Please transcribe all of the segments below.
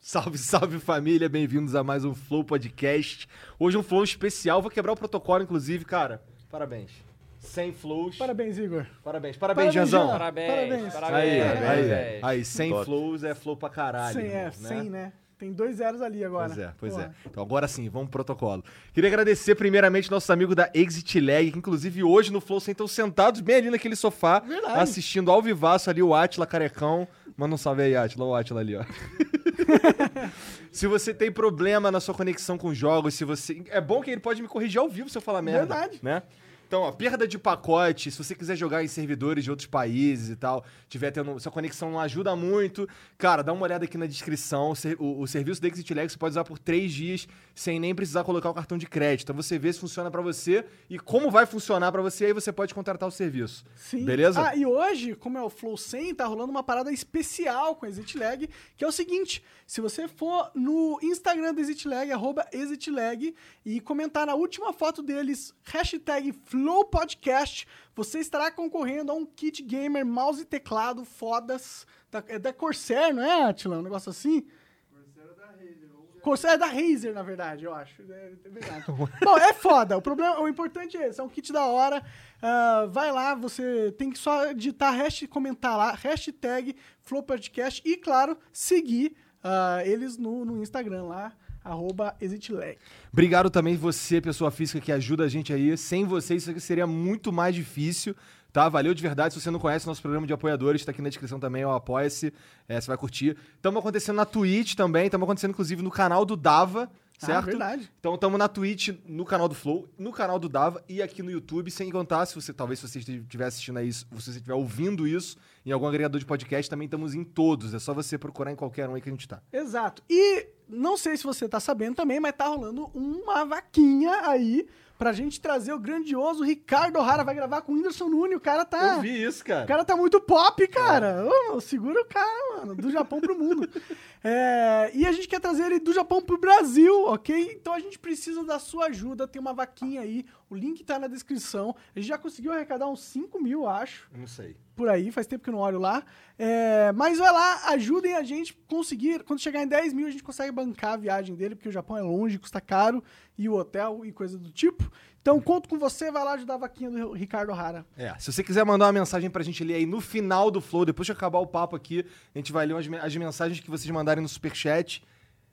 Salve, salve família, bem-vindos a mais um Flow Podcast. Hoje um Flow especial, vou quebrar o protocolo, inclusive, cara. Parabéns. 100 flows. Parabéns, Igor. Parabéns, parabéns, Parabéns, Janzão. Jean. Parabéns, Parabéns. Aí, parabéns. aí, aí, parabéns. aí, 100 Top. flows é flow pra caralho. 100, é, irmão, 100, né? Tem dois zeros ali agora. Pois é, pois Pô, é. Então agora sim, vamos pro protocolo. Queria agradecer primeiramente nosso amigo da Exit Lag, que inclusive hoje no Flow Center, sentados bem ali naquele sofá, Verdade. assistindo ao vivaço ali o Atila Carecão. Manda um salve aí, Atila, o Atila ali, ó. se você tem problema na sua conexão com jogos, se você. É bom que ele pode me corrigir ao vivo se eu falar merda. Verdade. Né? Então, ó, perda de pacote, se você quiser jogar em servidores de outros países e tal, tiver tendo. Sua conexão não ajuda muito. Cara, dá uma olhada aqui na descrição. O, ser- o- o serviço da Exit Lag você pode usar por três dias sem nem precisar colocar o cartão de crédito. Então você vê se funciona pra você e como vai funcionar pra você, aí você pode contratar o serviço. Sim. Beleza? Ah, e hoje, como é o Flow 100, tá rolando uma parada especial com a Exit Lag, que é o seguinte: se você for no Instagram da Exit Lag, arroba Exit Lag, e comentar na última foto deles, hashtag FlowPodcast, você estará concorrendo a um kit gamer, mouse e teclado fodas. Da, é da Corsair, não é, Atila? Um negócio assim? Corsair é da Razer, na verdade, eu acho. É, é verdade. Bom, é foda. O, problema, o importante é esse. É um kit da hora. Ah, vai lá, você tem que só digitar, hashtag, comentar lá, hashtag FlowPodcast e, claro, seguir ah, eles no, no Instagram lá, arroba ExitLag. Obrigado também você, pessoa física, que ajuda a gente aí. Sem você, isso aqui seria muito mais difícil, tá? Valeu de verdade. Se você não conhece nosso programa de apoiadores, tá aqui na descrição também, ó, apoia-se. É, você vai curtir. Estamos acontecendo na Twitch também, estamos acontecendo, inclusive, no canal do Dava, certo? Ah, verdade. Então estamos na Twitch, no canal do Flow, no canal do Dava e aqui no YouTube, sem contar, se você, talvez se você estiver assistindo a isso, se você estiver ouvindo isso em algum agregador de podcast, também estamos em todos. É só você procurar em qualquer um aí que a gente tá. Exato. E não sei se você tá sabendo também, mas tá rolando uma vaquinha aí pra gente trazer o grandioso Ricardo O'Hara. Vai gravar com o Whindersson Nunes. O cara tá. vi isso, O cara tá muito pop, É. cara. Ô, meu, segura o cara, mano. Do Japão pro mundo. É, e a gente quer trazer ele do Japão pro Brasil, ok? Então a gente precisa da sua ajuda. Tem uma vaquinha aí. O link tá na descrição. A gente já conseguiu arrecadar uns 5 mil, acho Não sei. por aí, faz tempo que eu não olho lá. É, mas vai lá, ajudem a gente conseguir. Quando chegar em 10 mil, a gente consegue bancar a viagem dele, porque o Japão é longe, custa caro, e o hotel e coisa do tipo. Então conto com você, vai lá ajudar a vaquinha do Ricardo Hara. É, se você quiser mandar uma mensagem pra gente ler aí no final do flow, depois de acabar o papo aqui, a gente vai ler umas men- as mensagens que vocês mandarem no superchat.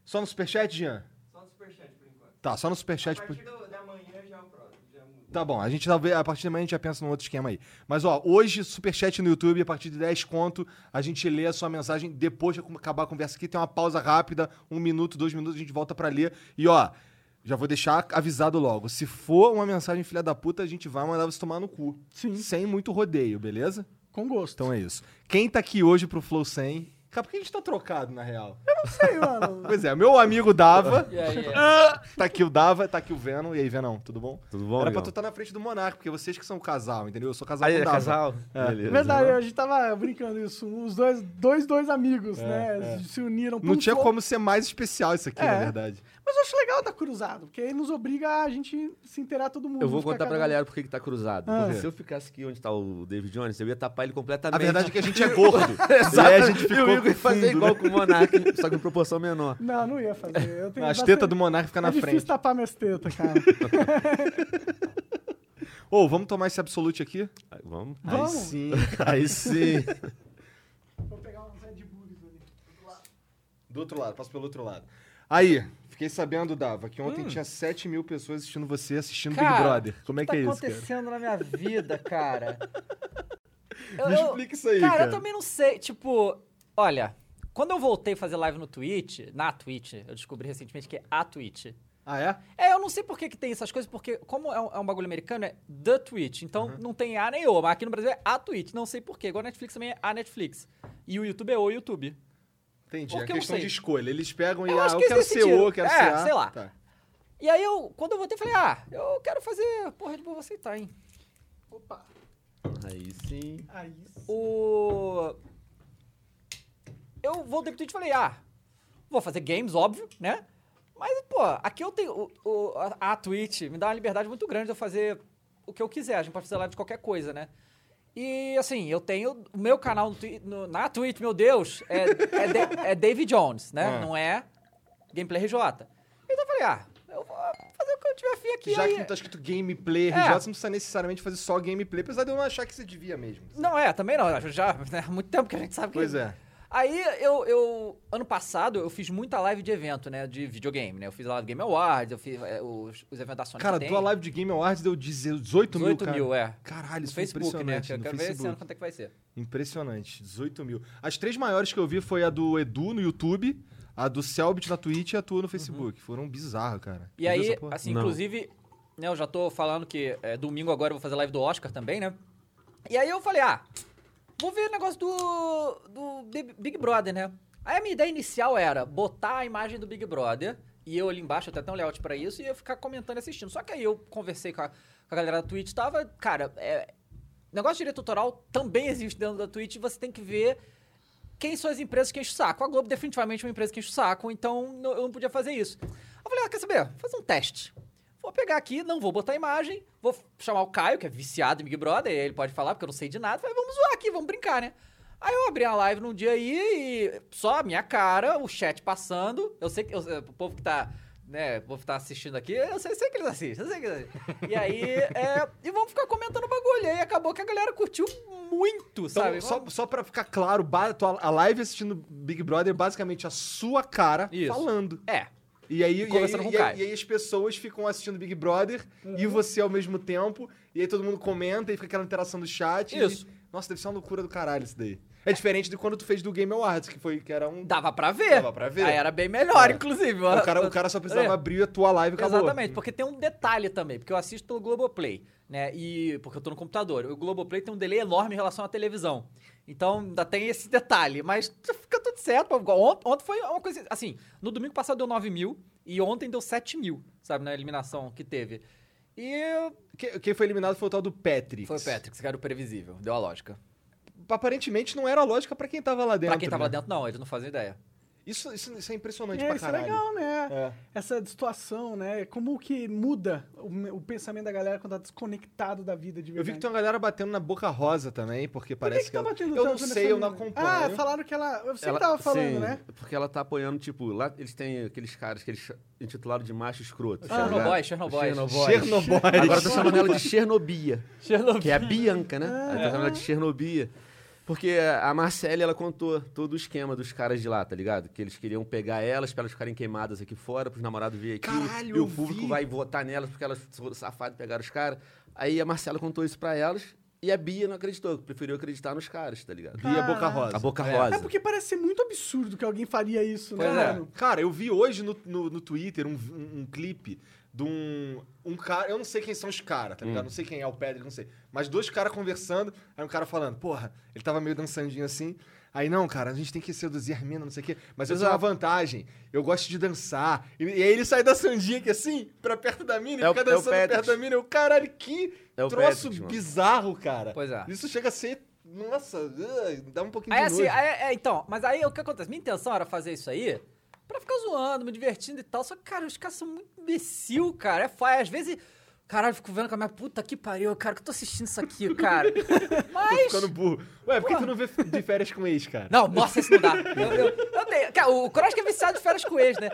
Só no superchat, Jean? Só no superchat por enquanto. Tá, só no A superchat. por- partir do- da manhã já é o próximo. Já muda. Tá bom, a gente talvez a partir de amanhã a gente já pensa num outro esquema aí. Mas ó, hoje superchat no YouTube, a partir de 10 conto, a gente lê a sua mensagem depois de acabar a conversa aqui, tem uma pausa rápida, um minuto, dois minutos, a gente volta pra ler. E ó, já vou deixar avisado logo, se for uma mensagem filha da puta, a gente vai mandar você tomar no cu. Sim. Sem muito rodeio, beleza? Com gosto. Então é isso. Quem tá aqui hoje pro Flow 100... Cara, por que a gente tá trocado, na real? Isso aí, mano. Pois é, meu amigo Dava, E aí, é. tá aqui o Dava, tá aqui o Venom. E aí, Venom, tudo bom? Tudo bom, Era pra tu amigão? estar na frente do Monarca, porque vocês que são casal, entendeu? Eu sou casal Aí, com o é Dava. casal? Beleza. É Verdade, a gente tava brincando isso. Os dois, dois, dois amigos, né? Se uniram. É, pra Não um tinha flow. como ser mais especial isso aqui, É. na verdade. Mas eu acho legal estar cruzado, porque aí nos obriga a gente se inteirar todo mundo. Eu vou ficar contar pra cada um- galera por que que tá cruzado. Ah. Porque Se eu ficasse aqui onde tá o David Jones, eu ia tapar ele completamente. A verdade é que a gente é gordo. Exato. E aí a gente E ficou o Igor ia com fazer fundo, igual né? com o Monark, só que em proporção menor. Não, não ia fazer. Eu tenho As bastante- tetas do Monarca ficam é na difícil frente. tapar minhas tetas, cara. tá- Ô, vamos tomar esse Absolute aqui? Aí, Vamos? Vamos. Aí sim. Aí sim. Vou pegar uns Red Bulls ali. Do outro lado, passo pelo outro lado. Aí, fiquei sabendo, Dava, que ontem tinha 7 mil pessoas assistindo você, assistindo Big Hum. Cara, Brother. Como é O que, que tá é isso, cara? acontecendo na minha vida, cara? Eu- Me eu- explica isso aí, cara, cara. eu também não sei. Tipo, olha, quando eu voltei a fazer live no Twitch, na Twitch, eu descobri recentemente que é a Twitch. Ah, é? É, eu não sei por que, que tem essas coisas, porque como é um, é um bagulho americano, é The Twitch. Então não tem A nem O, mas aqui no Brasil é a Twitch. Não sei por quê. Igual a Netflix também é a Netflix. E o YouTube é o YouTube. Entendi. Por É que eu não questão sei? de escolha. Eles pegam e, Eu ah, acho eu que quero eles ser O, decidiram. quero É, ser A. sei lá. Tá. E aí eu, quando eu voltei, falei, ah, eu quero fazer. Porra, de boa, vou aceitar, hein? Opa, Ah, Aí sim. aí O. Eu voltei pro Twitch e falei, ah, vou fazer games, óbvio, né? Mas, pô, aqui eu tenho. o- o- a- a Twitch me dá uma liberdade muito grande de eu fazer o que eu quiser. A gente pode fazer live de qualquer coisa, né? E assim, eu tenho o meu canal no Twi- no- na Twitch, meu Deus, é, é, Da- é David Jones, né? Ah. Não é Gameplay RJ. Então eu falei, ah, eu vou fazer o que eu tiver afim aqui. Já aí. É. que não tá escrito gameplay, RJ, você não precisa necessariamente fazer só gameplay, apesar de eu não achar que você devia mesmo. Não é, também não. Já, né, há muito tempo que a gente sabe que. Pois é. Aí eu, eu- Ano passado eu fiz muita live de evento, né? De videogame, né? Eu fiz a live Game Awards, eu fiz é, os, os eventos da Sony. Cara, que tua tem. live de Game Awards deu 18 mil, 18 cara. mil, é. Caralho, No isso foi Facebook, né? impressionante. Que eu no quero ver esse ano Facebook. quanto é que vai ser. Impressionante, 18 mil. As três maiores que eu vi foi a do Edu no YouTube, a do Selbit na Twitch e a tua no Facebook. Foram bizarro, cara. Uhum. E Tu viu aí, essa porra? assim, Não. inclusive, né, eu já tô falando que é, domingo agora eu vou fazer live do Oscar também, né? E aí eu falei, ah, vou ver o negócio do, do The Big Brother, né? Aí a minha ideia inicial era botar a imagem do Big Brother, e eu ali embaixo, eu tenho até um layout pra isso, e eu ficar comentando e assistindo. Só que aí eu conversei com a, com a galera da Twitch, tava, cara, é, negócio de direito autoral também existe dentro da Twitch, e você tem que ver quem são as empresas que enchem o saco. A Globo definitivamente é uma empresa que enche o saco, então não- eu não podia fazer isso. Eu falei, ah, quer saber? Vou fazer um teste. Vou pegar aqui, não vou botar a imagem, vou f- chamar o Caio, que é viciado em Big Brother, ele pode falar, porque eu não sei de nada. Falei, vamos zoar aqui, vamos brincar, né? Aí eu abri a live num dia aí e só a minha cara, o chat passando. Eu sei que eu- o povo que tá, né, o povo que tá assistindo aqui, eu sei, sei que eles assistem, eu sei que eles assistem. E aí, é, e vamos ficar comentando o bagulho. E aí acabou que a galera curtiu muito, Então, sabe? só, só pra ficar claro, ba- tua- a live assistindo Big Brother é basicamente a sua cara Isso. falando. É, E aí, e Conversando aí- com o e aí- Caio. Uhum. e aí as pessoas ficam assistindo Big Brother e você ao mesmo tempo. E aí todo mundo comenta e fica aquela interação do chat. e- Isso. nossa, deve ser uma loucura do caralho isso daí. É diferente de quando tu fez do Game Awards, que, foi, que era um... Dava pra ver. Dava pra ver. Aí era bem melhor, É. inclusive. O cara, o cara só precisava É. abrir a tua live e acabou. Exatamente, porque tem um detalhe também, porque eu assisto pelo Globoplay, né? E porque eu tô no computador. O Globoplay tem um delay enorme em relação à televisão. Então, ainda tem esse detalhe, mas fica tudo certo. Ontem, ontem foi uma coisa assim, no domingo passado deu 9 mil e ontem deu 7 mil, sabe, na eliminação que teve. E Que- Quem foi eliminado foi o tal do Patrick. foi o Patrick, esse cara era o previsível, deu a lógica. Aparentemente não era a lógica pra quem tava lá dentro. pra quem tava lá né? dentro, não, eles não fazem ideia. Isso, isso, isso é impressionante É, pra isso é caralho. legal, né? É. Essa situação, né? Como que muda o, me- o pensamento da galera quando tá desconectado da vida de Eu verdade. vi que tem uma galera batendo na boca rosa também, porque Por que parece que tá ela- batendo Eu não tanto nessa sei, eu não menina? acompanho. Ah, falaram que ela... Você que tava falando, sim, né? Porque ela tá apoiando, tipo, lá eles têm aqueles caras que eles ch- intitularam de macho escroto. tá Chernobyl, ligado? Chernobyl. Chernobyl. Chernobyl. Agora tá chamando ela de Chernobia. Chernobyl. Que é a Bianca, né? Ah. Aí tá chamando ela de Chernobia. Porque a Marcele, ela contou todo o esquema dos caras de lá, tá ligado? Que eles queriam pegar elas pra elas ficarem queimadas aqui fora, pros namorados virem aqui. Caralho, e eu o público vi. vai votar nelas porque elas foram safadas e pegaram os caras. Aí a Marcela contou isso pra elas e a Bia não acreditou, preferiu acreditar nos caras, tá ligado? Bia Boca Rosa. A boca É. rosa. É porque parece ser muito absurdo que alguém faria isso, né, Pois é. mano? Cara, eu vi hoje no, no, no Twitter um, um, um clipe de um, um cara. Eu não sei quem são os caras, tá Hum. ligado? Não sei quem é o Pedro, não sei. Mas dois caras conversando, aí um cara falando, porra, ele tava meio dançandinho assim. Aí, não, cara, a gente tem que seduzir a mina, não sei o quê. Mas eu tenho uma Exato. vantagem. Eu gosto de dançar. E, e aí ele sai dançandinho aqui assim, pra perto da mina, e É o- fica é o dançando Pedro. perto da mina. Eu, caralho, que É o troço Pedro, mano. bizarro, cara. Pois é. Isso chega a ser. Nossa, ah, dá um pouquinho Aí de assim, nojo. aí- é, então, mas aí o que acontece? Minha intenção era fazer isso aí pra ficar zoando, me divertindo e tal. Só que, cara, os caras são muito imbecil, cara. É faia. Às vezes, caralho, eu fico vendo com a minha puta que pariu, cara, que eu tô assistindo isso aqui, cara. Tô Mas. ficando burro. Ué, por que tu não vê de férias com ex, cara? Não, nossa, esse não dá. Eu, eu- eu tenho- cara, o Cross que é viciado de férias com ex, né?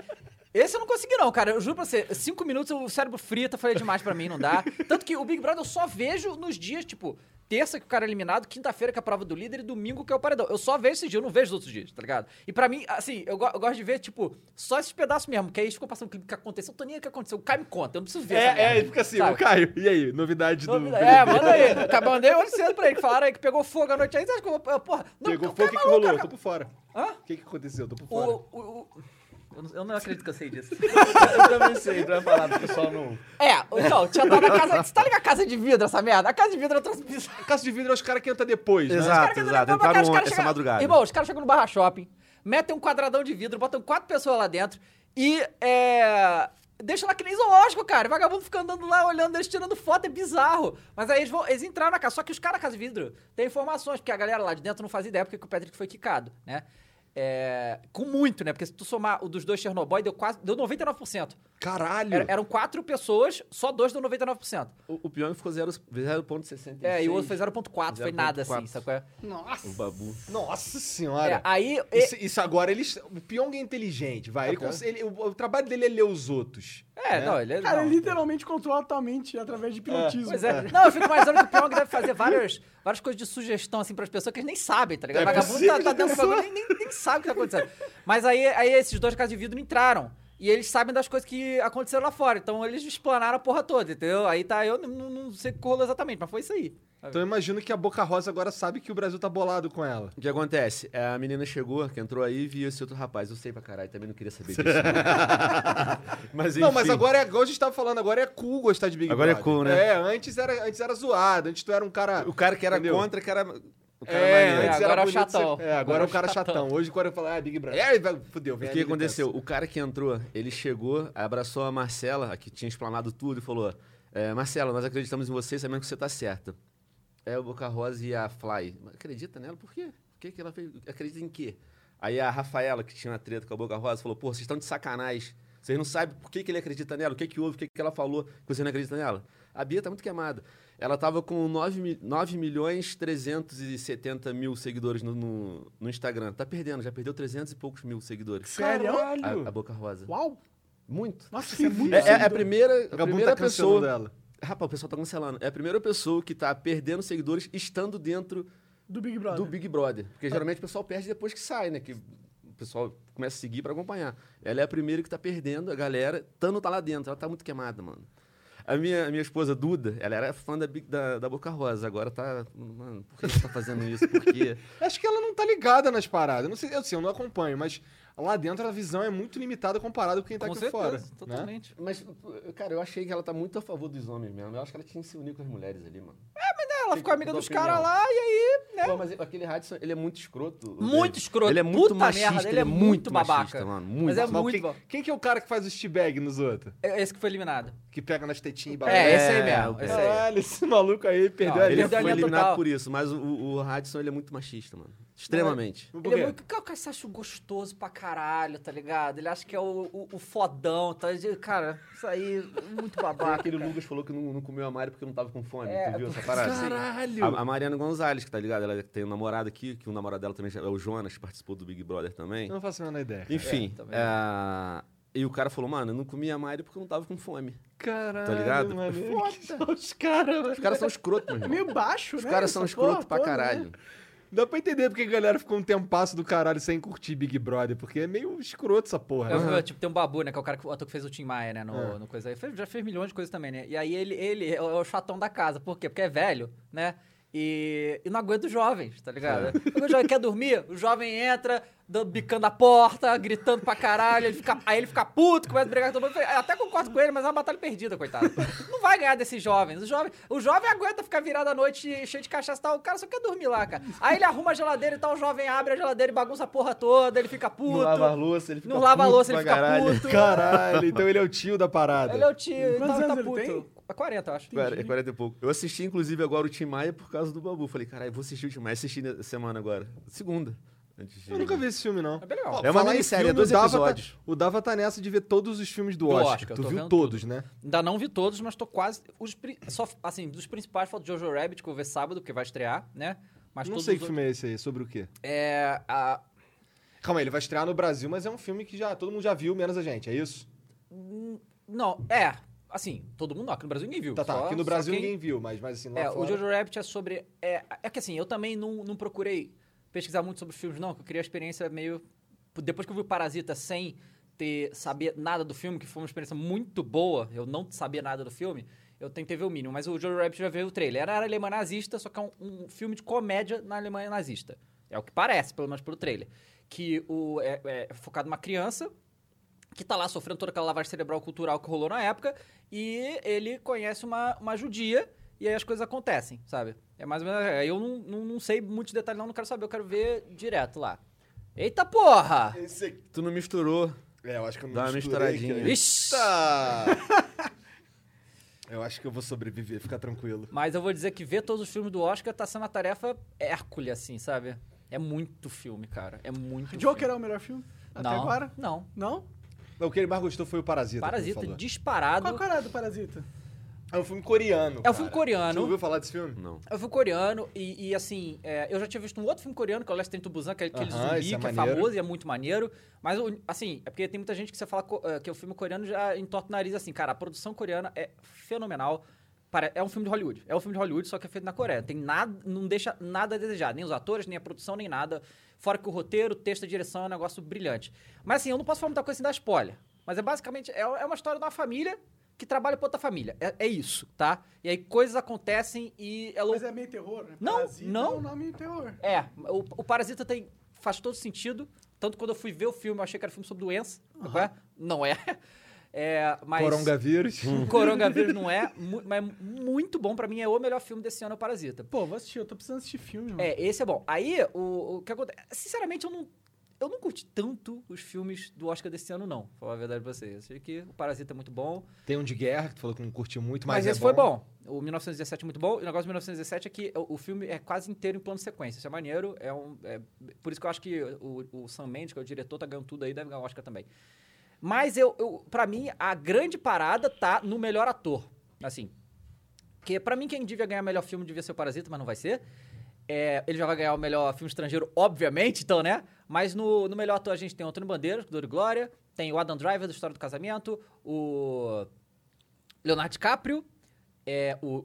Esse eu não consegui, não, cara. Eu juro pra você, cinco minutos o cérebro frita, falei demais pra mim, não dá. Tanto que o Big Brother eu só vejo nos dias, tipo, terça que o cara é eliminado, quinta-feira que é a prova do líder e domingo que é o paredão. Eu só vejo esse dia, eu não vejo os outros dias, tá ligado? E pra mim, assim, eu, go- eu gosto de ver, tipo, só esses pedaços mesmo, que aí ficam passando o clipe que aconteceu. Eu tô nem aí o que aconteceu, o Caio me conta, eu não preciso ver. essa É, é, merda, ele fica assim, sabe? ô Caio, e aí? Novidade do. Novidade- É, manda aí. Acabou, mandei hoje cedo pra ele. que Falaram aí que pegou fogo à noite aí. Você acha que eu vou. Porra, não, Pegou fogo, o o cara que, é que maluco, rolou? cara. Tô por fora. Hã? O que, que aconteceu? Tô por O, fora. o- o- eu, não, eu não acredito que eu sei disso. eu também sei, pra falar do pessoal não... É, então, tinha dado na casa. Você tá ligado a casa de vidro, essa merda? A casa de vidro eu trouxe bizarro. Caso de vidro é os caras que entram depois, né? Exato. exato. Não, mas, cara, Entraram os ontem, caras essa chegam- madrugada. Irmão, os caras chegam no barra shopping, metem um quadradão de vidro, botam quatro pessoas lá dentro e. É. Deixa lá que nem zoológico, cara. Vagabundo fica andando lá, olhando eles, tirando foto, é bizarro. Mas aí eles, vão, eles entraram na casa. Só que os caras da casa de vidro têm informações, porque a galera lá de dentro não fazia ideia porque que o Patrick foi quicado, né? É, com muito, né? Porque se tu somar o dos dois Chernobyl, deu quase. Deu 99%. Hum. Caralho! Era- eram quatro pessoas, só dois deu 99%. O, o Pyong ficou zero- 0,66. É, e o outro foi 0,4, foi nada assim, 0,4. sacou? É, Nossa. O Babu. Nossa senhora! aí. É, e- Isso, isso agora eles. O Pyong é inteligente, vai. Ele cons- ele- o, o trabalho dele é ler os outros. é, não, ele é. Cara, não. ele literalmente controla totalmente através de pilotismo. Pois é. Não, eu fico imaginando que o Pyong deve fazer várias, várias coisas de sugestão, assim, pras pessoas que eles nem sabem, tá ligado? É O vagabundo possível, tá, tá dentro do bagulho, nem, nem, nem sabe o que tá acontecendo. Mas aí, aí esses dois caras de vidro entraram. E eles sabem das coisas que aconteceram lá fora. Então eles explanaram a porra toda, entendeu? Aí tá, eu não, não- não sei o que rolou exatamente, mas foi isso aí. Então eu imagino que a Boca Rosa agora sabe que o Brasil tá bolado com ela. O que acontece? É, A menina chegou, que entrou aí e viu esse outro rapaz. Eu sei pra caralho, também não queria saber disso. não. mas enfim. Não, mas agora é igual a gente tava falando, agora é cool gostar de Big Agora é Brother. cool, né? É, antes era, antes era zoado, antes tu era um cara. O cara que era Entendeu? contra, que era. O cara É, maneiro. antes agora era é o bonito, chatão. você- É, agora, é o cara chatão. Hoje, quando eu falar, ah, Big Brother. É, vai- fudeu, vem O a que militância. aconteceu? O cara que entrou, ele chegou, abraçou a Marcela, a que tinha explanado tudo, e falou: "É, Marcela, nós acreditamos em você, sabemos que você tá certa. É o Boca Rosa e a Fly. "Mas Acredita nela? Por quê? Por que, que ela fez? Acredita em quê? Aí a Rafaela, que tinha uma treta com a Boca Rosa, falou: Pô, vocês estão de sacanagem. Vocês não sabem por que, que ele acredita nela, o que, que houve, o que, que ela falou, que vocês não acreditam nela. A Bia tá muito queimada. Ela tava com 9, mi- 9 milhões 370 mil seguidores no, no, no Instagram. Tá perdendo, já perdeu 300 e poucos mil seguidores. Sério? A, a Caralho! Boca Rosa. Uau. Muito. Nossa, que muito. É, é a seguidor. primeira, a O Gabu primeira tá cancelando pessoa. ela. Rapaz, o pessoal tá cancelando. É a primeira pessoa que tá perdendo seguidores estando dentro Do Big Brother. do Big Brother. Porque geralmente o pessoal perde depois que sai, né? Que o pessoal começa a seguir pra acompanhar. Ela é a primeira que tá perdendo, a galera. Tano tá lá dentro, ela tá muito queimada, mano. A minha, a minha esposa, Duda, ela era fã da, Big- da, da Boca Rosa. Agora tá. Mano, por que você tá fazendo isso? Por quê? Acho que ela não tá ligada nas paradas. Eu Não sei, eu, assim, eu não acompanho, mas lá dentro a visão é muito limitada comparado com quem tá Com aqui certeza, fora. Né? totalmente. Mas, cara, eu achei que ela tá muito a favor dos homens mesmo. Eu acho que ela tinha que se unir com as mulheres ali, mano. Ela Tem ficou amiga toda dos caras opinião. lá e aí, né? Pô, mas aquele Hudson, ele é muito escroto. o Muito David. escroto. Ele é muito Puta machista, merda, ele é muito babaca. machista, mano. Muito. Mas é Mas muito quem, bom. quem que é o cara que faz o steabag nos outros? É Esse que foi eliminado. Que pega nas tetinhas e É, esse aí é, mesmo. Esse aí. Caralho, esse maluco aí perdeu Não, a Ele linha. Perdeu a foi linha eliminado Ah, é total. por isso, mas o, o Hudson, ele é muito machista, mano. Extremamente. Por Ele quê? é muito. Cara, o cara se acha gostoso pra caralho, tá ligado? Ele acha que é o, o, o fodão, tá? Ele- Cara, isso aí, muito Tem babaca. tipo, aquele Lucas falou que não, não comeu a Mari porque não tava com fome. É, tu viu essa parada? Caralho! A, a Mariana Gonzalez, que tá ligado? Ela tem um namorado aqui, que o namorado dela também já- é o Jonas, que participou do Big Brother também. Eu não faço a menor ideia. Enfim. É, também. é, E o cara falou, mano, eu não comia a Mari porque eu não tava com fome. Caralho, Tá ligado? Mano, que são os caras, mano. Os caras são escrotos, É meu irmão. Meio baixo, Os né? caras são essa porra escrotos pra toda, né? né? caralho. Dá pra entender porque a galera ficou um tempasso do caralho sem curtir Big Brother, porque é meio escroto essa porra, É, né? Tipo, tem um babu, né? Que é o cara que, o ator que fez o Tim Maia, né? No, É. no coisa aí. Fez- já fez milhões de coisas também, né? E aí ele, ele é o é o chatão da casa. Por quê? Porque é velho, né? E, e não aguenta os jovens, tá ligado? É. Quando O jovem quer dormir, o jovem entra, dando- bicando a porta, gritando pra caralho, ele fica- aí ele fica puto, começa a brigar com todo mundo. Eu até concordo com ele, mas é uma batalha perdida, coitado. Não vai ganhar desses jovens. O jovem, o jovem aguenta ficar virado à noite cheio de cachaça e tal. O cara só quer dormir lá, cara. Aí ele arruma a geladeira e tal, o jovem abre a geladeira e bagunça a porra toda, ele fica puto. Não lava a louça, ele fica Não lava a puto louça, ele pra fica caralho. puto. Caralho, então ele é o tio da parada. Ele é o tio, ele Quantos tá, tá anos puto. ele É 40, eu acho. Cara, é 40 e pouco. Eu assisti, inclusive, agora o Tim Maia por causa do Babu. Falei, caralho, vou assistir o Tim Maia. Assisti na semana agora. Segunda. Antes de- Eu nunca vi esse filme, não. É bem legal. É uma Falar em minissérie, filme, é dois o Dava episódios. Tá, o Dava tá nessa de ver todos os filmes do Do Oscar. Oscar, eu tu tô viu vendo todos, né? Ainda não vi todos, mas tô quase. Os, pri- só, assim, dos principais falta Jojo Rabbit, que eu vou ver sábado, porque vai estrear, né? Mas não todos sei os que filme é esse aí, sobre o quê? outros- É. a- Calma aí, ele vai estrear no Brasil, mas é um filme que já todo mundo já viu, menos a gente, é isso? Não, é. Assim, todo mundo, não, aqui no Brasil ninguém viu. Tá, tá. só- Aqui no só Brasil quem- ninguém viu, mas, mas assim, lá É, fora... o Jojo Rabbit é sobre. É, é que assim, eu também não, não procurei pesquisar muito sobre os filmes, não, que eu queria a experiência meio. Depois que eu vi o Parasita sem ter saber nada do filme, que foi uma experiência muito boa, eu não sabia nada do filme, eu tentei ver o mínimo. Mas o Jojo Rabbit já veio o trailer. Era, era alemã nazista, só que é um, um filme de comédia na Alemanha nazista. É o que parece, pelo menos pelo trailer. Que o, é- é focado numa criança que tá lá sofrendo toda aquela lavagem cerebral cultural que rolou na época, e ele conhece uma, uma judia, e aí as coisas acontecem, sabe? É mais ou menos. é, Eu não, não, não sei muitos detalhes, não, não quero saber, eu quero ver direto lá. Eita porra! Esse aqui- Tu não misturou. É, eu acho que eu não Dá uma misturei aqui. misturadinha. Ixi! Eita! eu acho que eu vou sobreviver, fica tranquilo. Mas eu vou dizer que ver todos os filmes do Oscar tá sendo uma tarefa hércule, assim, sabe? É muito filme, cara. É muito Joker é filme. o melhor filme? Até não, agora? Não. Não? O que ele mais gostou foi o Parasita. que ele Parasita, falou. disparado. Qual que era do Parasita? É um filme coreano. É um filme cara. coreano. Você ouviu falar desse filme? Não. é? Eu fui coreano e, e, assim, é, eu já tinha visto um outro filme coreano, que é o Last Train to Busan, que é aquele Aham, zumbi, esse é que é maneiro. famoso e é muito maneiro. Mas, o- assim, é porque tem muita gente que você fala co- eh, que o filme coreano já entorta o nariz, assim, cara, a produção coreana é fenomenal. Pare- É um filme de Hollywood. É um filme de Hollywood, só que é feito na Coreia. Tem nada, não deixa nada a desejar. Nem os atores, nem a produção, nem nada. Fora que o roteiro, o texto, a direção é um negócio brilhante. Mas assim, eu não posso falar muita coisa sem dar spoiler. Mas é basicamente, é é uma história de uma família que trabalha pra outra família. É, é isso, tá? E aí coisas acontecem e é louco. Mas é meio terror, né? Não, Parasita não. É um nome terror. É, o, o Parasita tem, faz todo sentido. Tanto quando eu fui ver o filme, eu achei que era um filme sobre doença. sabe qual é? Não é. É, mas... Coronavírus. Coronavírus não é, mu- mas muito bom. Pra mim, é o melhor filme desse ano, é o Parasita. Pô, vou assistir, eu tô precisando assistir filme, mano. É, esse é bom. Aí, o, o que acontece... Sinceramente, eu não... Eu não curti tanto os filmes do Oscar desse ano, não. Pra falar a verdade pra vocês. Eu Achei que o Parasita é muito bom. Tem um de guerra que tu falou que não curtiu muito, mas, Mas, é esse foi bom. O 1917 é muito bom. E o negócio do 1917 é que o, o filme é quase inteiro em plano sequência. Isso é maneiro. É um, é- por isso que eu acho que o, o Sam Mendes, que é o diretor, tá ganhando tudo aí, deve ganhar o Oscar também. Mas eu, eu para mim, a grande parada tá no melhor ator. Assim, que pra mim quem devia ganhar melhor filme devia ser o Parasita, mas não vai ser. É, ele já vai ganhar o melhor filme estrangeiro, obviamente, então, né? Mas no, no melhor ator a gente tem o Antônio Bandeiras, do Dor e Glória, tem o Adam Driver, do História do Casamento, o Leonardo DiCaprio, é, o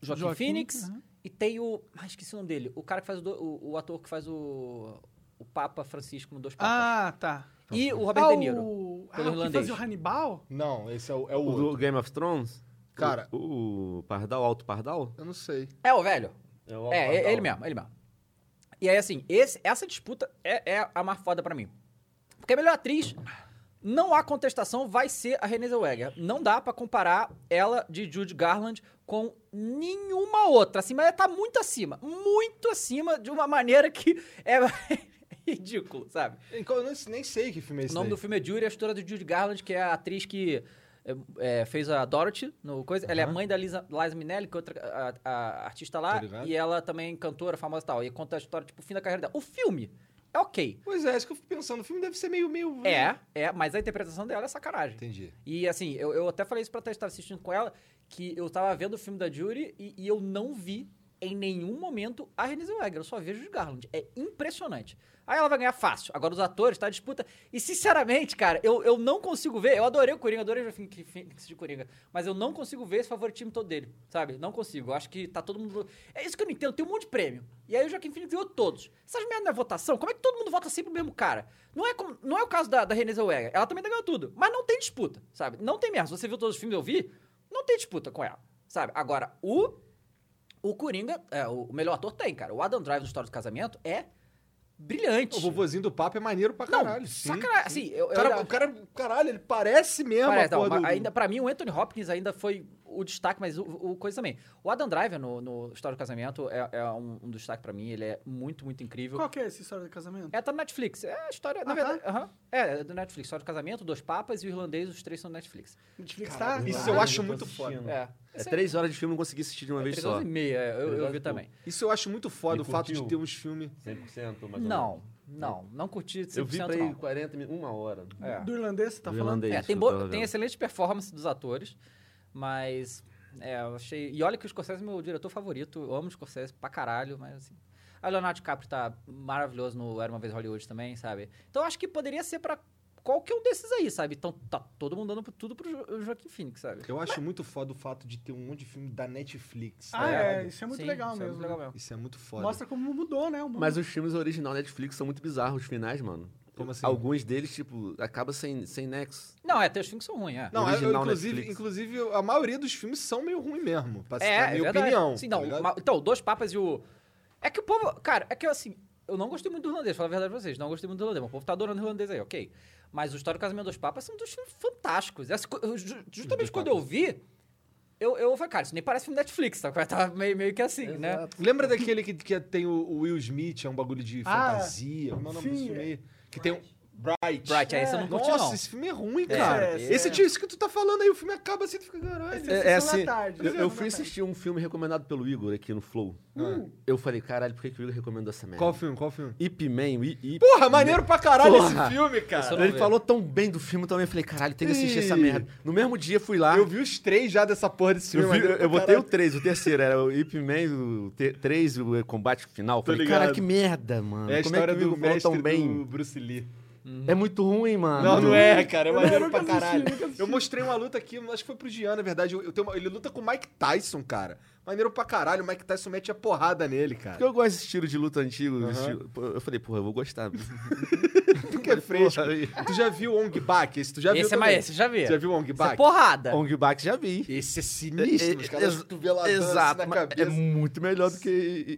Joaquim, Joaquim, Phoenix, aham. e tem o... Ah, esqueci o nome dele. O cara que faz o... do- o, o ator que faz o... O Papa Francisco no Dois Papas. Ah, tá. e o Robert ah, De Niro. O... Ah, pelo o que irlandês. fazia o Hannibal? Não, esse é o, é o O outro. do Game of Thrones? Cara- O, o Pardal, Alto Pardal? Eu não sei. É o velho. É, o Alto É, Pardal. é ele mesmo, ele mesmo. E aí, assim, esse- essa disputa é, é a mais foda pra mim. Porque a melhor atriz, não há contestação, vai ser a Renée Zellweger. Não dá pra comparar ela de Jude Garland com nenhuma outra. Assim, mas ela tá muito acima. Muito acima de uma maneira que é ridículo, sabe? Eu não- nem sei que filme é esse. O nome do daí. filme é Judy, a história do Judy Garland, que é a atriz que é, é, fez a Dorothy no coisa. Ela é a mãe da Lisa, Liza Minnelli, que é outra a, a artista Tô lá, ligado. e ela também é cantora famosa e tal. E conta a história, tipo, o fim da carreira dela. O filme é ok. Pois é, isso que eu fico pensando. O filme deve ser meio. meio... É, é, mas a interpretação dela é sacanagem. Entendi. E assim, eu, eu até falei isso pra Thaís, que tava assistindo com ela, que eu tava vendo o filme da Judy e, e eu não vi em nenhum momento a Renée Zellweger, eu só vejo o Garland. É impressionante. Aí ela vai ganhar fácil. Agora os atores, tá a disputa. E sinceramente, cara, eu, eu não consigo ver. Eu adorei o Coringa, adorei o Joaquim Phoenix de Coringa. Mas eu não consigo ver esse favoritismo todo dele, sabe? Não consigo. Eu acho que tá todo mundo. É isso que eu não entendo. Tem um monte de prêmio. E aí o Joaquim Phoenix ganhou todos. Essas merdas na votação, como é que todo mundo vota sempre o mesmo cara? Não é, como- não é o caso da, da Renée Zellweger. Ela também ganhou tudo. Mas não tem disputa, sabe? Não tem mesmo. Se Você viu todos os filmes que eu vi? Não tem disputa com ela, sabe? Agora, o o Coringa, é, o o melhor ator tem, cara. O Adam Driver do História do Casamento é brilhante. O vovozinho do papo é maneiro pra não, caralho. sim. sacanagem. Assim, eu, O eu cara, ainda- o cara, caralho, ele parece mesmo. Parece, a não, porra mas do- do- ainda, pra mim, o Anthony Hopkins ainda foi o destaque, mas o, o coisa também. O Adam Driver no, no História do Casamento é, é um, um destaque pra mim. Ele é muito, muito incrível. Qual que é essa história do casamento? É, tá no Netflix. É a história. na Ah, verdade, aham. é, é do Netflix. História do Casamento, Dois Papas e o Irlandês, os três são do Netflix. Netflix tá? Caralho, Isso tá- eu acho tô muito é assistindo. foda. É. É três horas de filme, eu não consegui assistir de uma vez Três só. horas e meia, eu- eu, Três horas vi e também. Isso eu acho muito foda, Ele o fato de curtiu? ter uns filmes. 100%, mais Não, não, não curti 100% Eu vi pra não. ele 40 minutos, uma hora. É. Do irlandês, você tá Do falando? irlandês. É, isso tem, eu bo- tava tem vendo. excelente performance dos atores, mas é, eu achei. E olha que o Scorsese é meu diretor favorito. Eu amo o Scorsese pra caralho, mas assim. A Leonardo DiCaprio tá maravilhoso no Era uma vez Hollywood também, sabe? Então eu acho que poderia ser pra qualquer um desses aí, sabe? Então tá todo mundo dando tudo pro Jo- Joaquim Phoenix, sabe? Eu acho muito foda o fato de ter um monte de filme da Netflix. tá Ah, é, ligado? isso é muito Sim, legal isso mesmo. É muito legal mesmo. Isso é muito foda. Mostra como mudou, né? o mundo. Mas os filmes original da Netflix são muito bizarros, os finais, mano. Como assim? Alguns deles, tipo, acaba sem, sem nexo. Não, é, teus filmes são ruins, é. Não, eu- eu, Original inclusive, Netflix. inclusive, a maioria dos filmes são meio ruim mesmo. Pra citar É, a é minha verdade. opinião. Sim, tá não, ligado? ma- então, Dois Papas e o... É que o povo... Cara, é que eu, assim, eu não gostei muito do irlandês, falar a verdade pra vocês. Não gostei muito do irlandês, mas o povo tá adorando o irlandês aí, ok. Mas o História do Casamento dos Papas são dos filmes fantásticos. Essa co- eu ju- Dois justamente quando Papas. eu vi, eu, eu falei, cara, isso nem parece filme Netflix, tá? Tá meio, meio que assim, né? Lembra daquele que, que tem o, o Will Smith, é um bagulho de Ah, fantasia? Como é o nome sim, desse filme aí? Que tem um. Bright. Bright, aí você não curte, Nossa, não. esse filme é ruim, cara. é, esse é. tio, isso que tu tá falando aí, o filme acaba assim, tu fica, caralho. É, É, é assim, Sessão da tarde, eu, sessão eu da fui tarde. Uh, assistir um filme recomendado pelo Igor aqui no Flow. Eu falei, caralho, por que, que o Igor recomendou essa Hum. merda? Qual filme? Qual filme? Ip Man. I- I- Porra, maneiro pra caralho Porra. esse filme, Esse eu cara. não Ele vi. falou tão bem do filme também, eu falei, caralho, tem que assistir essa Ih. merda. No mesmo dia fui lá. Eu vi os três já dessa porra desse filme. Eu, vi- maneiro eu pra botei o caralho. 3, o terceiro, era o Ip Man, o 3, o combate final. Falei, ligado. cara, que merda, mano. É a Como é que história o do Igor falou mestre tão bem? do Bruce Lee. É muito ruim, mano. Não, não é, cara. É Eu maneiro nunca pra assisti, caralho. nunca assisti. Eu mostrei uma luta aqui, acho que foi pro Jean, na verdade. Eu, eu tenho uma- ele luta com o Mike Tyson, cara. Maneiro pra caralho. O Mike Tyson mete a porrada nele, cara. Porque eu gosto desse estilo de luta antigo. Aham. estilo- pô, Eu falei, porra, eu vou gostar. Porque é fresco. Porra, aí. Tu já viu Ong Bak? Esse tu já viu Esse é também. mais esse, já vi. Já viu Ong Isso é Bak? porrada. Ong Bak já vi. Esse é sinistro, os caras Ex- cotoveladando assim Exato, na mas cabeça. é muito melhor do que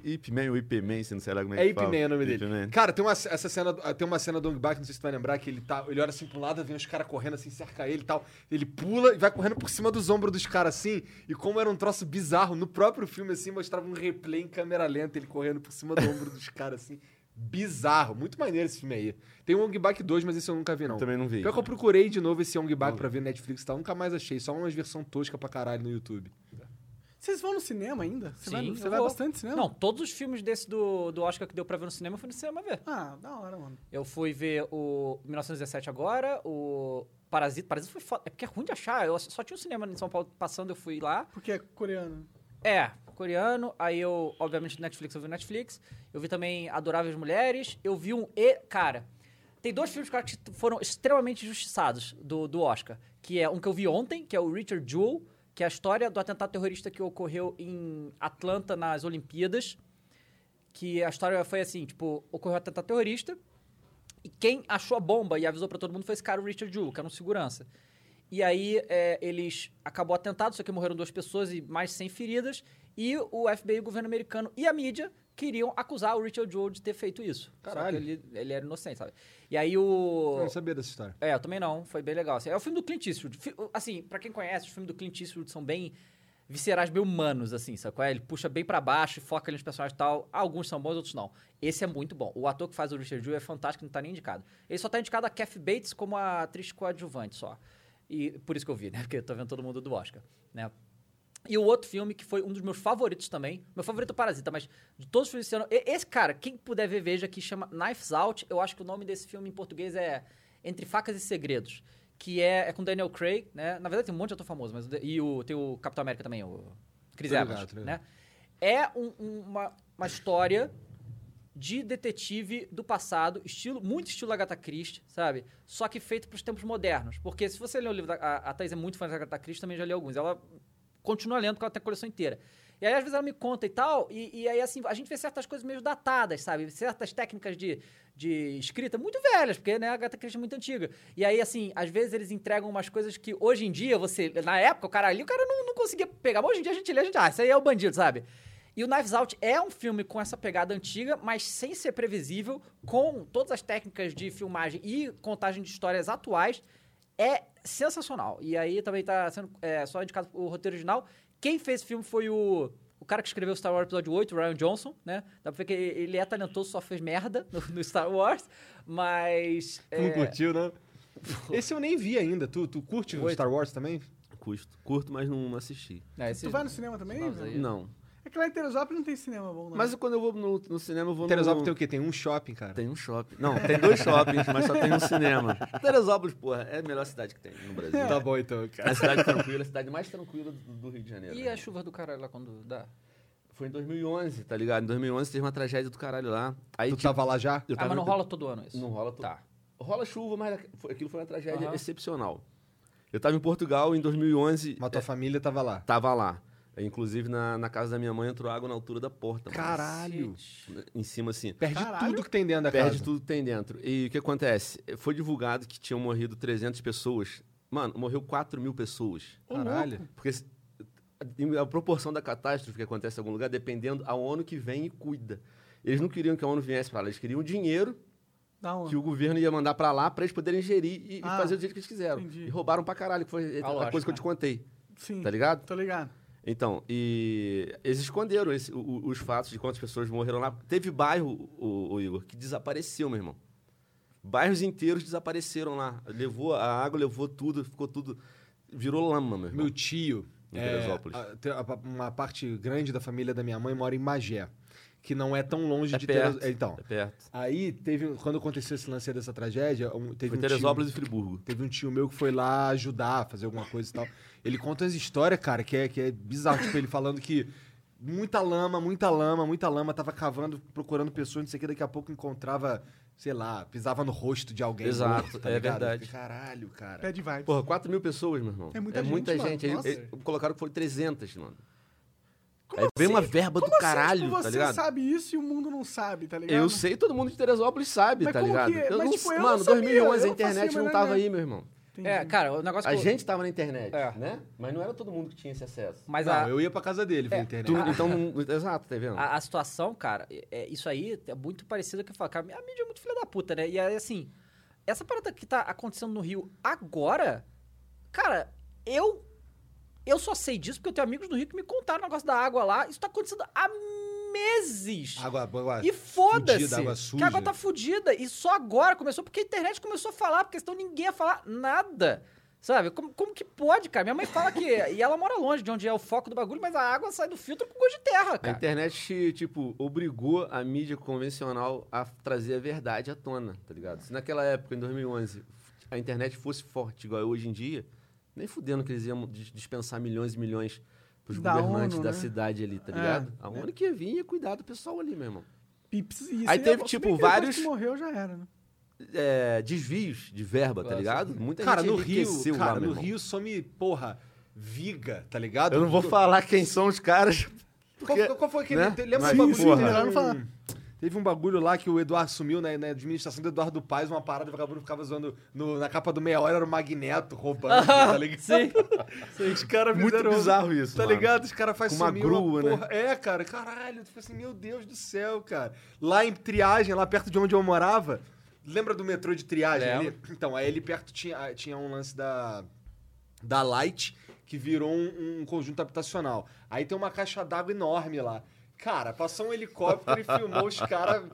I- I- Ip Man ou Ip Man, se não sei lá como é, É que Ip fala. Man o nome dele. Man. Cara, tem uma, essa cena, tem uma cena do Ong Bak, não sei se tu vai lembrar, que ele, tá, ele olha assim pro lado, vem os caras correndo assim, cerca ele e tal. Ele pula e vai correndo por cima dos ombros dos caras assim. E como era um troço bizarro, no próprio filme assim, mostrava um replay em câmera lenta, ele correndo por cima do ombro dos caras assim. Bizarro. Muito maneiro esse filme aí. Tem o Ong Bak 2, mas esse eu nunca vi não. Também não vi. Pior que eu procurei de novo esse Ong Bak pra ver no Netflix e tal, nunca mais achei. Só umas versão tosca pra caralho no YouTube. Vocês vão no cinema ainda? Você vai, Sim, você eu vai vou. bastante no cinema? Não, todos os filmes desse do, do Oscar que deu pra ver no cinema, eu fui no cinema ver. Ah, da hora, mano. Eu fui ver o 1917 agora, o Parasita. Parasita foi foda. É porque é ruim de achar. Eu só tinha um cinema em São Paulo passando, eu fui lá. Porque é coreano. É, coreano. Aí eu, obviamente, Netflix, eu vi Netflix. Eu vi também Adoráveis Mulheres. Eu vi um E. Cara, tem dois filmes cara, que foram extremamente injustiçados do, do Oscar. Que é um que eu vi ontem, que é o Richard Jewell, que é a história do atentado terrorista que ocorreu em Atlanta nas Olimpíadas. Que a história foi assim: tipo, ocorreu um atentado terrorista. E quem achou a bomba e avisou pra todo mundo foi esse cara, o Richard Jewell, que era um segurança. E aí é, eles acabou o atentado, só que morreram duas pessoas e mais 100 feridas. E o FBI, o governo americano e a mídia queriam acusar o Richard Jewell de ter feito isso. Só que Caralho. ele, ele era inocente, sabe? E aí o... Eu não sabia dessa história. É, eu também não. Foi bem legal. assim. É o filme do Clint Eastwood. Fi- Assim, pra quem conhece, os filmes do Clint Eastwood são bem viscerais, bem humanos, assim, sabe? Ele puxa bem pra baixo, e foca ali nos personagens e tal. Alguns são bons, outros não. Esse é muito bom. O ator que faz o Richard Jewell é fantástico, não tá nem indicado. Ele só tá indicado a Kathy Bates como a atriz coadjuvante, só. E por isso que eu vi, né? Porque eu tô vendo todo mundo do Oscar, né? E o outro filme que foi um dos meus favoritos também. Meu favorito é o Parasita, mas de todos os filmes desse ano. e- Esse cara, quem puder ver, veja que chama Knives Out. Eu acho que o nome desse filme em português é Entre Facas e Segredos. Que é, é com Daniel Craig, né? Na verdade tem um monte de ator famoso, mas. o Da- E o, tem o Capitão América também, o Chris Tô ligado, Evans. tô ligado. né? É um- um- uma, uma história de detetive do passado, estilo muito estilo Agatha Christie, sabe? Só que feito para os tempos modernos. Porque se você ler o livro da a, a Thaís é muito fã da Agatha Christie, também já li alguns. Ela continua lendo porque ela tem a coleção inteira. E aí às vezes ela me conta e tal, e, e aí assim, a gente vê certas coisas meio datadas, sabe? Certas técnicas de, de escrita muito velhas, porque né, a Agatha Christie é muito antiga. E aí assim, às vezes eles entregam umas coisas que hoje em dia você, na época, o cara ali, o cara não, não conseguia pegar. Mas hoje em dia a gente lê, a gente, ah, isso aí é o bandido, sabe? E o Knives Out é um filme com essa pegada antiga, mas sem ser previsível, com todas as técnicas de filmagem e contagem de histórias atuais. É sensacional. E aí também tá sendo é, só indicado o roteiro original. Quem fez o filme foi o, o cara que escreveu Star Wars Episódio 8, o Ryan Johnson, né? Dá pra ver que ele é talentoso, só fez merda no, no Star Wars. Mas. Tu não é, curtiu, não? Esse eu nem vi ainda. Tu, tu curte o Oito. Star Wars também? Custo. Curto, mas não, não assisti. é, esse- Tu vai no cinema também? novos aí. velho? Não. É que lá em Teresópolis não tem cinema bom, né? não. Mas quando eu vou no, no cinema, eu vou Teresópolis tem no... o quê? Tem um shopping, cara. Tem um shopping. Não, tem dois shoppings, mas só tem um cinema. Teresópolis, porra, é a melhor cidade que tem no Brasil. Tá bom então, cara. É a cidade tranquila, a cidade mais tranquila do, do Rio de Janeiro. né? E a chuva do caralho lá quando dá? Foi em 2011, tá ligado? Em 2011 teve uma tragédia do caralho lá. Aí, Tu tipo, tava lá já? eu Ah, tava mas não no- rola todo ano isso. Não rola tudo. Tá. Rola chuva, mas foi- aquilo foi uma tragédia Aham. excepcional. Eu tava em Portugal em 2011, Mas é tua família tava lá. é, tava lá. Inclusive, na, na casa da minha mãe entrou água na altura da porta. mano. Caralho. Em cima, assim. Perde Caralho. tudo que tem dentro da Perde casa. tudo que tem dentro. E o que acontece? Foi divulgado que tinham morrido 300 pessoas. Mano, morreu 4 mil pessoas. Ô, Caralho. Porque se- a proporção da catástrofe que acontece em algum lugar, dependendo a ONU que vem e cuida. Eles não queriam que a ONU viesse para lá, eles queriam dinheiro Da onde? que o governo ia mandar para lá para eles poderem gerir e, e Ah, fazer do jeito que eles quiseram. entendi. E roubaram pra caralho, que foi a, lógico, coisa que eu né? te contei, Sim. tá ligado? Tô ligado. Então, e eles esconderam esse- o- o- os fatos de quantas pessoas morreram lá. Teve bairro, o, o Igor, que desapareceu, meu irmão. Bairros inteiros desapareceram lá. Levou a água, levou tudo, ficou tudo. Virou lama, meu irmão. Meu tio. Em é, Teresópolis. a- tem a- uma parte grande da família da minha mãe mora em Magé, que não é tão longe É de perto. Teresópolis. Então, É perto. aí teve. Quando aconteceu esse lance aí dessa tragédia, um- teve Foi um Teresópolis tio, e Friburgo. Teve um tio meu que foi lá ajudar, fazer alguma coisa e tal. Ele conta as histórias, cara, que é, que é bizarro. tipo, ele falando que muita lama, muita lama, muita lama. Tava cavando, procurando pessoas, não sei o que. Daqui a pouco encontrava, sei lá, pisava no rosto de alguém. Exato, morto, tá é ligado? Eu verdade. fiquei, Caralho, cara. Pé de vibes. Porra, 4 mil pessoas, meu irmão. É muita gente, mano. gente. Aí, Nossa. eh, colocaram que foram 300, mano. Como Aí veio assim? uma verba Como do assim, caralho, tipo, tá você ligado? sabe isso e o mundo não sabe, tá ligado? Eu sei, todo mundo de Teresópolis sabe, Mas tá como ligado? que é? Mas, não- tipo, eu mano, não sabia, 2011 eu a não fazia internet a não menor tava ideia. aí, meu irmão. Entendi. É, cara, o negócio A que eu- gente tava na internet, É. né? Mas não era todo mundo que tinha esse acesso. Mas não, a, eu ia pra casa dele, via internet. Tu- então, não- exato, tá vendo? a, a situação, cara, é- é, isso aí é muito parecido com o que eu falo, cara, a mídia é muito filha da puta, né? E aí, assim, essa parada que tá acontecendo no Rio agora, cara, eu eu só sei disso porque eu tenho amigos no Rio que me contaram o negócio da água lá. Isso tá acontecendo há meses. Ah, Água, água E foda-se. fudida, água Que suja. a água tá fudida. E só agora começou, porque a internet começou a falar, porque senão ninguém ia falar nada. Sabe? Como, como que pode, cara? Minha mãe fala que. e ela mora longe de onde é o foco do bagulho, mas a água sai do filtro com gosto de terra, A cara. internet, tipo, obrigou a mídia convencional a trazer a verdade à tona, tá ligado? Se naquela época, em 2011, a internet fosse forte igual é hoje em dia, nem fudendo que eles iam dis- dispensar milhões e milhões pros Da governantes ONU, da né? cidade ali, tá É. ligado? A ONU que ia vir ia cuidar do pessoal ali, meu irmão. E precisa- e isso Aí é- teve, se tipo, bem que depois vários- que morreu já era, né? É, desvios de verba, tá Nossa. ligado? Muita Cara, gente no Rio, enriqueceu lá, cara, meu no irmão. Rio some, porra, viga, tá ligado? Eu não vou falar quem são os caras. Qual, porque- qual- qual foi aquele. né? te- Lembra Mas, um bagulho? porra. teve Melhor não um- falar. Teve um bagulho lá que o Eduardo sumiu né, na, na administração do Eduardo Paes, uma parada, o vagabundo ficava zoando no- na capa do Meia Hora, era o Magneto roubando, tá ligado? Sim. Os caras Muito fizeram- bizarro isso, Tá mano. ligado? Os caras fazem Com uma grua, né? É, cara, caralho. Tu fica assim, meu Deus do céu, cara. Lá em Triagem, lá perto de onde eu morava, lembra do metrô de Triagem Lembro. ali? Então, aí ali perto tinha, tinha um lance da, da Light, que virou um, um conjunto habitacional. Aí tem uma caixa d'água enorme lá. Cara, passou um helicóptero e filmou os caras.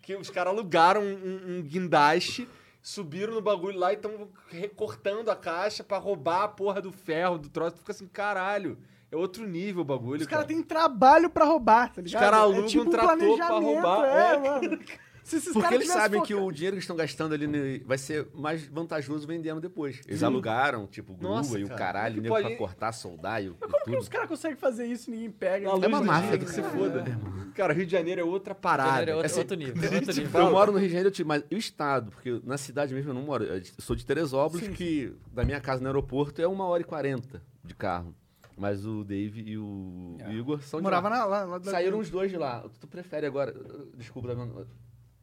Que os caras alugaram um, um guindaste, subiram no bagulho lá e estão recortando a caixa pra roubar a porra do ferro, do troço. Tu fica assim, caralho. É outro nível o bagulho. Os caras têm trabalho pra roubar, tá ligado? caras É alugam tipo um trator pra planejamento, roubar, É, é. mano. Se esses Porque caras eles tivessem sabem que foca- o dinheiro que eles estão gastando ali no- vai ser mais vantajoso vendendo depois. Eles Hum. alugaram, tipo, grua Nossa, e o cara. caralho, Que nego pode- pra cortar, soldar e, e Como que os tudo. caras conseguem fazer isso e ninguém né? pega? A luz É uma do máfia dia do que se caralho, foda. Cara, Rio de Janeiro é outra parada. É Era outro, assim, outro nível. Outro nível. Eu moro no Rio de Janeiro, eu te- mas e o estado? Porque na cidade mesmo eu não moro. Eu sou de Teresópolis, que da minha casa no aeroporto é uma hora e quarenta de carro. Mas o Dave e o É. Igor são de Morava lá. na, lá, lá do- Saíram um os dois de lá. Tu prefere agora, desculpa, Damiano,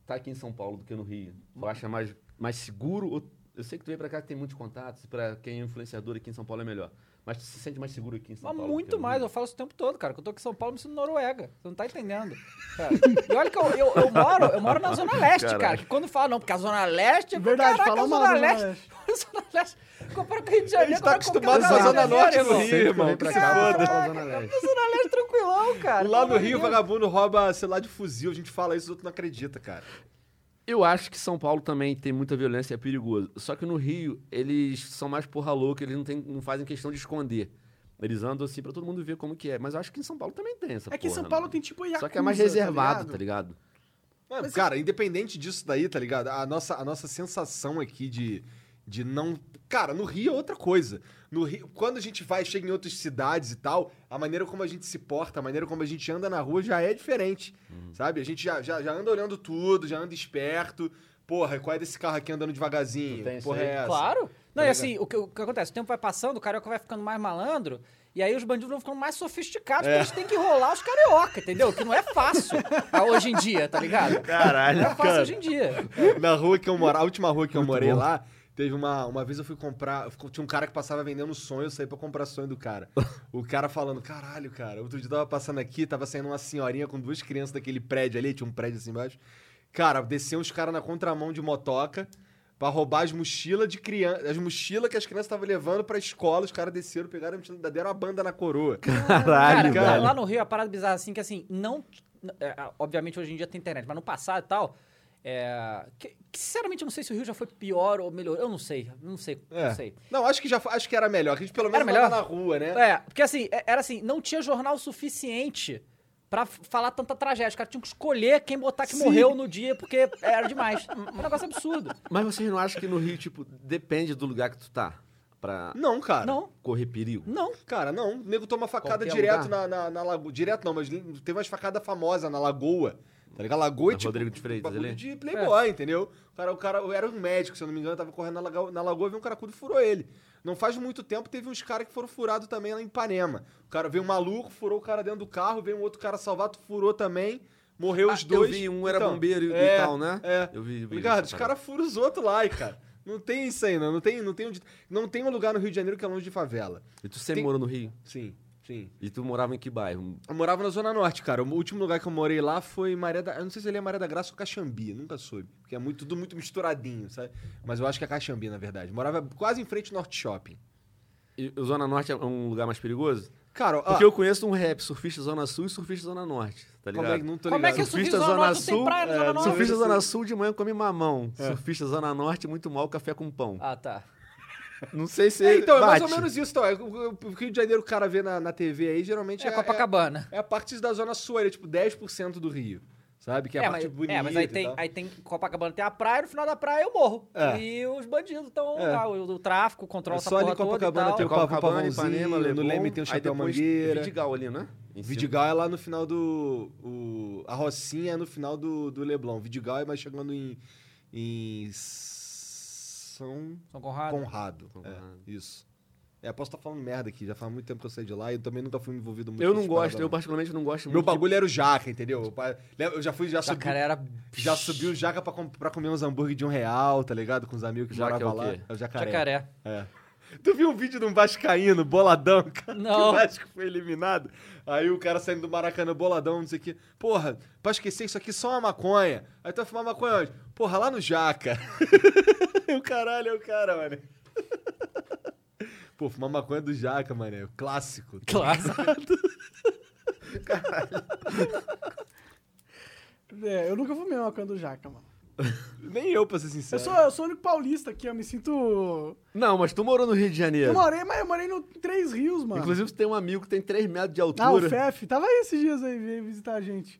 tá aqui em São Paulo do que no Rio? Tu acha mais, mais seguro? ou- Eu sei que tu veio pra cá que tem muitos contatos, pra quem é influenciador aqui em São Paulo é melhor. Mas tu se sente mais seguro aqui em São Mas Paulo? do que muito no mais, Rio? eu falo isso o tempo todo, cara. Que eu tô aqui em São Paulo, me sinto Noruega. Você não tá entendendo. cara. E olha que eu, eu, eu moro, eu moro na Zona Leste, cara. Caralho. Que quando fala, não, porque a Zona Leste. eu falo, Verdade, caraca, fala a mal Zona da Zona Leste. A Zona Leste. Compara com o Rio de Janeiro. é A gente tá compara com qualquer acostumado lugar com a do Zona Rio de Norte Janeiro, do irmão. Rio, Sempre que irmão, vem pra que cá, se eu foda. falo Zona Leste. A Zona Leste é tranquilão, cara. Lá Pelo no amor de Rio, Deus. vagabundo rouba celular de fuzil. A gente fala isso, os outros não acreditam, cara. Eu acho que São Paulo também tem muita violência, é perigoso. Só que no Rio, eles são mais porra louca, eles não, tem- não fazem questão de esconder. Eles andam assim pra todo mundo ver como que é. Mas eu acho que em São Paulo também tem essa É que em porra, né? São Paulo mano. tem tipo Yakuza, Só que é mais reservado, tá ligado? Mano, cara, independente disso daí, tá ligado? A nossa, a nossa sensação aqui de, de não. Cara, no Rio é outra coisa. No Rio, quando a gente vai, chega em outras cidades e tal, a maneira como a gente se porta, a maneira como a gente anda na rua já é diferente. Uhum. Sabe? A gente já, já, já anda olhando tudo, já anda esperto. Porra, qual é desse carro aqui andando devagarzinho? Não tem isso Porra, aí? é essa? Claro. Não, Tá e assim, o que, o que acontece? O tempo vai passando, o carioca vai ficando mais malandro, e aí os bandidos vão ficando mais sofisticados, É. porque eles têm que enrolar os carioca, entendeu? Que não é fácil ah, hoje em dia, tá ligado? Caralho, Não é fácil hoje em dia. Na rua que eu morava, a última rua que eu morei lá, teve uma. Uma vez eu fui comprar. ficou- Tinha um cara que passava vendendo sonho, eu saí pra comprar sonho do cara. O cara falando, caralho, cara. Outro dia eu tava passando aqui, tava saindo uma senhorinha com duas crianças daquele prédio ali, tinha um prédio assim embaixo. Cara, desciam os caras na contramão de motoca. Pra roubar as mochilas de criança. As mochilas que as crianças estavam levando pra escola, os caras desceram, pegaram a mochila, deram a banda na coroa. Cara, Caralho, lá- velho. lá no Rio é a parada bizarra assim, que assim, não. é, Obviamente hoje em dia tem internet, mas no passado e tal. É, que, que, sinceramente, eu não sei se o Rio já foi pior ou melhor. Eu não sei, não sei, É. não sei. Não, acho que já foi- acho que era melhor. Que a gente pelo Era menos melhor? tava na rua, né? É, porque assim, é- era assim, não tinha jornal suficiente pra f- falar tanta tragédia. Os caras tinham que escolher quem botar que Sim. morreu no dia, porque era demais. um negócio absurdo. Mas vocês não acham que no Rio, tipo, depende do lugar que tu tá pra Não, cara. Não, correr perigo? não. Cara, não. O nego toma facada Qualquer direto na, lugar. na, na lagoa. Direto não, mas li- teve umas facadas famosas na lagoa. Tá ligado? Lagoa e Na tipo, Rodrigo de Freitas bagulho ali? É. de playboy, entendeu? O cara, o cara era um médico, se eu não me engano, tava correndo na lagoa, na lagoa viu um caracudo e furou ele. Não faz muito tempo teve uns caras que foram furados também lá em Ipanema. O cara veio um maluco, furou o cara dentro do carro, veio um outro cara salvado, furou também. Morreu Ah, os dois. Eu vi, um era Então, bombeiro e- é, e tal, né? É. Eu vi. eu vi Ligado? essa Os parada. caras furam os outros lá, e, cara. Não tem isso aí, não. Não tem, não, tem onde, não tem um lugar no Rio de Janeiro que é longe de favela. E tu sempre Tem- morou no Rio? Sim, sim. E tu morava em que bairro? Eu morava na Zona Norte, cara. O último lugar que eu morei lá foi Maré da... Eu não sei se ele é Maré da Graça ou Caxambi, nunca soube. Porque é muito, tudo muito misturadinho, sabe? Mas eu acho que é Caxambi, na verdade. Morava quase em frente ao Norte Shopping. E o Zona Norte é um lugar mais perigoso? Cara, ó, Porque eu conheço um rap, surfista Zona Sul e surfista Zona Norte, tá ligado? como é que não tô Como é ligado? que o surfista Surfista Zona Zona Norte tem Sul, é, praia na Zona Norte? Surfista Zona Sul de manhã come mamão. Surfista Zona Norte, muito mal, café com pão. Ah, tá. Não sei se. É, então, é mais ou bate. menos isso. Então. É, o o Rio de Janeiro o cara vê na, na TV aí, geralmente É, Copacabana. É, a parte da Zona Sul, ele é tipo 10% do Rio, sabe? Que é, a parte bonita é, mas aí e tem, tal. aí tem Copacabana, tem a praia, no final da praia eu morro. É. E os bandidos estão É. lá, o, o tráfico É controla essa só ali porra em Copacabana toda tem um e o tal. Pavão Copacabana, Pavãozinho, Ipanema, no Leblon, Leme tem o aí Chapéu depois Mangueira. Vidigal ali, né? Em cima. Vidigal é lá no final do. O, a Rocinha é no final do, do Leblon. Vidigal é mais chegando em. em São São Conrado. Conrado. Conrado. É, isso. É, posso estar falando merda aqui, já faz muito tempo que eu saí de lá e eu também nunca fui envolvido muito Eu com não essas gosto, paradas, eu não. particularmente não gosto Meu muito. bagulho era o Jaca, entendeu? Eu pa- Eu já fui, já Essa subi. cara era. Já subi o Jaca pra, com- pra comer uns hambúrguer de um real, tá ligado? Com os amigos que Jaca é moravam o lá. quê? É o jacaré. Jacaré. É. Tu viu um vídeo de um Vascaíno, boladão, cara? Não. Que o Vasco foi eliminado. Aí o cara saindo do Maracanã, boladão, não sei o quê. Porra, pra esquecer isso aqui, só uma maconha. Aí tu vai fumar maconha onde? Porra, lá no Jaca. o caralho é o cara, mano. Pô, fumar maconha do Jaca, mano. É o clássico. Claro. É, eu nunca fumei uma maconha do Jaca, mano. Nem eu, pra ser sincero. Eu sou, eu sou o único paulista aqui, eu me sinto. Não, mas tu morou no Rio de Janeiro. Eu morei, mas eu morei no Três Rios, mano. Inclusive, tu tem um amigo que tem 3 metros de Ah, o altura. Fef, tava aí esses dias aí, veio visitar a gente.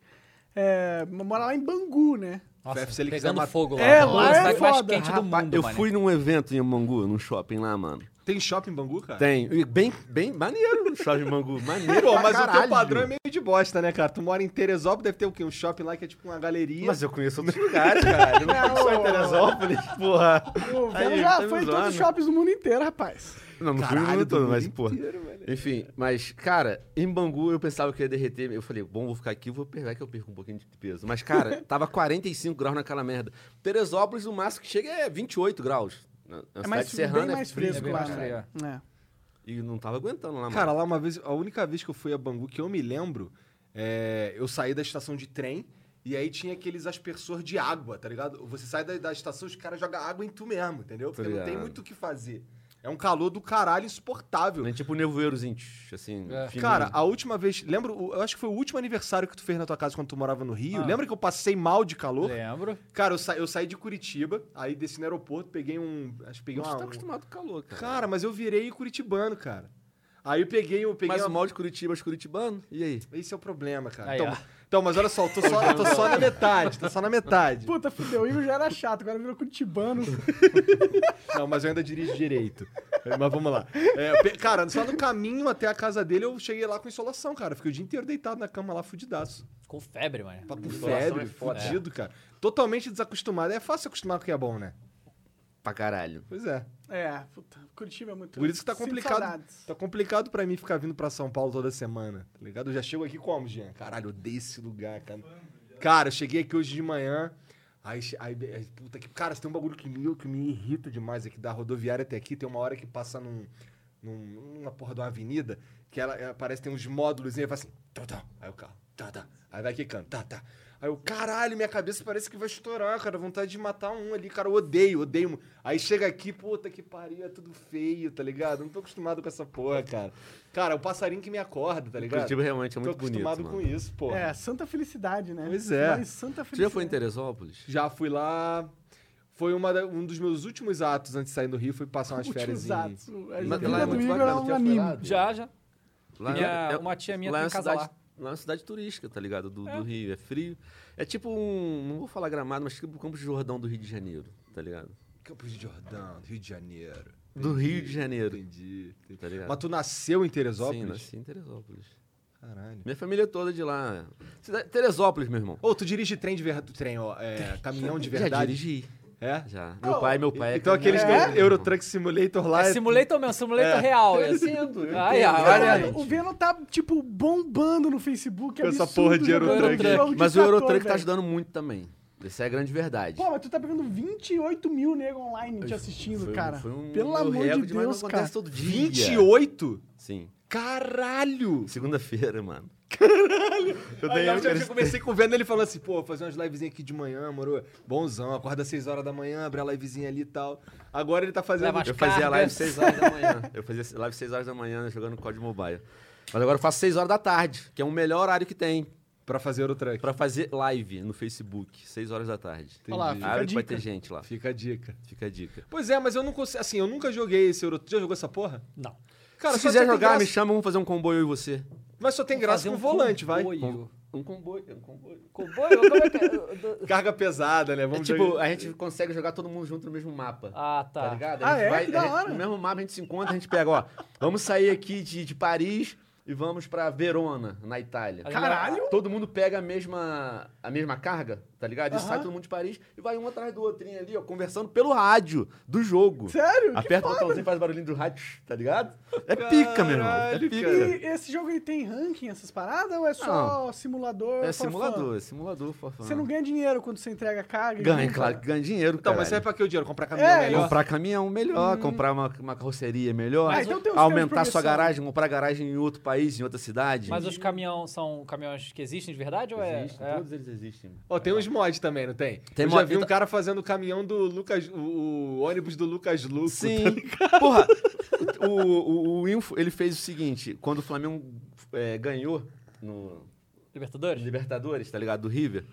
É, mora lá em Bangu, né? Nossa, Fef, se ele quiser pegando matar- fogo lá. É, lá lá é é a cidade mais foda. quente do Rapaz, mundo, eu mano. fui num evento em Mangu, num shopping lá, mano. Tem shopping em Bangu, cara? Tem. E bem, bem maneiro o shopping em Mangu. Maneiro. Pô, pra mas o teu caralho. padrão é meio de bosta, né, cara? Tu mora em Teresópolis, deve ter o quê? Um shopping lá que é tipo uma galeria. Mas eu conheço outros lugares, cara. Eu não fico só em Teresópolis, porra. O Aí, Fef já tá me foi em todos os zoando. shoppings do mundo inteiro, rapaz. Não, não fui Caralho, no do todo, mundo mas, porra. Enfim, mas, cara, em Bangu eu pensava que eu ia derreter. Eu falei, bom, vou ficar aqui, vou perder, vai que eu perco um pouquinho de peso. Mas, cara, tava 45 graus naquela merda. Teresópolis, o máximo que chega é 28 graus. Na, na É mais, cidade serrana bem mais é frio, fresco bem lá, mais né? frio, É. E não tava aguentando lá, Cara, mano. lá uma vez, a única vez que eu fui a Bangu que eu me lembro, é, eu saí da estação de trem e aí tinha aqueles aspersor de água, tá ligado? Você sai da, da estação, os caras jogam água em tu mesmo, entendeu? Porque não tem ligado. muito o que fazer. É um calor do caralho insuportável. Né, tipo nevoeirozinho, tch, assim. É. fininho. Cara, a última vez, lembro, o- eu acho que foi o último aniversário que tu fez na tua casa quando tu morava no Rio. Ah. Lembra que eu passei mal de calor? É. Lembro. Cara, eu, sa- eu saí de Curitiba, aí desci no aeroporto, peguei um, acho que peguei Mas tu uma, tá um- acostumado com calor, cara. Cara, mas eu virei curitibano, cara. Aí eu peguei, eu peguei mas uma- o mal de Curitiba é os curitibano? E aí? Esse é o problema, cara. Aí, então, ó. então, mas olha só, eu tô só, eu tô só na metade, tô só na metade. Puta, fudeu. O Igor já era chato, agora virou curitibano. Não, mas eu ainda dirijo direito. Mas vamos lá. É, eu pe- cara, só no caminho até a casa dele eu cheguei lá com insolação, cara. Eu Fiquei o dia inteiro deitado na cama lá, fudidaço. Com febre, mano. Tá Com Insolação febre, é foda. fudido, cara. Totalmente desacostumado. É fácil acostumar com o que é bom, né? Pra caralho. Pois é. É, puta, Curitiba é muito. Por isso que tá Sinto complicado. saudades. Tá complicado pra mim ficar vindo pra São Paulo toda semana, tá ligado? Eu já chego aqui como, Jean? Caralho, eu odeio esse lugar, cara. Cara, eu cheguei aqui hoje de manhã. Aí, che- aí, aí, puta que. Cara, tem um bagulho que me, que me irrita demais aqui da rodoviária até aqui. Tem uma hora que passa num, num- numa porra de uma avenida que ela, ela parece que tem uns módulos e aí faz assim. Tá, tá. Aí o carro. Tá, tá. Aí vai quicando. Tá, tá. Aí eu, caralho, minha cabeça parece que vai estourar, cara. Vontade de matar um ali, cara. Eu odeio, odeio. mu- Aí chega aqui, puta que pariu, é tudo feio, tá ligado? Eu Não tô acostumado com essa porra, cara. Cara, é o passarinho que me acorda, tá ligado? Curitiba realmente é muito tô bonito, acostumado mano. com isso, porra. É, santa felicidade, né? Pois é. Mas santa Você já foi felicidade. em Teresópolis? Já fui lá. Foi uma da- um dos meus últimos atos antes de sair do Rio, foi passar umas férias em... Últimos atos. A Lá- vida lá é do muito Igor é bacana, um já foi anime. lá? Já, já. Lá Minha- uma tia minha lá tem é uma casa cidade, lá. é uma cidade turística, tá ligado? Do, do Rio. É frio. É tipo um. Não vou falar gramado, mas tipo o Campos de Jordão do Rio de Janeiro, tá ligado? Campos de Jordão, Rio de Janeiro. Do Rio de Janeiro, Entendi. entendi. tá ligado? Mas tu nasceu em Sim, Teresópolis? nasci em Teresópolis. Caralho. Minha família é toda de lá. Cida- Teresópolis, meu irmão. Ô, tu dirige trem de verdade. Trem, ó. É, caminhão de Já verdade. dirigi. É? Já. Meu pai, meu pai. é Então aqueles caminhoneiro, do meu irmão. Eurotruck Simulator lá. É simulator mesmo, simulator real. É assim. Aí, entendo. olha. Caralho. O Venom tá, tipo, bombando no Facebook. Com essa absurdo, porra de jogando Eurotruck. jogo de Mas o trator, Eurotruck é um tá velho. ajudando muito também. Essa é a grande verdade. Pô, mas tu tá pegando 28 mil nego online te assistindo, Foi um- cara. foi um Pelo amor de recorde, mas não Deus, cara. acontece todo dia. 28? Sim. Caralho! Segunda-feira, mano. Eu, dei- eu, eu comecei com o Vendo, ele falou assim, pô, vou fazer umas livezinhas aqui de manhã, moro? Bonzão, acorda às 6 horas da manhã, abre a livezinha ali e tal. Agora ele tá fazendo... Leva As eu fazia cargas. live 6 horas da manhã. Eu fazia live 6 horas da manhã jogando COD Mobile. Mas agora eu faço 6 horas da tarde, que é o melhor horário que tem Pra fazer Eurotruck. pra fazer live no Facebook, 6 horas da tarde. Olha lá, fica a Abre que vai dica. ter gente lá. Fica a dica. Fica a dica. Pois é, mas eu não consigo... Assim, eu nunca joguei esse Eurotruck. Já jogou essa porra? Não. Cara, Se só quiser tem jogar, graça- me chama, vamos fazer um comboio eu e você. Mas só tem graça Fazer com um volante, vai. comboio. Um comboio, um comboio. Comboio? Como é que é? Carga pesada, né? Vamos tipo, jogar- a gente consegue jogar todo mundo junto no mesmo mapa. Ah, Tá tá. ligado? Ah, A gente é? vai- Que da a gente- hora. No mesmo mapa a gente se encontra, a gente pega, ó. Vamos sair aqui de, de Paris e vamos pra Verona, na Itália. Caralho! Todo mundo pega a mesma, a mesma carga, tá ligado? E Aham. sai todo mundo de Paris e vai um atrás do outrinho ali, ó, conversando pelo rádio do jogo. Sério? Aperta o botãozinho e faz o barulhinho do rádio, tá ligado? É pica, meu irmão. É Caralho, pica. E esse jogo aí tem ranking, essas paradas? Ou é só simulador? for É fun? simulador, é simulador, forfã. Você não ganha dinheiro quando você entrega a carga? ganha, Não, claro que ganha dinheiro, Então, é, caralho. mas serve pra que o dinheiro? Comprar caminhão É, melhor? Comprar caminhão melhor, comprar uma, uma carroceria melhor, Ah, então tem um esquema aumentar de sua progressão. garagem, comprar garagem em outro país, em outra cidade. Ah, Mas os caminhões são caminhões que existem de verdade ou é? Existem, é? todos eles existem. Ó, tem uns mods também, não tem? Tem eu já mod- vi um então- cara fazendo o caminhão do Lucas... O, o ônibus do Lucas Luco. Sim. Porra, o, o, o Info, ele fez o seguinte, quando o Flamengo é, ganhou no Libertadores? Libertadores, tá ligado, do River,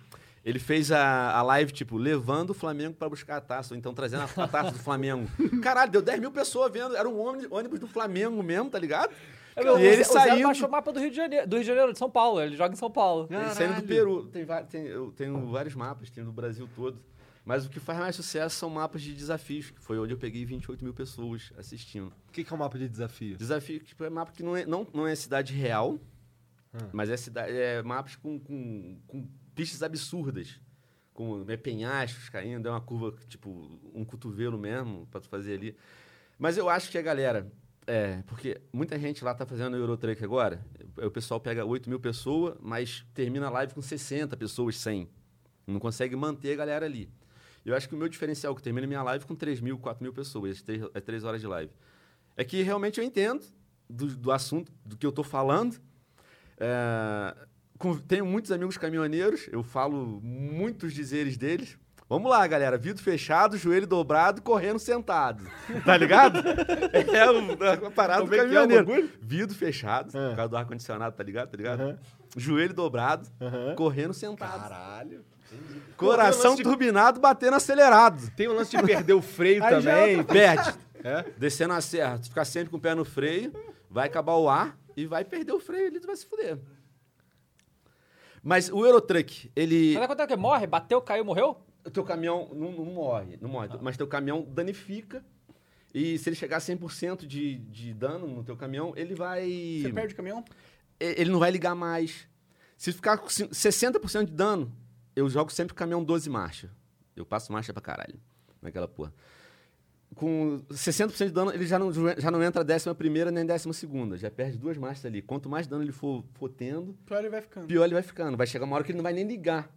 ele fez a, a live, tipo, levando o Flamengo pra buscar a taça, ou então trazendo a, a taça do Flamengo. Caralho, deu 10 mil pessoas vendo, era um ônibus, ônibus do Flamengo mesmo, tá ligado? É, meu, e ele o Zé- o Zé saiu... baixou o mapa do Rio de Janeiro, do Rio de Janeiro, de São Paulo. Ele joga em São Paulo. Ele saindo do Peru. Tem, va- tem- eu tenho vários mapas, tem do Brasil todo. Mas o que faz mais sucesso são mapas de desafios, que foi onde eu peguei 28 mil pessoas assistindo. O que, que é um mapa de desafio? Desafio tipo, é mapa que não é, não, não é cidade real, Ah. mas é, cida- é mapas com, com, com pistas absurdas. Com é, penhascos caindo, é uma curva, tipo, um cotovelo mesmo pra tu fazer ali. Mas eu acho que a galera. É, porque muita gente lá tá fazendo Eurotruck agora. O o pessoal pega 8 mil pessoas, mas termina a live com 60 pessoas, 100. Não consegue manter a galera ali. Eu acho que o meu diferencial, que eu termino minha live com 3 mil, 4 mil pessoas, 3, é 3 horas de live. É que realmente eu entendo do, do assunto, do que eu tô falando. É, com- tenho muitos amigos caminhoneiros, eu falo muitos dizeres deles. Vamos lá, galera. Vidro fechado, joelho dobrado, correndo sentado. Tá ligado? é o- a parada Como do é que é o caminhoneiro. bagulho? Vidro fechado, É. por causa do ar-condicionado, tá ligado? Tá ligado? Aham. Joelho dobrado, Aham. correndo sentado. Caralho. Coração Pô, tem um lance de- turbinado, batendo acelerado. Tem o lance de perder o freio Aí já é também. Perde. É? Descendo a serra, tu ficar sempre com o pé no freio, vai acabar o ar e vai perder o freio ali, tu vai se fuder. Mas o Eurotruck, ele. Mas acontece o quê? Morre? Bateu, caiu, morreu? Teu caminhão não, não morre, não morre, mas teu caminhão danifica. E se ele chegar a 100% de, de dano no teu caminhão, ele vai. Você perde o caminhão? E- ele não vai ligar mais. Se ficar com cin- 60% de dano, eu jogo sempre caminhão 12 marcha. Eu passo marcha pra caralho naquela porra. Com 60% de dano, ele já não, ju- já não entra a décima primeira nem décima segunda. Já perde duas marchas ali. Quanto mais dano ele for, for tendo, Pior ele vai ficando. pior ele vai ficando. Vai chegar uma hora que ele não vai nem ligar.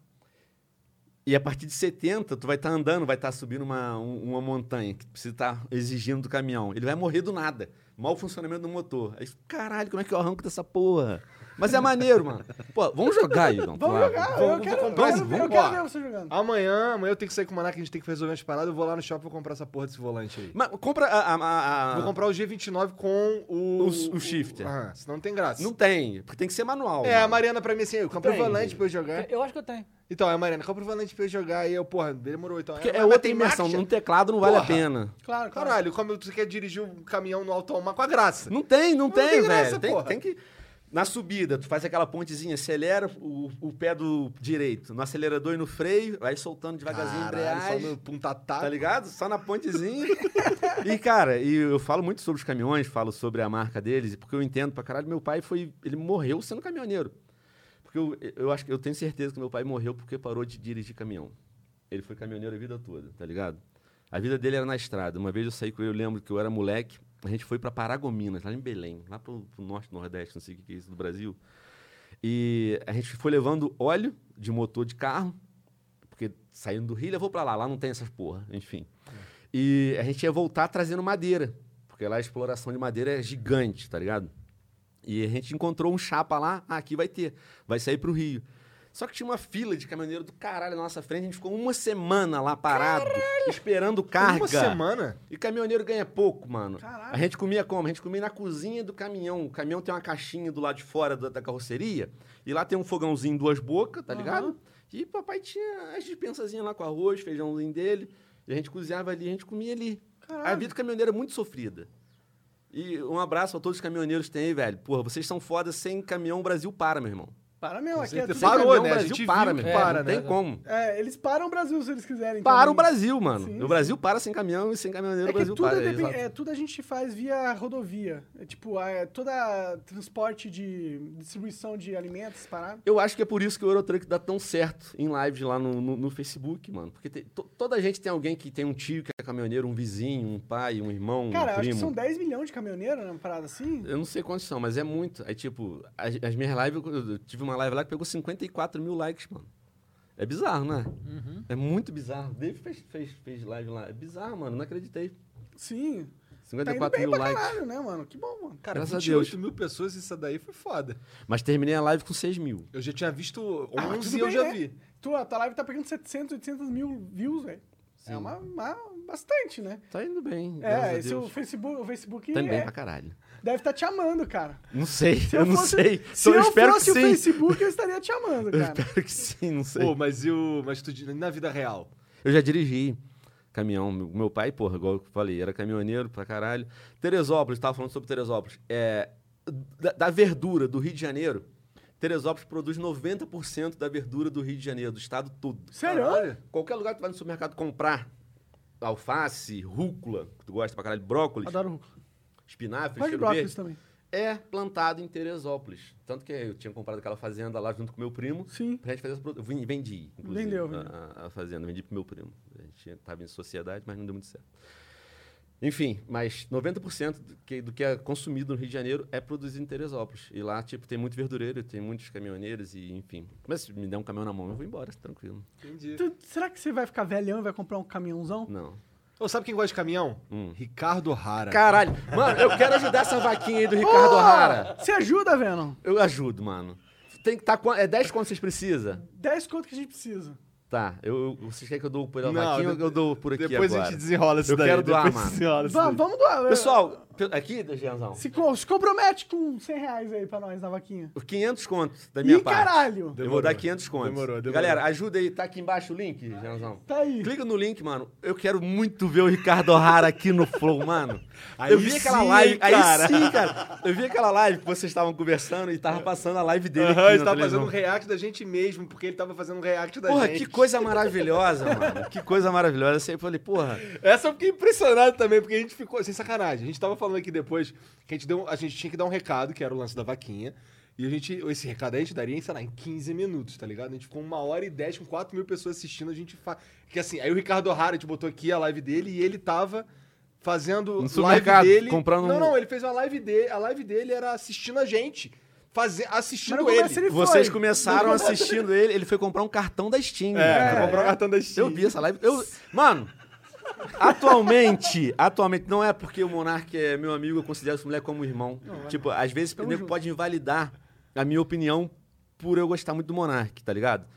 E a partir de 70, tu vai estar andando, vai estar subindo uma, um- uma montanha que precisa estar exigindo do caminhão. Ele vai morrer do nada. Mau funcionamento do motor. Aí, caralho, como é que eu arranco é dessa porra? Mas é maneiro, mano. Pô, vamos jogar aí, Igão. Vamos claro. jogar, eu Vamos quero, eu comprar quero, esse- ver- eu vamos quero lá. ver você jogando. Amanhã, amanhã eu tenho que sair com o Maná, que a gente tem que fazer umas paradas. Eu vou lá no shopping e vou comprar essa porra desse volante aí. Mas compra a... a- a- a- Vou comprar o G29 com o. Ah. O- o shifter. Aham, senão não tem graça. Não tem, porque tem que ser manual. É, mano. a Mariana pra mim assim, eu compro o Tem. volante pra eu jogar. Eu acho que eu tenho. Então, é, Mariana, compra o volante pra eu jogar. E eu, porra, demorou então. Porque Ela, é mas outra tem imersão. marcha? Num teclado não vale a Porra. pena. Claro, claro. Caralho, como tu quer dirigir um caminhão no automático com a graça? Não tem, não, tem, tem velho. graça, tem, porra. tem que. Na subida, tu faz aquela pontezinha, acelera o, o pé do direito no acelerador e no freio, vai soltando devagarzinho a Caralho, é só embreagem. no puntatá. Tá ligado? Só na pontezinha. e, cara, e eu falo muito sobre os caminhões, falo sobre a marca deles, porque eu entendo pra caralho. Meu pai foi. Ele morreu sendo caminhoneiro. Porque eu, eu acho que eu tenho certeza que meu pai morreu porque parou de dirigir caminhão. Ele foi caminhoneiro a vida toda, tá ligado? A vida dele era na estrada. Uma vez eu saí com ele, eu lembro que eu era moleque, a gente foi pra Paragominas, lá em Belém, lá pro, pro norte, nordeste, não sei o que que é isso do Brasil. E a gente foi levando óleo de motor de carro, porque saindo do Rio, levou pra lá, lá não tem essas porra, enfim. E a gente ia voltar trazendo madeira, porque lá a exploração de madeira é gigante, tá ligado? E a gente encontrou um chapa lá, ah, aqui vai ter, vai sair pro Rio. Só que tinha uma fila de caminhoneiro do caralho na nossa frente, a gente ficou uma semana lá parado, esperando carga. Uma semana? E caminhoneiro ganha pouco, mano. Caralho. A gente comia como? A gente comia na cozinha do caminhão. O caminhão tem uma caixinha do lado de fora da, da carroceria. E lá tem um fogãozinho, duas bocas, tá ligado? E papai tinha as dispensazinhas lá com arroz, feijãozinho dele. E a gente cozinhava ali, a gente comia ali. A vida do caminhoneiro é muito sofrida. E um abraço a todos os caminhoneiros que tem aí, velho. Porra, vocês são foda sem caminhão, o Brasil para, meu irmão. Para, meu, aqui é certeza. tudo... Parou, Sem caminhão, né? O A Brasil gente para, viu meu que irmão. para, Não tem né? como. É, eles param o Brasil se eles quiserem. Para também. o Brasil, mano. Sim, o Brasil para sem caminhão e sem caminhoneiro É o que Brasil tudo, para. é depen- exato. é, tudo a gente faz via rodovia. É tipo, a- é, toda transporte de distribuição de alimentos, parada. Eu acho que é por isso que o Eurotruck dá tão certo em lives lá no, no- no Facebook, mano. Porque tem- to- toda gente tem alguém que tem um tio que é caminhoneiro, um vizinho, um pai, um irmão, Cara, um eu acho que primo. são 10 milhões de caminhoneiros, né? Uma parada assim. Eu não sei quantos são, mas é muito. Aí, tipo, as, as minhas lives, eu, eu tive uma live lá que pegou 54 mil likes, mano. É bizarro, né? Uhum. É muito bizarro. O David fez, fez, fez live lá. É bizarro, mano. Não acreditei. Sim. Tá indo 54 bem mil pra likes. caralho, né, mano? Que bom, mano. Cara, Graças a 28 mil pessoas, isso daí foi foda. Mas terminei a live com 6 mil. Eu já tinha visto Ah, 11 tudo e eu bem, já né? vi. Tua, tua live tá pegando 700, 800 mil views, velho. É uma, uma- bastante, né? Tá indo bem. graças É, a esse o Deus. Facebook, o Facebook Tá indo bem é- pra caralho. deve estar te amando, cara. Não sei, eu, não fosse- sei. Então, Se eu, eu espero fosse que o sim. Facebook, eu estaria te amando, Eu cara. espero que sim, não sei. Pô, mas e o. Mas tu di- na vida real? Eu já dirigi caminhão. Meu meu pai, porra, igual eu falei, era caminhoneiro pra caralho. Teresópolis, tava falando sobre Teresópolis. É, da, da verdura do Rio de Janeiro, Teresópolis produz 90% da verdura do Rio de Janeiro, do estado todo. Sério? Caralho. Qualquer lugar que tu vai no supermercado comprar alface, rúcula, que tu gosta pra caralho, brócolis, Adoro rúcula. espinafre, Pode cheiro verde, brócolis também. é plantado em Teresópolis. Tanto que eu tinha comprado aquela fazenda lá junto com meu primo. Sim. Pra gente fazer essa produção. Vendi, inclusive. Vendeu, a- vendeu. A, a fazenda, vendi pro meu primo. A gente tinha- tava em sociedade, mas não deu muito certo. Enfim, mas 90% do que, do que é consumido no Rio de Janeiro é produzido em Teresópolis. E lá, tipo, tem muito verdureiro, tem muitos caminhoneiros e enfim. Mas se me der um caminhão na mão, eu vou embora, tranquilo. Entendi. Tu- será que você vai ficar velhão e vai comprar um caminhãozão? Não. Ô, sabe quem gosta de caminhão? Hum. Ricardo Rara. Caralho! Mano, eu quero ajudar essa vaquinha aí do Ricardo Rara. Você ajuda, Venom? Eu ajudo, mano. Tem que tá com. É 10 quanto vocês precisam? 10 quanto que a gente precisa. Tá, eu, eu- vocês querem que eu dou pela Não, vaquinha ou de- eu dou por aqui Depois agora? a gente desenrola isso Eu daí. quero doar, depois mano. desenrola isso Va- daí. vamos doar. né? Pessoal, pe- aqui, Janzão, Se, co- se compromete com 100 reais aí pra nós na vaquinha. 500 conto da minha Ih, parte. caralho! Eu vou Demorou. dar 500 conto. Demorou, demorou. Galera, ajuda aí. Tá aqui embaixo o link, Janzão. Tá aí. Clica no link, mano. Eu quero muito ver o Ricardo O'Hara aqui no Flow, mano. Aí eu vi aquela sim, live. cara. Aí sim, cara. Eu vi aquela live que vocês estavam conversando e tava passando a live dele. Aham, aqui ele na tava televisão. fazendo um react da gente mesmo, porque ele tava fazendo um react da Porra, gente. que coisa maravilhosa, mano. Que coisa maravilhosa. Eu sempre falei, porra. Essa eu fiquei impressionado também, porque a gente ficou. Sem sacanagem. A gente tava falando aqui depois que a gente, deu, a gente tinha que dar um recado, que era o lance da vaquinha. E a gente. Esse recado aí a gente daria, sei lá, em 15 minutos, tá ligado? A gente ficou uma hora e 10 com 4 mil pessoas assistindo. A gente faz. Que assim, aí o Ricardo O'Hara, a gente botou aqui a live dele e ele tava. Fazendo live supermercado, dele. comprando Não, um- não, ele fez uma live dele. A live dele era assistindo a gente. Faze... Assistindo Mas não ele. começa ele foi. Vocês começaram assistindo ele. Ele foi comprar um cartão da Steam. É, cara. comprou o cartão da Steam. Eu vi essa live. Eu, mano, atualmente, atualmente, não é é porque o Monark é meu amigo, eu considero esse moleque como irmão. tipo, às vezes o nego pode invalidar a minha opinião por eu gostar muito do Monark, tá ligado?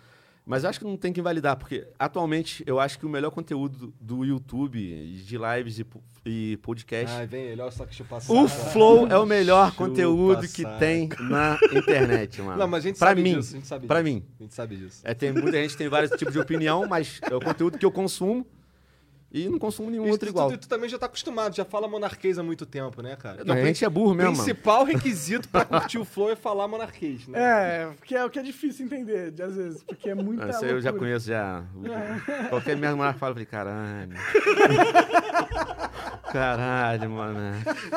Mas eu acho que não tem que invalidar, porque atualmente eu acho que o melhor conteúdo do YouTube, e de lives e, po- e podcast. Ai, vem ele, olha só que chupa o Flow é o melhor Chupa conteúdo que saco. tem na internet, mano. Não, mas a gente Ah, pra sabe mim, disso, a gente sabe pra disso. mim. A gente sabe disso. É, tem muita gente que tem vários tipos de opinião, mas é o conteúdo que eu consumo e não consumo nenhum E outro tu- igual. Tu, tu também já tá acostumado, já fala monarquês há muito tempo, né, cara? Não, a gente é burro mesmo, O mano. principal requisito pra curtir o Flow é falar monarquês, né? É, porque é o que é difícil entender, de- às vezes, porque é muita Não, Ah, isso aí eu já loucura. conheço já. O- Qualquer merda monarca fala, eu falei, caralho. caralho, mano.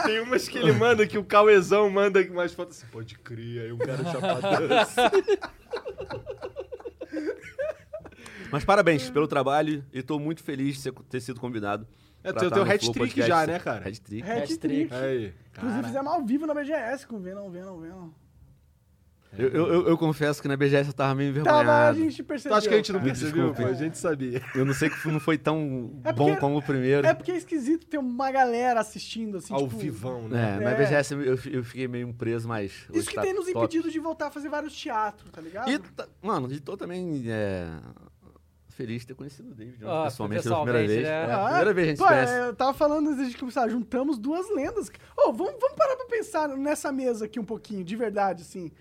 Tem umas que ele manda que o Cauezão manda mais fotos assim, pode crer, aí o cara chapadão. Mas parabéns pelo trabalho e tô muito feliz de ser- ter sido convidado. É, pra teu- estar teu no hat Flow trick Podcast. já, né, cara? Hat trick. Hat trick. Aí, Inclusive, cara. fizemos ao vivo na BGS com o Venom, Venom, Venom. é. Eu, eu- eu- eu confesso que na BGS eu tava meio Tá, envergonhado. mas a gente Tu percebeu. acha que a gente não cara. Me percebeu? desculpe. A gente sabia. Eu não sei que não foi tão É bom porque- como o primeiro. É porque é esquisito ter uma galera assistindo, assim, Ao tipo, vivão, né? É, na É. BGS eu, eu fiquei meio preso, mas. hoje Isso que tá tem nos top. impedido de voltar a fazer vários teatros, tá ligado? E, tá- mano, e tô também é, feliz de ter conhecido o David Ah, pessoalmente pela pessoalmente, primeira vez. né? É, a primeira vez que a gente pô, se conhece. é, Eu tava falando antes de começar, juntamos duas lendas. Ô, vamos, vamos parar pra pensar nessa mesa aqui um pouquinho, de verdade, assim.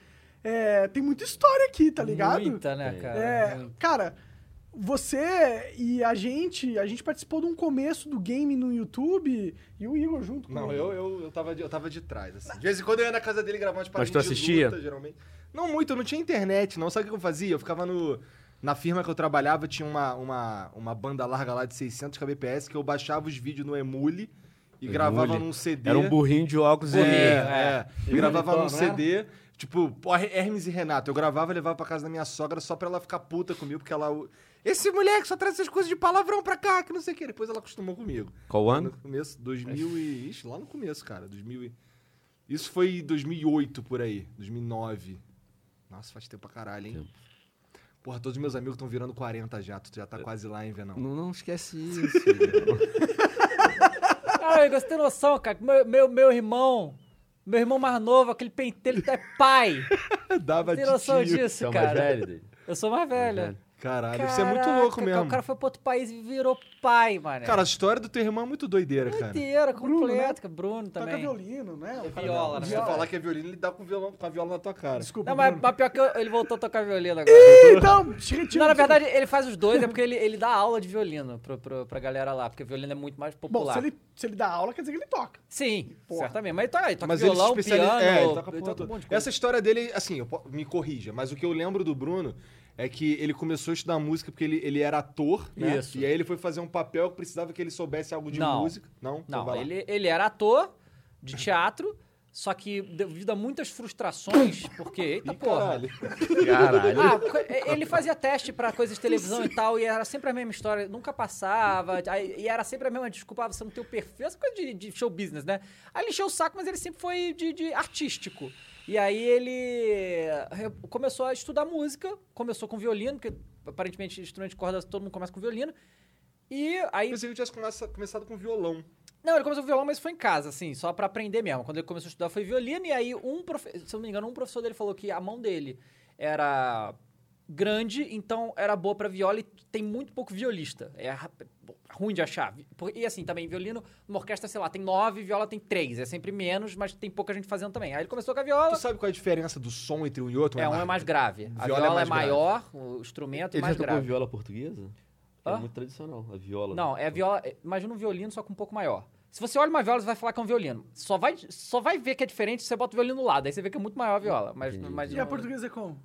É, tem muita história aqui, tá ligado? Muita, né, cara? É, Muita. cara, você e a gente, a gente participou de um começo do game no YouTube e o Igor junto Não, comigo. eu, eu, eu, tava de, eu tava de trás, assim. De vez em quando eu ia na casa dele gravar umas Mas tu paradinhas de assistia? luta, geralmente. Não muito, eu não tinha internet, não. Sabe o que eu fazia? Eu ficava no... Na firma que eu trabalhava tinha uma, uma, uma banda larga lá de 600 kbps que eu baixava os vídeos no Emule e Emule? gravava num CD. Era um burrinho de óculos É, e. é. Eu gravava Então, num não era? CD, tipo, pô, Hermes e Renato. Eu gravava e levava pra casa da minha sogra só pra ela ficar puta comigo, porque ela. Esse moleque só traz essas coisas de palavrão pra cá, que não sei o quê. Depois ela acostumou comigo. Qual No ano? começo, 2000 e... Ixi, lá no começo, cara. 2000 e... Isso foi 2008, por aí. 2009. Nossa, faz tempo pra caralho, hein? Tempo. Porra, todos meus amigos estão virando 40 já. Tu já tá quase lá, hein, Venão? Não, não esquece isso. cara. Cara, Igor, você tem noção, cara? que Meu, meu, meu irmão, meu irmão mais novo, aquele pentelho, é pai. Dava Você tem noção titio. disso, Você é o mais cara? velho dele. Eu sou mais velho. velho. Caralho, você é muito Caraca, louco cara, mesmo. O cara foi pro outro país e virou pai, mano. Cara, a história do teu irmão é muito doideira, cara. inteira, Bruno, né? completa. Bruno, Bruno Toca também. violino, né? O cara- viola, né? Se tu falar que é violino, ele dá com, violão, com a viola na tua cara. Desculpa. Não, mas, Bruno. mas pior que eu- ele voltou a tocar violino agora. Ih, Então, se retira. Não, na verdade, ele faz os dois, é porque ele, ele dá aula de violino pro, pro, pra galera lá, porque violino é muito mais popular. Bom, se ele, se ele dá aula, quer dizer que ele toca. Sim, Porra. certamente. Mas ele toca, ele toca Mas violão, ele se especializa... piano, é, ele toca ele porra toca um toda. monte de coisa. Essa história dele, assim, eu po- me corrija, mas o que eu lembro do Bruno é que ele começou a estudar música porque ele, ele era ator, né? Isso. E aí ele foi fazer um papel que precisava que ele soubesse algo de Não. música. Não? Então Não, vai lá. ele, ele era ator de teatro, só que devido a muitas frustrações, porque, eita Ih, é porra. caralho. Caralho. Ah, co- ele fazia teste pra coisas de televisão e tal, e era sempre a mesma história, nunca passava, aí- e era sempre a mesma desculpa, ah, você não tem o perfil, essa coisa de, de show business, né? Aí ele encheu o saco, mas ele sempre foi de, de artístico. E aí ele re- começou a estudar música, começou com violino, porque aparentemente instrumento de corda todo mundo começa com violino. E aí Eu pensei que eu tivesse começa- começado com violão. não, ele começou com violão, mas foi em casa, assim, só pra aprender mesmo. Quando ele começou a estudar foi violino, e aí um profe... se eu não me engano, um professor dele falou que a mão dele era grande, então era boa pra viola e tem muito pouco violista. É ra- ruim de achar. Por- E assim, também, violino, numa orquestra, sei lá, tem nove, viola tem três. É sempre menos, mas tem pouca gente fazendo também. Aí ele começou com a Tu viola. sabe qual é a diferença do som entre um e outro? É, um é mais grave. A Viola é viola, é, mais grave. maior, o instrumento é Ele já mais tocou grave. viola portuguesa? Hã? É muito tradicional, a viola. Não, é viola. é- Imagina um violino, só com um pouco maior. Se você olha uma viola, você vai falar que é um violino. Só vai, só vai ver que é diferente se você bota o violino do lado. Aí você vê que é muito maior a viola. Mas, Entendi. mas E a portuguesa é como?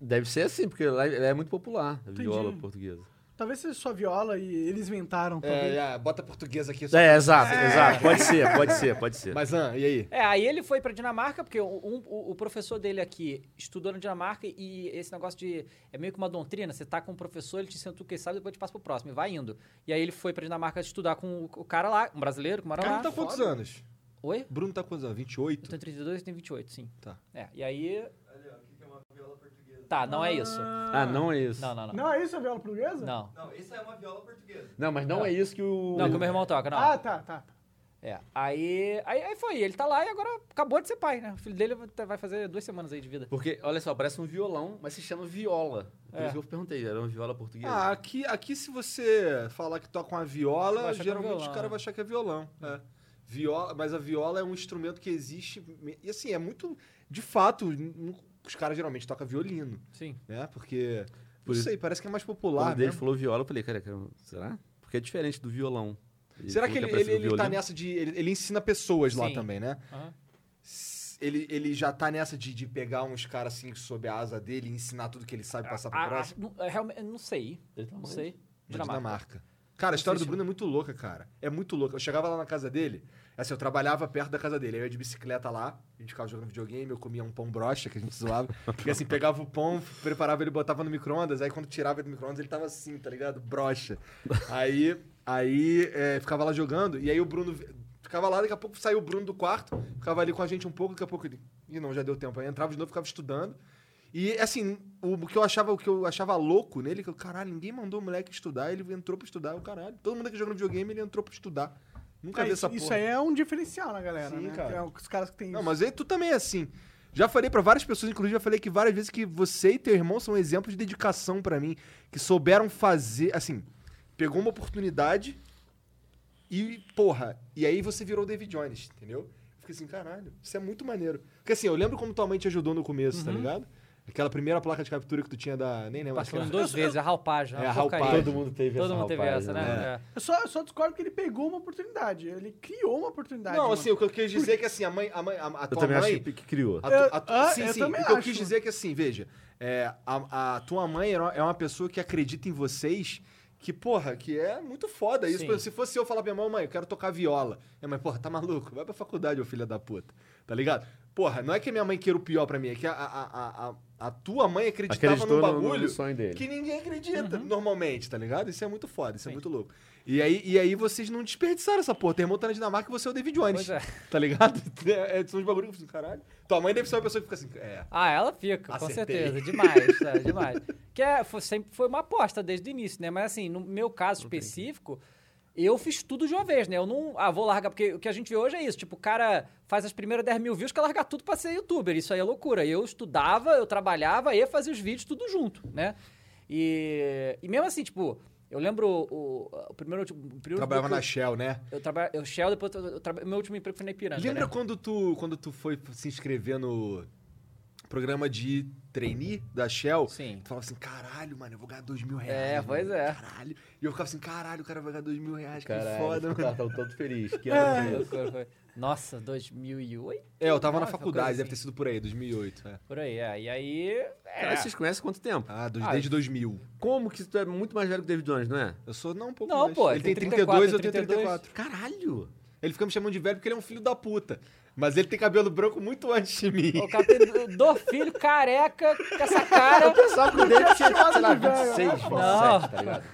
Deve ser assim, porque lá ela é muito popular, a Entendi. viola portuguesa. Talvez seja sua viola e eles inventaram. É, talvez. é, bota português aqui. só- É, exato, exato. Pode ser, pode ser, pode ser. Mas, An, e aí? É, aí ele foi pra Dinamarca, porque o- um- o, o professor dele aqui estudou na Dinamarca e esse negócio de. É meio que uma doutrina. Você tá com um professor, ele te ensina tudo que ele sabe, depois te passa pro próximo e vai indo. E aí ele foi pra Dinamarca estudar com o, o cara lá, um brasileiro que mora lá. Bruno tá quantos anos? Oi? Bruno tá quantos anos? Eu 28? tenho 32 e tenho 28, sim. Tá. É, e aí. Ali, ó, o que que é uma viola portuguesa? Tá, não é isso. Ah, não é isso. Não, não, não. Não é isso a viola portuguesa? Não. Não, isso é uma viola portuguesa. Tipo Não, mas não é isso que o. Ah. Não, que o meu irmão toca, não. Ah, tá, tá. É, aí, aí, aí foi, ele tá lá e agora acabou de ser pai, né? O filho dele vai fazer duas semanas aí de vida. Porque, olha só, parece um violão, mas se chama viola. Por É. isso que eu perguntei, era uma viola portuguesa. Ah, aqui, aqui se você falar que toca uma viola, Vai achar que é geralmente violão, os caras né? vão achar que é violão. né? Viola, mas a viola é um instrumento que existe. E assim, é muito. De fato, n- n- os caras geralmente tocam violino, Sim. né? Porque. Por não isso- sei, parece que é mais Quando popular. ele né? falou viola, eu falei, cara, cara, será? Porque é diferente do violão. Será que ele, falou é ele, parecido ele com tá violino. nessa de. Ele, ele ensina pessoas lá Sim. também, né? Aham. S- Ele, ele já tá nessa de, de pegar uns caras assim sob a asa dele e ensinar tudo que ele sabe e passar pro Ah, próximo? ah, não- é, realmente, não sei. Ele tá Não onde? sei. Na Dinamarca. Cara, a história do Assiste. Bruno é muito louca, cara. É muito louca. Eu chegava lá na casa dele, assim, eu trabalhava perto da casa dele. Aí eu ia de bicicleta lá, a gente ficava jogando videogame, eu comia um pão brocha que a gente zoava. Porque assim, pegava o pão, preparava ele, botava no micro-ondas, aí quando tirava ele do micro-ondas, ele tava assim, tá ligado? Brocha. Aí, aí é, ficava lá jogando, e aí o Bruno vi- ficava lá, daqui a pouco saiu o Bruno do quarto, ficava ali com a gente um pouco, daqui a pouco ele. Ih, não, já deu tempo. Aí entrava de novo, ficava estudando. E assim, o o que eu achava, o que eu achava louco nele, que eu, caralho, ninguém mandou o moleque estudar, ele entrou pra estudar, o caralho. Todo mundo que joga no videogame, ele entrou pra estudar. Nunca É, vi isso, essa porra. isso aí é um diferencial na galera, Sim, né? cara. Que é os caras que tem Não, isso. mas aí tu também é assim. Já falei pra várias pessoas, inclusive já falei que várias vezes que você e teu irmão são exemplos de dedicação pra mim, que souberam fazer, assim, pegou uma oportunidade e, porra, e aí você virou David Jones, entendeu? Eu fiquei assim, caralho, isso é muito maneiro. Porque assim, eu lembro como tua mãe te ajudou no começo, tá ligado? Aquela primeira placa de captura que tu tinha da, nem lembro, Uhum. Passou em aquela... duas vezes, a ralpagem. É, uma a porcaria. ralpagem. Todo mundo teve Todo essa mundo teve ralpagem, essa, né? né? É. Eu só, eu só discordo que ele pegou uma oportunidade. Ele criou uma oportunidade. Não, mano. assim, o que eu quis dizer é que assim, a mãe, a mãe, a, a tua Eu também mãe, acho que que criou. A Eu- tu- a tu- ah, sim, eu sim. também o que eu acho. quis dizer é que assim, veja, é, a, a tua mãe era- é uma pessoa que acredita em vocês, que, porra, que é muito foda isso. Sim. Por exemplo, Se fosse eu falar pra minha mãe, mãe, eu quero tocar viola. Minha mãe, porra, tá maluco? Vai pra faculdade, ô filha da puta. Tá ligado? Porra, não é que a minha mãe queira o pior pra mim, é que a, a, a, a- a tua mãe acreditava Acreditou num no- no- bagulho no sonho dele. que ninguém acredita Uhum. normalmente, tá ligado? Isso é muito foda, isso é muito louco. E aí, e aí vocês não desperdiçaram essa porra. Teu irmão tá na Dinamarca e você é o David Jones. Pois é. Tá ligado? É, é, são uns bagulho que eu fico assim, caralho. Tua mãe deve ser uma pessoa que fica assim, é. Ah, ela fica, com Acertei. certeza. Demais, é, demais. Que é, foi, sempre foi uma aposta desde o início, né? Mas assim, no meu caso específico, eu fiz tudo de uma vez, né? Eu não. Ah, vou largar, porque o que a gente vê hoje é isso. Tipo, o cara faz as primeiras 10 mil views, quer largar tudo pra ser youtuber. Isso aí é loucura. Eu estudava, eu trabalhava e fazia os vídeos tudo junto, né? E, e mesmo assim, tipo, eu lembro o, o primeiro. O primeiro Trabalhava que eu- na Shell, né? Eu trabalhava. Eu Shell, depois eu, eu traba- meu último emprego foi na Ipiranga. Lembra né? quando tu, quando tu foi se inscrever no programa de trainee da Shell? Sim. Tu falava assim, caralho, mano, eu vou ganhar dois mil reais. É, mano, pois é. Caralho. E eu ficava assim, caralho, o cara vai ganhar dois mil reais, Caralho, que foda, o mano. cara tava todo feliz. Que ano que é Foi, isso? foi, foi. Nossa, 2008? É, eu tava na Nossa, faculdade, coisa deve ter assim. sido por aí, 2008. É. Por aí, é. E aí. É. Caralho, vocês conhecem há quanto tempo? Ah, dos, Ah, desde 2000. Como que tu é muito mais velho que o David Jones, não é? Eu sou, não, um pouco Não, mais. pô, é ele tem tem 32, eu tenho 32. 34. Caralho! Ele fica me chamando de velho porque ele é um filho da puta. Mas ele tem cabelo branco muito antes de mim. O cara tem do- do filho careca com essa cara. Sabe que o David tinha, sei lá, né? 26, 27, Não. tá ligado?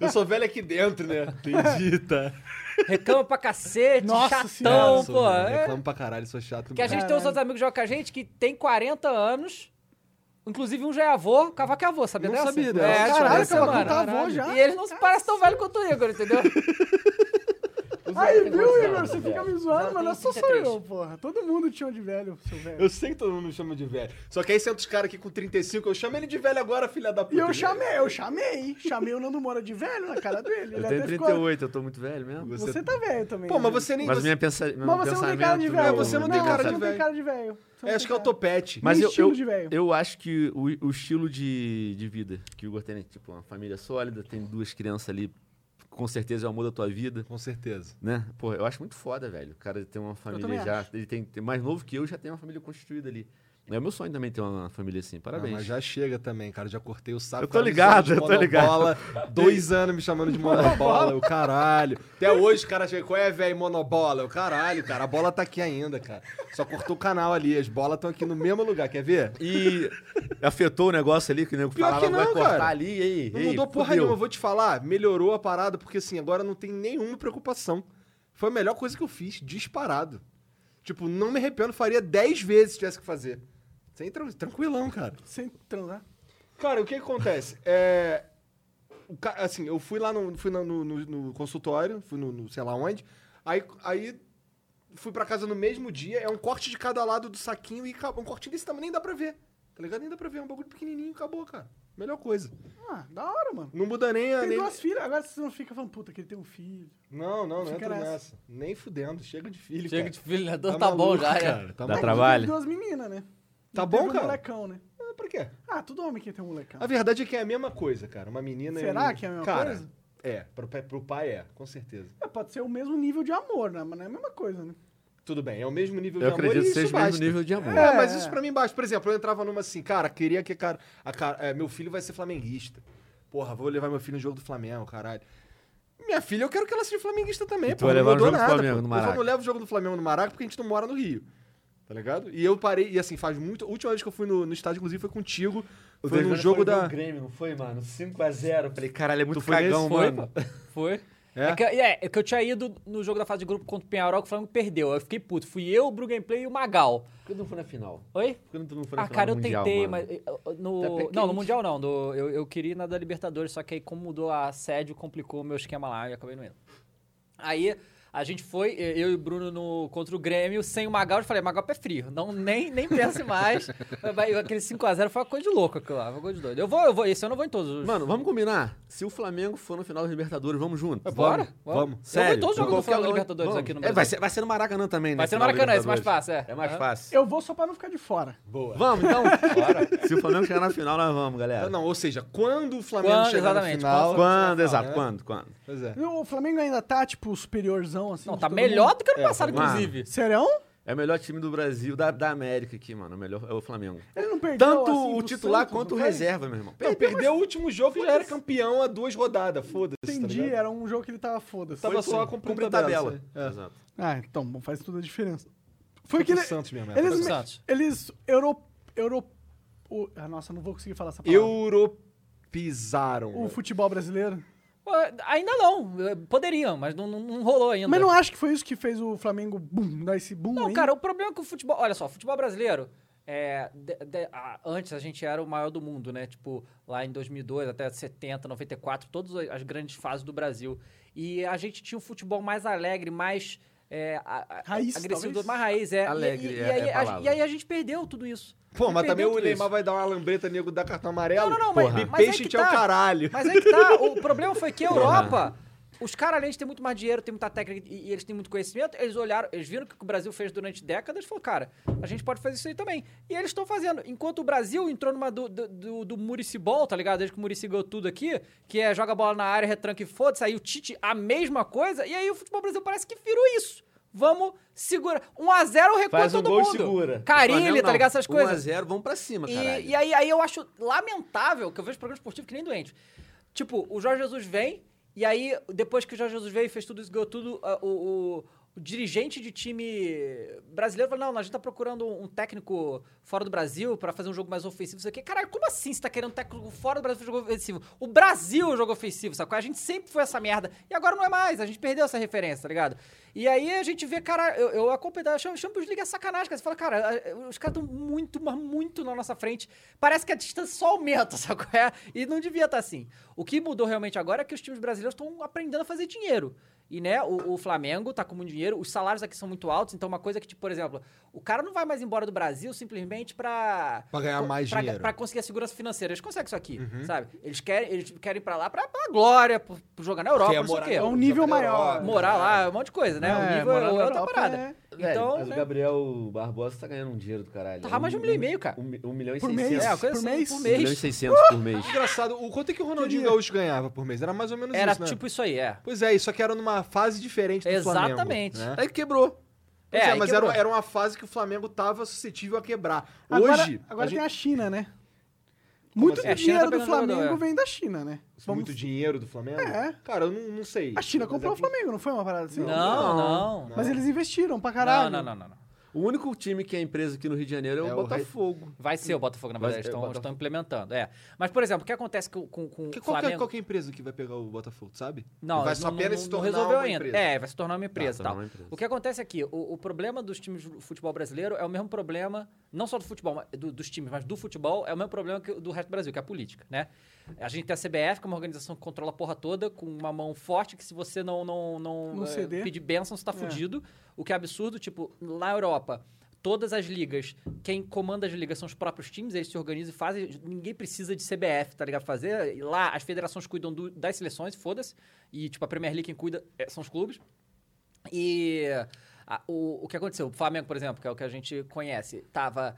Eu sou velho aqui dentro, né? Entendi, tá. Reclama pra cacete, Nossa chatão, Cara, sou um pô. velho, é. Reclamo pra caralho, sou chato. Que a gente mesmo. tem uns outros amigos que jogam com a gente que tem 40 anos. Inclusive um já é avô, o Cavaco é avô, sabia Não dessa? sabia dessa. É, Caralho, Caralho, o Cavaco semana. tá avô já? E eles não se parecem tão velho quanto o Igor, entendeu? Aí, Tem viu, quantos Igor? anos? Você fica me Ela zoando, mas não tem só sou 33. eu, porra. Todo mundo tinha um de velho, seu velho. é Eu sei que todo mundo me chama de velho. Só que aí senta os caras aqui com 35, eu chamo ele de velho agora, filha da puta. E eu chamei, eu chamei. Chamei o Nando Moura de velho na cara dele. Eu Ele tenho até ficou... 38, eu tô muito velho mesmo. Você- Você tá velho também. Pô, mas né? você nem. Mas você- é um minha pensa... Mas você não tem cara de velho. meu, você não tem cara de Você não tem velho. cara de velho. Você não É, acho tem que é o cara. topete. Mas Nem eu, estilo eu, de velho. eu acho que o, o estilo de, de vida que o Igor tem, né? tipo, uma família sólida, tem duas crianças ali, com certeza é o amor da tua vida, Com certeza. né? Pô, eu acho muito foda, velho. O cara tem uma também família já, ele tem, tem mais novo que eu, já tem uma família constituída ali. É o meu sonho também ter uma família assim, Não, parabéns. mas já chega também, cara. Já cortei o saco. Eu tô Cara, me ligado, chamando de eu tô ligado. Monobola, dois anos me chamando de monobola, o caralho. Até hoje o cara chega, qual é, velho, monobola? O caralho, cara, a bola tá aqui ainda, cara. Só cortou o canal ali, as bolas estão aqui no mesmo lugar, quer ver? E afetou o negócio ali, que o nego Pior falava, que vai não, cortar cara. ali, e aí? Não ei, mudou porra fudeu. nenhuma, eu vou te falar. Melhorou a parada, porque assim, agora não tem nenhuma preocupação. Foi a melhor coisa que eu fiz, disparado. Tipo, não me arrependo, faria 10 vezes se tivesse que fazer. Sem tran- tranquilão, cara. Sem transar. Cara, o que, que acontece? É. o ca- Assim, eu fui lá no, fui na- no, no- no consultório, fui no, no sei lá onde. Aí, aí fui pra casa no mesmo dia, é um corte de cada lado do saquinho e acabou. Um cortinho desse tamanho nem dá pra ver. Tá ligado? Nem dá pra ver. É um bagulho pequenininho e acabou, cara. Melhor coisa. Ah, da hora, mano. Não muda nem a. Tem É, Nem... duas filhas, agora você não fica falando, puta, que ele tem um filho. Não, não, não Fica entra nessa. nessa. Nem fudendo. Chega de filho. Chega cara. de filho, né? tá, maluco, bom já, é. cara. Tá Dá bom. Tem trabalho? duas meninas, né? Tá E bom, teve um cara? molecão, né? Ah, Por quê? Ah, todo homem que tem um molecão. A verdade é que é a mesma coisa, cara. Uma menina e um Será menino. que é a mesma cara, coisa? É, pro, pai- pro pai é, com certeza. É, pode ser o mesmo nível de amor, né? Mas não é a mesma coisa, né? Tudo bem, é o mesmo nível Eu de amor e acredito que isso seja o basta. mesmo nível de amor. É, É. mas isso pra mim basta. Por exemplo, eu entrava numa assim, cara, queria que cara, a cara- é, meu filho vai ser flamenguista. Porra, vou levar meu filho no jogo do Flamengo, caralho. Minha filha, eu quero que ela seja flamenguista também, E tu pô. vai não levar o mudou jogo do nada, Flamengo pô. no Eu Maraca. vou- não levo o jogo do Flamengo no Maraca porque a gente não mora no Rio. Tá ligado? E eu parei, e assim, faz muito. A última vez que eu fui no, no estádio, inclusive, foi contigo. foi no jogo da. Grêmio, não foi, mano? 5x0. Falei, caralho, é muito Tu foi nesse? cagão, Foi, mano. pô. Foi. É? É? que, é, é que eu tinha ido no jogo da fase de grupo contra o Penharol, que o Flamengo perdeu. Eu fiquei puto. Fui eu, o Gameplay e o Magal. Por que tu não foi na final? Oi? Por que tu não foi na Ah, final cara, do eu mundial, tentei, mano? mas. eh, eh, No, Tá pequeno. não, no Mundial não. no- eu, eu queria ir na da Libertadores, só que aí, como mudou a sede, complicou o meu esquema lá e eu acabei não indo. Aí. A gente foi, eh, eu e o Bruno no, contra o Grêmio, sem o Magal, eu falei, Magal pé frio, não, nem, nem pense mais. Mas, mas, Aquele 5x0 foi uma coisa de louco aquilo lá, foi uma coisa de doido. Eu vou, eu vou, esse ano eu vou em todos os... Mano, vamos combinar? Se o Flamengo for no final da Libertadores, vamos junto. É, bora, vamos, bora. vamos. Eu vou em Sério? todos os jogos do Qualquer Flamengo onde- Libertadores vamos. aqui no É, Brasil. vai, ser, vai ser no Maracanã também, né? Vai ser no final da Maracanã, esse é mais Libertadores. fácil, é. É mais Aham. fácil. Eu vou só pra não ficar de fora. Boa. Vamos, então? Se o Flamengo chegar na final, nós vamos, galera. Não, ou seja, quando o Flamengo Quando, chegar na exatamente, final. Quando, exato, né? quando, quando? Pois é. O Flamengo ainda tá, tipo, superiorzão, assim. Não, de tá todo melhor mundo. do que ano É, passado, vamos lá. inclusive. Serão? É o melhor time do Brasil, da, da América aqui, mano. O melhor é o Flamengo. Ele não perdeu, Tanto assim, o pro titular Santos, quanto o não foi? reserva, meu irmão. Não, perdeu o último jogo e já era campeão há duas rodadas. Foda-se. tá Entendi, é. ligado? era um jogo que ele tava foda-se. Tava Foi só com- cumprindo cumprir tabela. né? É. Exato. assim. Ah, então, bom, faz toda a diferença. Foi Foi que pro ele, Santos mesmo. é. eles... Foi pro me- Santos. Eles... Euro... Euro... o- Ah, nossa, não vou conseguir falar essa palavra. Europizaram. O futebol brasileiro. Pô, Ah, Ainda não, eh, poderiam, mas não, não- não rolou ainda. Mas não acho que foi isso que fez o Flamengo boom, dar esse boom Não, aí? cara, o problema é que o futebol. Olha só, o futebol brasileiro. é, de- de- a- antes a gente era o maior do mundo, né? Tipo, lá em 2002 até 70, 94, todas as grandes fases do Brasil. E a gente tinha um futebol mais alegre, mais é, a- a- Raiz, agressivo, talvez? mais raiz. É. E- Alegre e, e é- aí, é a a- palavra. e aí a gente perdeu tudo isso. Pô, Ele mas também perdeu o tudo Neymar isso. vai dar uma lambreta, nego, dar cartão amarelo. Não, não, não, mas- Porra. mas é Peixe que te é o tá. caralho. Mas aí que tá, o problema foi Uhum. que a Europa, os caras, além de ter muito mais dinheiro, tem muita técnica e, e eles têm muito conhecimento, eles olharam, eles viram o que o Brasil fez durante décadas e falaram, cara, a gente pode fazer isso aí também. E eles estão fazendo. Enquanto o Brasil entrou numa do, do, do, do Muricy Ball, tá ligado? Desde que o Muricy ganhou tudo aqui, que é joga a bola na área, retranca e foda-se, aí o Tite, a mesma coisa, e aí o futebol brasileiro parece que virou isso. Vamos, segura. 1x0 recua Faz um todo gol e mundo. segura. Carilli, tá ligado? Essas coisas. 1x0, vamos pra cima, caralho. E, e aí, aí eu acho lamentável que eu vejo programa esportivo que nem doente. Tipo, o Jorge Jesus vem, e aí, depois que o Jorge Jesus veio e fez tudo isso, ganhou tudo, ah, o, o- o dirigente de time brasileiro falou: não, a gente tá procurando um um técnico fora do Brasil pra fazer um jogo mais ofensivo, isso aqui. Caralho, como assim você tá querendo um técnico fora do Brasil pra fazer um jogo ofensivo? O Brasil é um jogo ofensivo, sacou? A gente sempre foi essa merda. E agora não é mais, a gente perdeu essa referência, tá ligado? E aí a gente vê, cara, eu, eu acompanho, da Champions League é sacanagem, cara. Você fala, cara, a- os caras estão muito, mas muito na nossa frente. Parece que a distância só aumenta, sabe qual é? E não devia estar assim. O que mudou realmente agora é que os times brasileiros estão aprendendo a fazer dinheiro. E, né, o, o Flamengo tá com muito dinheiro, os salários aqui são muito altos, então uma coisa que, tipo, por exemplo, o cara não vai mais embora do Brasil simplesmente pra... Pra ganhar co- mais pra, dinheiro. Uhum. Pra conseguir a segurança financeira. Eles conseguem isso aqui, sabe? Eles querem, eles querem ir pra lá pra, pra glória, pra, pra jogar na Europa, Quer não sei o morar quê na É um nível Europa, maior. morar lá, um monte de coisa, né? É, o nível morar é na outra Europa parada. é- Velho, Então, mas né? o Gabriel Barbosa tá ganhando um dinheiro do caralho. Tá mais de um milhão e meio, cara. Um, mi- um milhão e Por 600. mês? é, uma coisa Por assim, mês? por Um milhão e mês. 600 por mês. Engraçado, o quanto é que o Ronaldinho Queria. Gaúcho ganhava por mês? Era mais ou menos Era isso, né? tipo isso aí, é. Pois é, isso aqui era numa fase diferente do Exatamente. Flamengo. Né? Aí quebrou. Pois é, aí mas quebrou. era, era uma fase que o Flamengo tava suscetível a quebrar. Agora, Hoje, agora a gente- tem a China, né? Muito assim? É, a China tá dinheiro do pegando Flamengo jogador, é. vem da China, né? Vamos- muito dinheiro do Flamengo. É. Cara, eu não, não sei. A China Mas comprou é o Flamengo, não foi uma parada assim? Não, não. Não. Mas eles investiram pra Não, caralho. não, não, não. não. O único time que é empresa aqui no Rio de Janeiro é, É o o Tá, Botafogo. Vai ser o Botafogo, na Vai verdade. ser o Estão, Botafogo. estão implementando, é. Mas, por exemplo, o que acontece com, com, com Que- o qual, que é- Flamengo... qual que é a empresa que vai pegar o Botafogo, tu sabe? Não, vai não- só apenas não- se não tornar resolveu uma ainda. empresa. Tá, É, vai se tornar uma se empresa e tornar tal. uma tá, é empresa. O que acontece aqui, o, o problema dos times do futebol brasileiro é o mesmo problema, não só do futebol, mas- do- dos times, mas do futebol, é o mesmo problema que, o do resto do Brasil, que é a política, né? A gente tem a CBF, que é uma organização que controla a porra toda, com uma mão forte, que se você não, não, não, Não eh, ceder. pedir bênção, você tá É. fudido. O que é absurdo, tipo, na Europa, todas as ligas, quem comanda as ligas são os próprios times, eles se organizam e fazem. Ninguém precisa de CBF, tá ligado? Fazer. E Lá, as federações cuidam do- das seleções, foda-se. E, tipo, a Premier League quem cuida eh, são os clubes. E a- o, o que aconteceu? O Flamengo, por exemplo, que é o que a gente conhece, tava.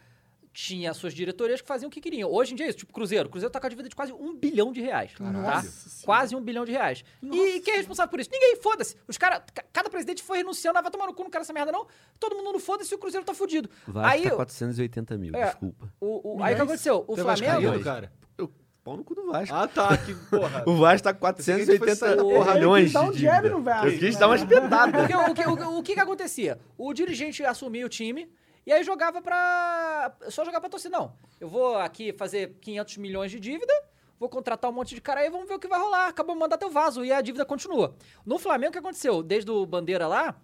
Tinha as suas diretorias que faziam o que queriam. Hoje em dia é isso, tipo Cruzeiro. Cruzeiro tá com a dívida de quase um bilhão de reais. tá? Nossa Senhora. Quase um bilhão de reais. E quem é responsável por isso? Ninguém, foda-se. Os caras, cada presidente foi renunciando, ah, vai tomar no cu, não quero essa merda não. Todo mundo não foda-se e o Cruzeiro tá fudido. Vai aí, tá 480 mil, É. desculpa. o, o, aí o que aconteceu? O Você é Flamengo. vascaíno, Mas- cara? Eu, pau no cu do Vasco. Ah, tá. Que porra. O Vasco tá com Pensei que ele fosse 480 sair da porrada. Ele milhões quis dar um de jab dívida. no Vasco, Eu quis né? dar uma espetada. Porque o, que- o, que- o que que acontecia? O dirigente assumia o time e aí jogava pra... Só jogava pra torcida, não. Eu vou aqui fazer 500 milhões de dívida, vou contratar um monte de cara aí, vamos ver o que vai rolar. Acabou mandar teu vaso e a dívida continua. No Flamengo, o que aconteceu? Desde o Bandeira lá...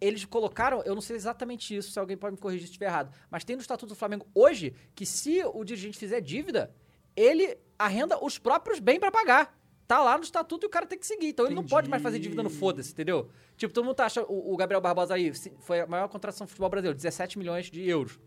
Eles colocaram, eu não sei exatamente isso, se alguém pode me corrigir se estiver errado, mas tem no Estatuto do Flamengo hoje que se o dirigente fizer dívida, ele arrenda os próprios bens pra pagar. Tá lá no estatuto e o cara tem que seguir. Então ele não pode mais fazer dívida no foda-se, entendeu? Tipo, todo mundo tá achando. O, o Gabriel Barbosa aí se- foi a maior contratação do futebol brasileiro, 17 milhões de euros.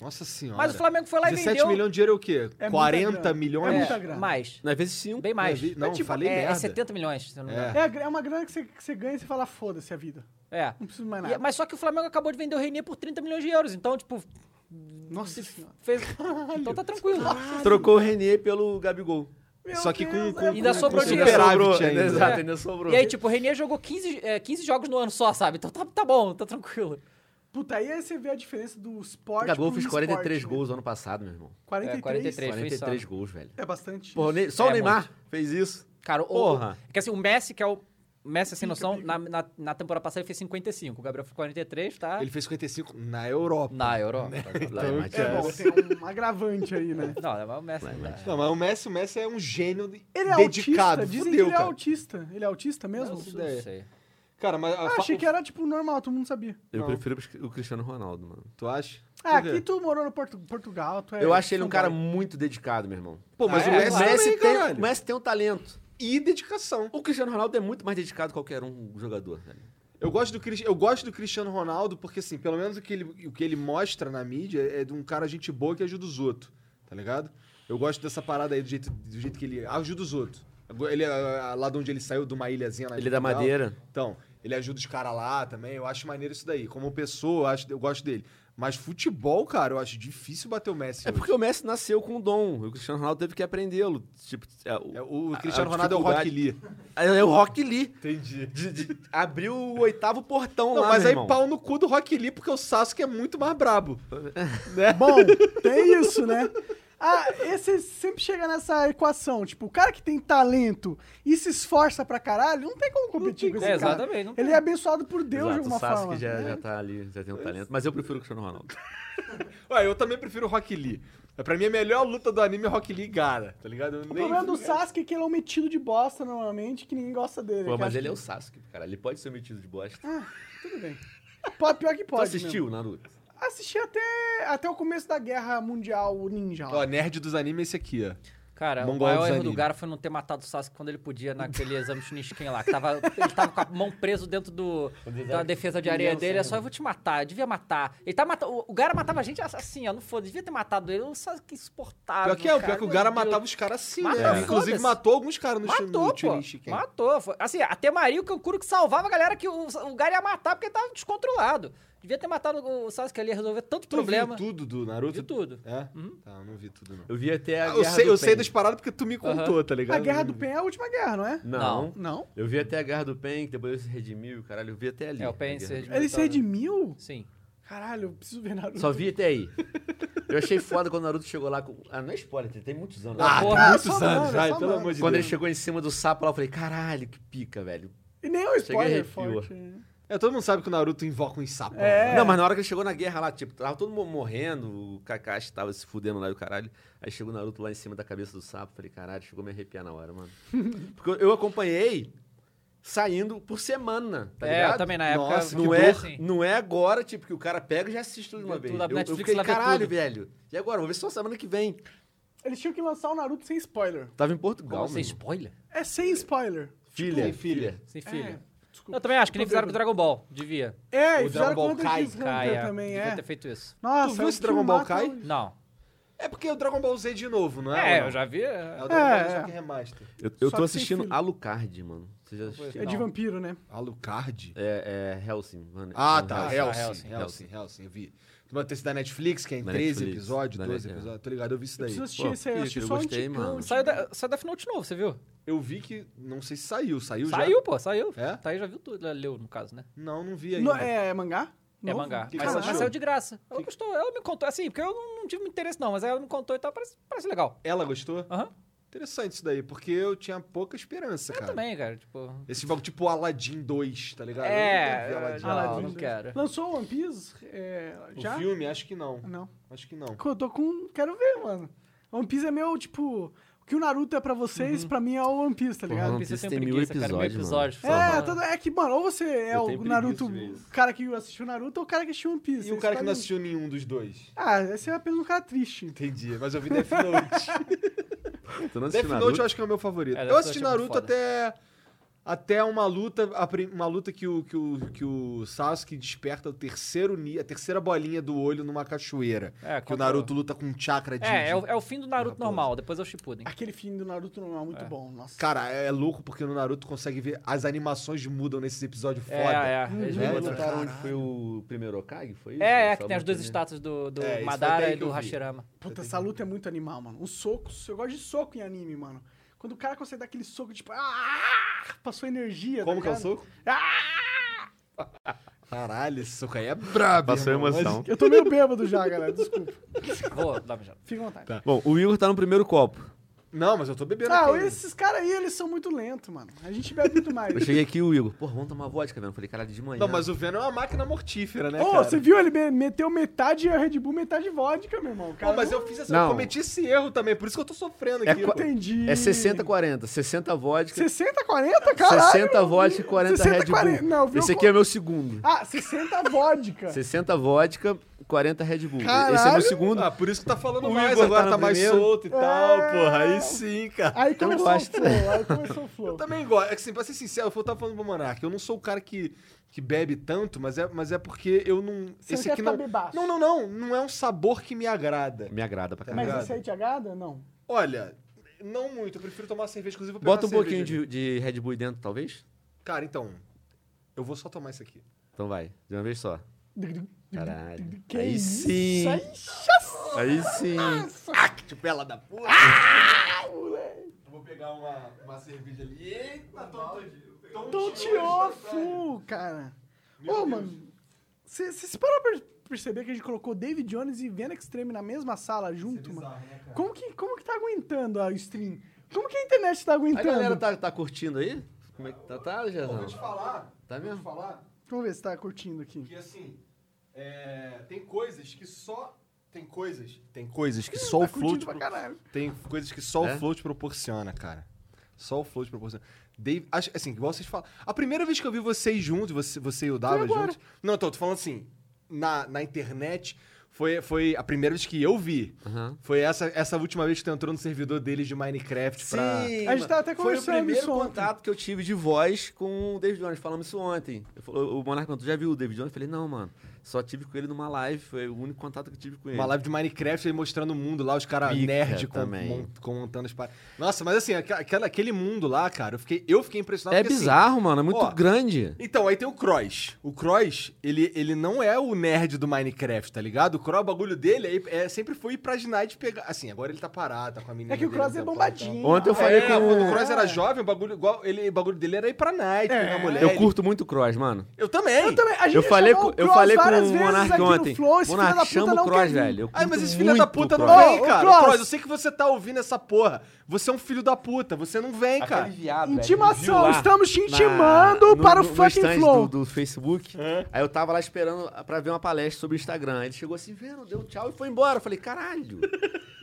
Nossa senhora. Mas o Flamengo foi lá e 17 vendeu. milhões de dinheiro é o quê? É muita 40 grana. milhões? é muita é, grana. mais. Às vezes sim. Bem mais. vi- não, é, falei é, é merda. 70 milhões, se eu não me É. engano. É, a- é uma grana que você, que você ganha e você fala, foda-se a vida. É. Não preciso mais E- nada. mas só que o Flamengo acabou de vender o Reinier por 30 milhões de euros. Então, tipo, Nossa senhora. fez. Então tá tranquilo. Trocou o René pelo Gabigol. Só que com- é com- Ainda com- sobrou com- dinheiro. superávit ainda. Exato, É. ainda sobrou. E aí, tipo, o Reinier jogou 15, é, 15 jogos no ano só, sabe? Então tá, tá bom, tá tranquilo. Puta, aí você vê a diferença do esporte. Gabigol pro fez 43 esporte, né? gols ano passado, meu irmão. 43? É, 43. fez 43 só. gols, velho. É bastante. Porra, o Ney- só É o Neymar fez isso. Cara, o- Porra. o- que assim, o Messi, que é o. Messi, sem noção, pica. Na, na, na temporada passada ele fez 55. O Gabriel fez 43, tá? Ele fez 55 na Europa. Na Europa. tá Lá em É, bom, Matias. tem um agravante aí, né? Não, mas o Messi. não dá. É. Não, mas o Messi, o Messi é um gênio de- Ele é dedicado. autista? Dizem Fudeu, que ele é cara. autista. Ele é autista Não, mesmo? Não sei. É, Cara, mas... Ah, achei que era, tipo, normal, todo mundo sabia. Eu Não. prefiro o Cristiano Ronaldo, mano. Tu acha? Ah, Por quê? aqui tu morou no Portu- Portugal, tu é... eu acho ele um fanboy. cara muito dedicado, meu irmão. Pô, mas o Ah, é, Messi claro. também, tem, caralho. o Messi tem um talento. E dedicação. O Cristiano Ronaldo é muito mais dedicado que qualquer um jogador, velho. Eu gosto, do, Cris- eu gosto do Cristiano Ronaldo porque, assim, pelo menos o que, ele, o que ele mostra na mídia é de um cara gente boa que ajuda os outros, tá ligado? Eu gosto dessa parada aí do jeito, do jeito que ele ajuda os outros. Ele, ah, lá de onde ele saiu, de uma ilhazinha... na Ele é da Portugal. Madeira. Então, ele ajuda os caras lá também. Eu acho maneiro isso daí. Como pessoa, eu, acho- eu gosto dele. Mas futebol, cara, eu acho difícil bater o Messi. É hoje. porque o Messi nasceu com o dom. O Cristiano Ronaldo teve que aprendê-lo. Tipo, é, o, É, o a- Cristiano a Ronaldo é o Rock dificuldade- Lee. É, é o Rock Lee. Entendi. De- de- abriu o oitavo portão Não, lá, mas meu aí irmão. pau no cu do Rock Lee, porque o Sasuke é muito mais brabo. né? Bom, tem isso, né? Ah, esse sempre chega nessa equação. Tipo, o cara que tem talento e se esforça pra caralho, não tem como competir com esse É, cara. exatamente, não tem. Ele é abençoado por Deus Exato, de alguma o Sasuke forma. já, né? já tá ali, já tem um talento. Mas eu prefiro o Cristiano Ronaldo. Ué, eu também prefiro o Rock Lee. É, Pra mim, a melhor luta do anime é Rock Lee e Gara, tá ligado? Eu O nem- né? problema do Sasuke é que ele é um metido de bosta normalmente, que ninguém gosta dele. Pô, que mas acha ele é que- Ah, o Sasuke, cara. Ele pode ser metido de bosta. Tudo bem. Pode, pior que Você pode. né? assistiu, Naruto? mesmo. Assisti até, até o começo da Guerra Mundial Ninja. lá. Ó, nerd dos animes é esse aqui, ó. Cara, Mongol o maior erro desanime. do Gara foi não ter matado o Sasuke quando ele podia naquele exame Shinisken lá. Que tava, ele tava com a mão preso dentro do, da defesa de areia dele. É só, eu vou te matar, eu devia matar. Ele tá matando... O, o Gara matava a gente assim, ó, não foda. Devia ter matado ele. O Sasuke insuportável, Pior que é, o Ah, cara, pior que o meu Gara Deus. matava os caras assim, Mata, né? Inclusive foda-se. matou alguns caras no Matou, pô. Chunishiken. Matou. Foi- Assim, até Maria o Kankuro que salvava a galera que o, o Gara ia matar porque tava descontrolado. Devia ter matado o Sasuke ali, ia resolver tanto Tu problema. Hum? viu tudo do Naruto? De tudo. É? Tá, eu não vi tudo, não. Eu vi até a Ah, Eu, Guerra sei, do eu sei Pain. das paradas porque tu me contou, tá ligado? A Guerra do Pen é a última guerra, não é? Não. Não. Eu vi até a Guerra do Pen, que depois ele se redimiu, caralho. Eu vi até ali. É, o a Pain se Guerra do redimiu. Ele se redimiu? Sim. Caralho, eu preciso ver Naruto. tá. Só vi até aí. Eu achei foda quando o Naruto chegou lá com... Ah, não é spoiler, tem- tem muitos anos. Ah, Porra, tem muitos só anos, manda, vai, só pelo manda. amor de Quando ele Deus. chegou em cima do sapo lá, eu falei, caralho, que pica, velho. E nem o spoiler Cheguei a arrepiar. forte. né? É, todo mundo sabe que o Naruto invoca um sapão. É. Não, mas na hora que ele chegou na guerra lá, tipo, tava todo mundo morrendo, o Kakashi tava se fudendo lá e o caralho. Aí chegou o Naruto lá em cima da cabeça do sapo, falei, caralho, chegou a me arrepiar na hora, mano. Porque eu- eu acompanhei saindo por semana, tá é, ligado? eu também na época... Nossa, Não Que é, assim. não é agora, tipo, que o cara pega e já assiste tudo de uma Vê vez. tudo, a eu, eu Netflix fiquei, lá vê caralho, tudo." velho. E agora? Vou ver só semana que vem. Eles tinham que lançar o Naruto sem spoiler. Tava em Como Portugal, assim, mano. spoiler? É sem spoiler. Filha, Sem filha. Sem É, filha. desculpa. Eu também acho que nem Tô fizeram com o bêbado. Dragon Ball. Devia. É, e O fizeram Dragon Ball contra Kai, o Caia. Hunter também, devia é. ter feito isso. Nossa, Tu viu é um esse Dragon Ball filmaço. Kai? Não. É porque é o Dragon Ball Z de novo, não é? É, Ou não? eu já vi. É é. o Dragon Ball É, Z é. só que é remaster. Eu, eu Só tô que sem assistindo filho. Alucard, mano. Você já É assistiu? de Não. vampiro, né? Alucard? É, é Helsing, mano. Ah, É tá. Helsing. Helsing, Helsing, Helsing, Helsing, Helsing, eu vi. Uma esse da Netflix, que é em Da 13 Netflix, episódios, da 12 Net- é. episódios. Tô ligado, eu vi isso Eu daí. preciso assistir Pô, esse aí, eu assisti eu só um gostei, antigão, mano. antigão. Saiu da, saiu da Final de novo, você viu? Eu vi que. Não sei se saiu. Saiu, já? Saiu, pô, saiu. É? Tá aí, já viu tudo. Leu, no caso, né? Não, não vi ainda. Não, é, é mangá? É Novo? mangá. que mas, você mas achou? saiu de graça. Ela gostou, ela me contou, assim, porque eu não não tive muito interesse, não, mas aí ela me contou e tal, parece, parece legal. Ela gostou? Aham. Interessante isso daí, porque eu tinha pouca esperança, Eu cara. também, cara, tipo. Esse bagulho tipo Aladdin 2, tá ligado? É, Eu nunca vi não, Aladdin. Aladdin não dois. quero. Lançou One Piece? é, já? O filme, acho que não. Não. Acho que não. Eu tô com. Quero ver, mano. One Piece é meu, tipo. O que o Naruto é pra vocês, pra mim é o One Piece, tá ligado? One Piece eu Piece tenho tem mil um preguiça, cara, mil episódios, episódios. mano. só É, pra- todo- é que, mano, ou você é Eu o tenho Naruto, preguiça de ver o cara que assistiu Naruto, ou o cara que assistiu One Piece. E o Esse cara que não tá- assistiu nenhum dos dois? Ah, esse é apenas um cara triste. Entendi, mas eu vi Death Note. Tu não Death assistiu Note Naruto? eu acho que é o meu favorito. É, Death eu assisti Note é muito Naruto até até uma luta, a prim- uma luta que o, que o, que o Sasuke desperta o terceiro ni, a terceira bolinha do olho numa cachoeira. É, que o quando- Naruto luta com um chakra de. É, é o, de- é o fim do Naruto Raposa. normal, depois é o Shippuden. Aquele fim do Naruto não é muito bom, nossa. Cara, é louco porque no Naruto consegue ver as animações mudam nesses episódios É, foda. é, é. eles Eles não É, mudam. botaram onde caralho. foi o primeiro Okage? Foi isso? É, é, Só que tem as duas botei- estátuas do, do É, isso foi Madara daí e que eu do vi. Hashirama. Puta, essa luta é muito animal, mano. Os socos, eu gosto de soco em anime, mano. Quando o cara consegue dar aquele soco, tipo, ah, passou energia. Como tá que é o ligado? soco? Ah! Caralho, esse soco aí é brabo. Passou irmão, mas- emoção. Eu tô meio bêbado já, galera, desculpa. Vou dar uma mijada. Fica à vontade. Bom, o Igor tá no primeiro copo. Não, mas eu tô bebendo Ah, aqui. esses caras aí, eles são muito lentos, mano. A gente bebe muito mais. Eu cheguei aqui e o Igor, porra, vamos tomar vodka, velho. Eu Falei, caralho, de manhã. Não, mas o Venom é uma máquina mortífera, né, Ô, cara? você viu? Ele me- meteu metade Red Bull, metade vodka, meu irmão. O Cara, Pô, mas não- eu fiz essa, eu Não. cometi esse erro também, por isso que eu tô sofrendo É aqui. qua- pô. entendi. É 60, 40. 60 vodka, 60, 40? Caralho! 60 vodka e 40 Red Bull. 40, não, viu? Esse aqui é meu segundo. Ah, 60 vodka. 60 vodka, 40 Red Bull. Esse é meu Caralho. segundo. Ah, por isso que tá falando O mais, Igor agora tá, tá no mais primeiro. solto e tal, É. porra. Aí sim, cara. Aí Então começou o gosta. flow, aí começou o Eu flow. também gosto. É que, assim, pra ser sincero, eu tava falando pro Monark, eu não sou o cara que, que bebe tanto, mas é, mas é porque eu não. Você não quer ficar bebaço. Não, não, não. Não é um sabor que me agrada. Me agrada pra Mas caralho. ligado? esse aí te agrada? Não. Olha, não muito. Eu prefiro tomar cerveja, inclusive eu vou pegar Bota um uma é cerveja pouquinho ali. de, de Red Bull dentro, talvez? Cara, então. Eu vou só tomar isso aqui. Então vai, de uma vez só. Caralho. Que Aí isso? sim. Isso aí, chassi, Aí sim. Ah, que bela da porra! Ah, Eu Vou pegar uma, uma cerveja ali. Eita, tonteou. tonteou full, cara. Ô, mano, você se parou pra perceber que a gente colocou David Jones e Venom Extreme na mesma sala é junto, mano? né, Como que, como que tá aguentando a stream? Como que a internet tá A aguentando? galera tá, tá curtindo aí? Como é que tá, tá Vou te Gerson? falar. Tá Vou te mesmo? falar. Vamos ver se tá curtindo aqui. Porque assim, é, tem coisas que só. Tem coisas. Tem coisas que só tá o float. curtindo pra caralho. Tem coisas que só o É? float proporciona, cara. Só o float proporciona. Dave, acho- assim, igual vocês falam. A primeira vez que eu vi vocês juntos, você, você e o Dava juntos. Não, eu tô, tô falando assim. Na, na internet, foi, foi a primeira vez que eu vi. Aham. Foi essa, essa última vez que tu entrou no servidor deles de Minecraft pra. Sim, A gente tava até Foi o conversando primeiro isso ontem. contato que eu tive de voz com o David Jones. Falamos isso ontem. Eu falo- o Monarca perguntou, já viu o David Jones? Eu falei, não, mano. Só tive com ele numa live. Foi o único contato que eu tive com ele. Uma live de Minecraft ele mostrando o mundo lá, os caras Pica nerd com, também. mon- com- montando as paradas. Nossa, mas assim, aquela- aquela- aquele mundo lá, cara, eu fiquei, eu fiquei impressionado. É porque, assim, bizarro, mano. É muito ó, grande. então, aí tem o Cross. O Cross, ele, ele não é o nerd do Minecraft, tá ligado? O Cross, o bagulho dele é, é- sempre foi ir pra Night pegar. Assim, agora ele tá parado, tá com a menina. É que o dele, Cross é tá- tá- bombadinho. Ontem eu tá- falei É, com quando o o- Cross era jovem, o bagulho, igual, ele, o bagulho dele era ir pra Night, pegar a mulher. Eu Ele- curto muito o Cross, mano. Eu também. Eu também. A gente Eu falei, chamou com, o eu Cross falei com várias o vezes Monark aqui no ontem. Flow, esse filho da Monark, puta chama não o quer Cross, vir. velho. Eu Ai, mas curto esse filho da muito puta o não Cross. Cross. vem, cara. Ô, ô, Cross. Cross, eu sei que você tá ouvindo essa porra. Você é um filho da puta. Você não vem, cara. Aquele viado, Ah, velho, viu Intimação, lá estamos te na- intimando no- para o no- no fucking stand flow. Do, do Facebook. Aí eu tava lá esperando pra ver uma palestra sobre Instagram. Ele chegou assim, vendo, deu tchau e foi embora. Eu falei, caralho.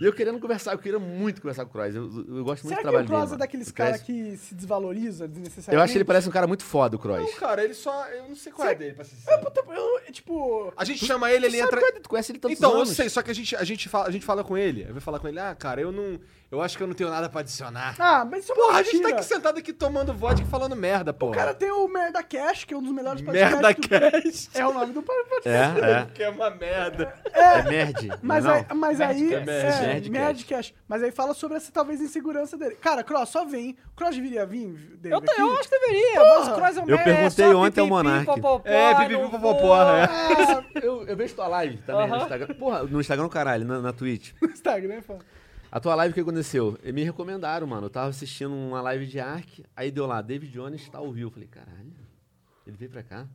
E eu querendo conversar, eu queria muito conversar com o Kroos. Eu, eu gosto Será muito do que trabalho o Cross dele. é mano. daqueles O Kroos- caras que se desvaloriza desnecessariamente? Eu acho que ele parece um cara muito foda, o Kroos. Não, cara, ele só. Eu não sei qual é Será- dele, pra ser É, sincero. puta, eu- tipo... A gente chama ele, ele Sabe entra. qual é? Tu conhece ele tantos Então, anos. eu sei, só que a gente, a, gente fala, a gente fala com ele. Eu vou falar com ele, ah, cara, eu não. Eu acho que eu não tenho nada pra adicionar. Ah, mas isso é uma Porra, a gente tá mentira. aqui sentado aqui tomando vodka e falando merda, porra. O cara tem o Merda Cash, que é um dos melhores merda do- cast. É o nome do podcast. É, Que é uma merda. é. É nerd. Mas, não, é aí, não? mas aí. Nerdcast. É, Nerdcast. Nerdcast. Mas aí fala sobre essa talvez insegurança dele. Cara, Cross, só vem. Cross deveria vir. David, Eu, tô- eu aqui? acho que deveria. Porra! Mas o Kroos é um Eu merda, perguntei só ontem ao pipipi, Monark. popopó, É, né? não pipipi, vou. porra. é. Ah. eu, eu vejo tua live também no Aham. Instagram. Porra, no Instagram, é caralho, na, na Twitch. Instagram, fala. A tua live, o que aconteceu? Me recomendaram, mano. Eu tava assistindo uma live de Ark, aí deu lá, David Jones tá ao vivo. Eu Falei, caralho, ele veio pra cá?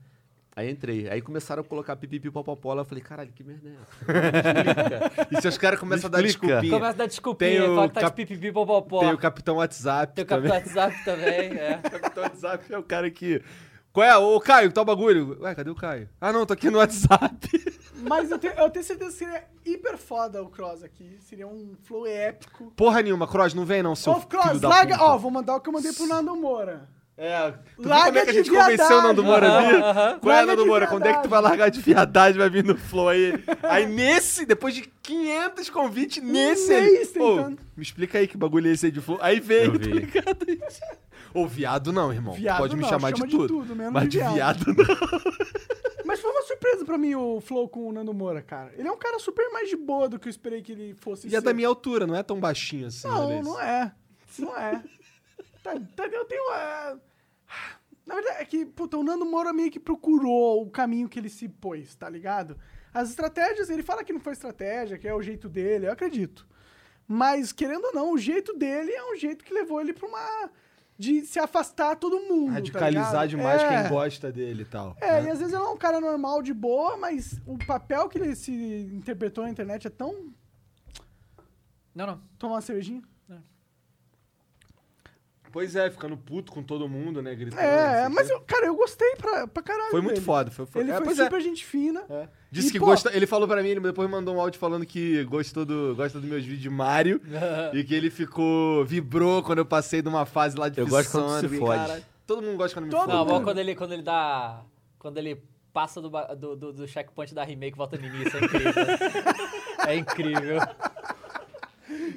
Aí entrei. Aí começaram a colocar pipipi popopola. Eu falei, caralho, que merda é essa? E se os caras começam a dar Explica. desculpinha. Começa a dar Tem desculpinha, o fala que tá cap- de pipipi, popopó. Tem o Capitão WhatsApp. Tem o também. Capitão WhatsApp também, é. Capitão WhatsApp é o cara que. Qual é? Ô, Caio, tá o bagulho? Ué, cadê o Caio? Ah, não, tô aqui no WhatsApp. Mas eu tenho, eu tenho certeza que seria hiper foda o Cross aqui. Seria um flow épico. Porra nenhuma, Cross, não vem não, seu. Ó, Cross, filho da larga. puta. Ó, vou mandar o que eu mandei pro Nando Moura. É, tu viu Larga como é que a de gente convenceu o viadagem. Nando Moura a vir? Aham, aham. Qual é, Larga Nando de Moura? Quando é que tu viadagem. vai largar de viadagem vai vir no Flow aí? Aí nesse, depois de 500 convites, nesse aí. mês Pô, tentando. me explica aí que bagulho é esse aí de Flow. Aí veio, Eu tá vi. ligado? Ô, viado não, irmão. Tu Viado Pode me não, chamar chama de de tudo. tudo, menos mas de de viado. viado não. Mas foi uma surpresa pra mim o flow com o Nando Moura, cara. Ele é um cara super mais de boa do que eu esperei que ele fosse E é ser. da minha altura, não é tão baixinho assim. Não, olha isso. não é. Não é. Tá- tá- eu tenho uma... Na verdade, é que, puta, o Nando Moura meio que procurou o caminho que ele se pôs, tá ligado? As estratégias, ele fala que não foi estratégia, que é o jeito dele, eu acredito. Mas, querendo ou não, o jeito dele é um jeito que levou ele pra uma... De se afastar todo mundo, tá Radicalizar ligado? demais É. quem gosta dele e tal. É, né? e às vezes ele é um cara normal, de boa, mas o papel que ele se interpretou na internet é tão... Não, não. Tomar uma cervejinha? Pois é, ficando puto com todo mundo, né? Gritando. não sei É, o mas, quê. eu, cara, eu gostei pra, pra caralho Foi muito dele. foda. Foi, foi... Ele é, foi pois é. super gente fina. Disse E, que pô- gosta. Ele falou pra mim, ele depois mandou um áudio falando que gostou do, gosta dos meus vídeos de Mario e que ele ficou. vibrou quando eu passei de uma fase lá de Eu gosto quando fissando, se e, fode. cara, todo mundo gosta quando me Todo fode. Não, mundo. mas quando ele, quando ele dá. Quando ele passa do, ba- do, do, do checkpoint da remake e volta no início, é incrível. é incrível.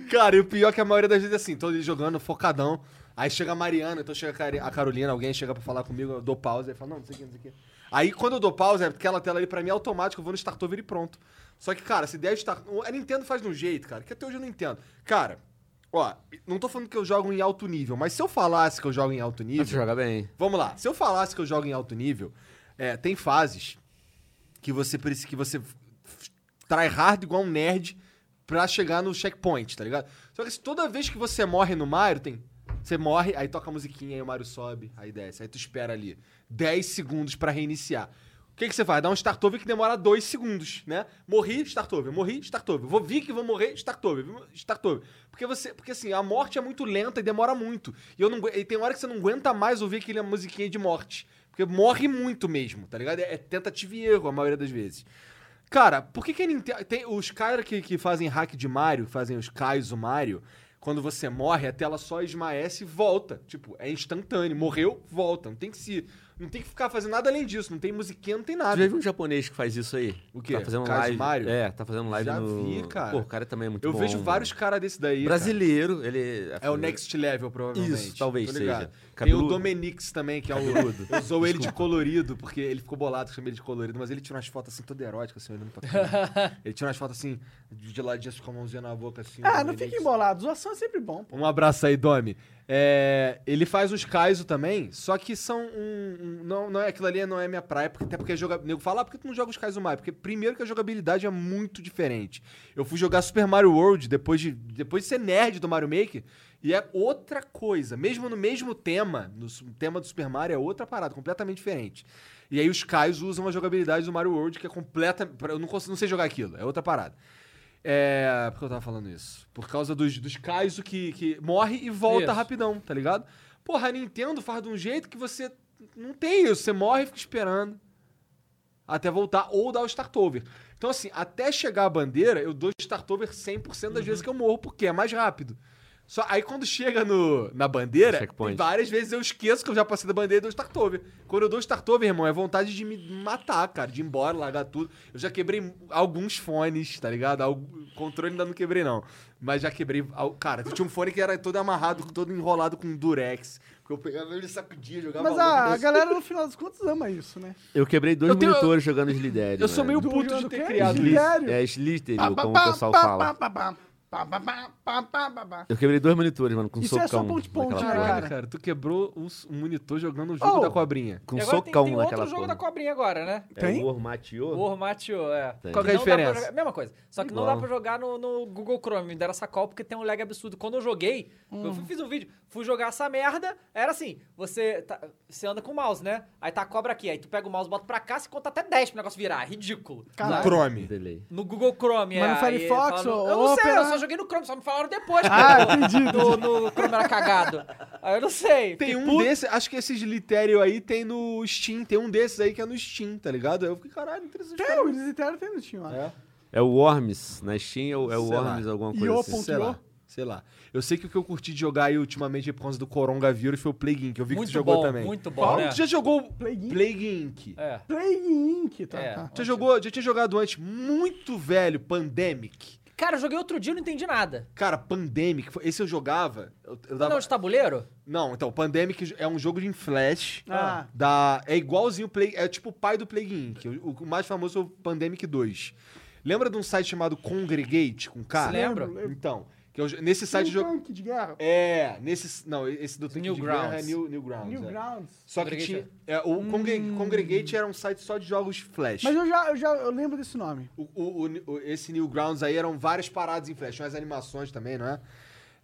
Cara, e o pior é que a maioria das vezes é assim, tô ali jogando, focadão. Aí chega a Mariana, então chega a Cari- a Carolina, alguém chega pra falar comigo, eu dou pausa, aí fala, não, não sei o que, não sei o que. Aí quando eu dou pausa, aquela tela ali pra mim é automático, eu vou no start over e pronto. Só que, cara, se der start. A Nintendo faz de um jeito, cara, que até hoje eu não entendo. Cara, ó, não tô falando que eu jogo em alto nível, mas se eu falasse que eu jogo em alto nível. Você joga bem. Vamos lá. Se eu falasse que eu jogo em alto nível, é, tem fases que você precisa que você f- f- try hard igual um nerd pra chegar no checkpoint, tá ligado? Só que se toda vez que você morre no Mario, tem você morre, aí toca a musiquinha, aí o Mario sobe, aí desce, aí tu espera ali 10 segundos pra reiniciar. O que, que você faz? Dá um start over que demora 2 segundos, né? Morri, start over. Morri, start over. Vou vir que vou morrer, start over. Start over. Porque você, porque assim, a morte é muito lenta e demora muito. E eu não, agu- e tem hora que você não aguenta mais ouvir aquela musiquinha de morte, porque morre muito mesmo, tá ligado? É, é tentativa e erro a maioria das vezes. Cara, por que, que a Nintendo. Tem os caras que, que fazem hack de Mario, fazem os Kaios do Mario, quando você morre, a tela só esmaece e volta. Tipo, é instantâneo. Morreu, volta. Não tem que se. Não tem que ficar fazendo nada além disso. Não tem musiquinha, não tem Tu nada. já viu um japonês que faz isso aí? O quê? Tá fazendo Caso live. Mario? É, tá fazendo live Já no... vi, cara. Pô, o cara também é muito Eu bom. vejo vários caras desse daí. mano. cara. Brasileiro, ele... É o next level, provavelmente. Tá Isso, talvez Tô ligado. seja. Tem o Cabeludo. Domenix também, que é o. Eu usou ele de colorido, porque ele ficou bolado que eu chamei ele de colorido, mas ele tira umas fotos assim, toda erótica, assim, olhando pra câmera. ele tira umas fotos assim, de ladinho, assim, com a mãozinha na boca, assim. Ah, o não Domenix. fique embolado. Zoação é sempre bom, pô. Um abraço aí, Domi. É, ele faz os Kaizo também, só que são um. um- não, não é aquilo ali, não é minha praia, porque, até porque joga. Nego fala, ah, por que tu não joga os Kaizo mais? Porque primeiro que a jogabilidade é muito diferente. Eu fui jogar Super Mario World depois de, depois de ser nerd do Mario Maker, e é outra coisa. Mesmo no mesmo tema, no su- tema do Super Mario é outra parada, completamente diferente. E aí os Kaizo usam a jogabilidade do Mario World, que é completa. Eu não, consigo, não sei jogar aquilo, é outra parada. É. Por que eu tava falando isso? Por causa dos, dos Kaizo que, que morre e volta Isso. rapidão, tá ligado? Porra, a Nintendo faz de um jeito que você. Não tem isso. Você morre e fica esperando. até voltar ou dar o startover. Então, assim, até chegar a bandeira, eu dou startover 100% das vezes que eu morro, porque é mais rápido. Só aí quando chega no, na bandeira, Checkpoint. várias vezes eu esqueço que eu já passei da bandeira e dou startover. Quando eu dou startover, irmão, é vontade de me matar, cara, de ir embora, largar tudo. Eu já quebrei alguns fones, tá ligado? Algu- controle ainda não quebrei, não. Mas já quebrei. al- Cara, tinha um fone que era todo amarrado, todo enrolado com durex. Que eu pegava ele sacudia, jogava Mas louco a, a desse- galera, no final das contas, ama isso, né? Eu quebrei dois Eu tenho- monitores jogando Slidery. Eu sou meio Do- puto de do ter quê? criado Sli- isso. Slidery. É Slitter, Pá, como pá, o pessoal pá, fala. pá, pá, pá, pá, pá, pá, pá, pá, pá. Eu quebrei dois monitores, mano, com Isso é socão. só ponte-ponte, naquela né, porra. Caralho, cara, tu quebrou um s- um monitor jogando o jogo Oh. da cobrinha. Com E agora tem- socão tem, naquela outro jogo da porra. cobrinha agora, né? É Tem? o Ormatio. O Ormatio, é. Tem. Qual que é a Não dá pra diferença? jogar- mesma coisa. Só que não Igual. dá pra jogar no, no Google Chrome, me deram sacol porque tem um lag absurdo. Quando eu joguei, eu Hum. fui- fiz um vídeo, fui jogar essa merda, era assim, você, tá- você anda com o mouse, né? Aí tá a cobra aqui, aí tu pega o mouse, bota pra cá, você conta até 10 pro negócio virar, é ridículo. No Caralho. Chrome. Delay. No Google Chrome, Mas é. no Firefox aí fala ou Eu não sei, eu Opera? né?" só joguei no Chrome, só me falaram depois. Ah, que no- entendi, No, no Chrome era cagado. Aí eu não sei. Tem fiquei um puto. desse, acho que esses litério aí tem no Steam, tem um desses aí que é no Steam, tá ligado? Aí Eu fiquei, caralho, interessante. Tem, o Inisitério tem no time, ó. É, É o Worms. Na Steam é o, é o Sei lá. Worms, alguma E coisa o assim. ponto- sei lá, sei lá. Eu sei que o que eu curti de jogar aí ultimamente por causa do coronavírus foi o Plague Inc, eu vi Muito que tu jogou bom, também. muito bom, Qual? né? Tu já jogou Plague Inc? Plague Inc? É. Plague Inc. Tá, É. tá. Tu já jogou, já tinha jogado antes, muito velho, Pandemic. Cara, eu joguei outro dia e não entendi nada. Cara, Pandemic, foi- esse eu jogava, eu, eu dava... Não, de tabuleiro? Não, então, Pandemic é um jogo de Flash. Ah. Da, é igualzinho o Plague. É tipo o pai do Plague Inc. O, o mais famoso é o Pandemic 2. Lembra de um site chamado Congregate com K? Se lembra? Então. que eu- nesse site Site eu jo- um de guerra. É, nesse. Não, esse do tanque de Newgrounds. guerra é New, Newgrounds. é. Newgrounds. Só que tinha. Congregate é, o Congre- Congregate era um site só de jogos Flash. Mas eu já, eu já eu lembro desse nome. O, o, o- o- esse Newgrounds aí eram várias paradas em Flash, umas animações também, não é?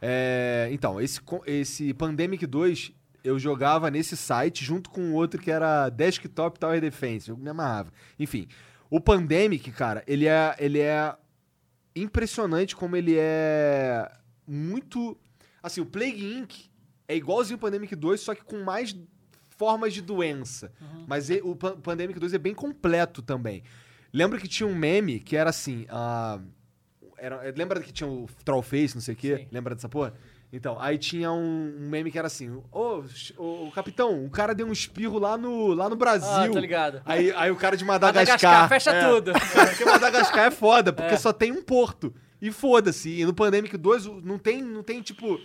É, então, esse, co- esse Pandemic 2 eu jogava nesse site junto com outro que era Desktop Tower Defense, eu me amarrava. Enfim, o Pandemic, cara, ele é, ele é impressionante como ele é muito... Assim, o Plague Inc. é igualzinho o Pandemic 2, só que com mais formas de doença. Uhum. Mas e- o Pan- Pandemic 2 é bem completo também. Lembra que tinha um meme que era assim. ah, era, eh, lembra que tinha o Trollface, não sei o quê? Sim. Lembra dessa porra? Então, aí tinha um, um meme que era assim: Ô, ch- ô, capitão, o cara deu um espirro lá no, lá no Ah, Brasil. tá ligado. aí, aí o cara de Madagascar, Madagascar. fecha é. tudo. Porque Madagascar é foda, porque só tem um porto. E foda-se. E no Pandemic 2 o- não tem, não tem tipo.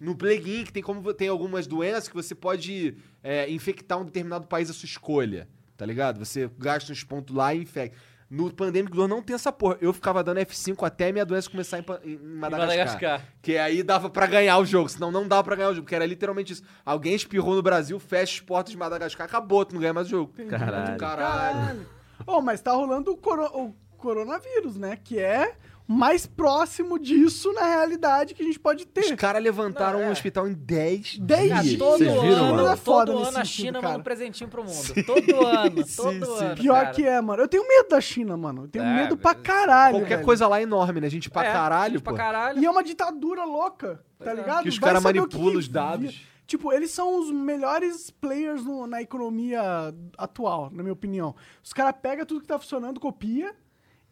No Plague Inc. tem como vo- tem algumas doenças que você pode é, infectar um determinado país à sua escolha. Tá ligado? Você gasta uns pontos lá e infecta. No Pandemic 2 não tem essa porra. Eu ficava dando F5 até minha doença começar em, Pa- em Madagascar. Madagascar. Que aí dava pra ganhar o jogo, senão não dava pra ganhar o jogo, porque era literalmente isso. Alguém espirrou no Brasil, fecha os portos de Madagascar, acabou, tu não ganha mais o jogo. Caralho. Caralho. Ô, mas tá rolando o, coro- o coronavírus, né? Que é o mais próximo disso na realidade que a gente pode Os ter. caras levantaram Não, é. um hospital em 10 10 Cara, dias. todo Vocês viram, ano, mano? É foda todo nesse ano a sentido, China cara. manda um presentinho pro mundo. Todo ano, todo ano. Pior cara. que é, mano. Eu tenho medo da China, mano. Eu tenho É, medo pra velho. caralho. Qualquer velho. coisa lá é enorme, né? Gente pra É, caralho, gente pô. Pra caralho. E é uma ditadura louca, tá é. ligado? Que os Vai caras saber o que manipulam os que- dados. Tipo, eles são os melhores players no- na economia atual, na minha opinião. Os caras pegam tudo que tá funcionando, copia,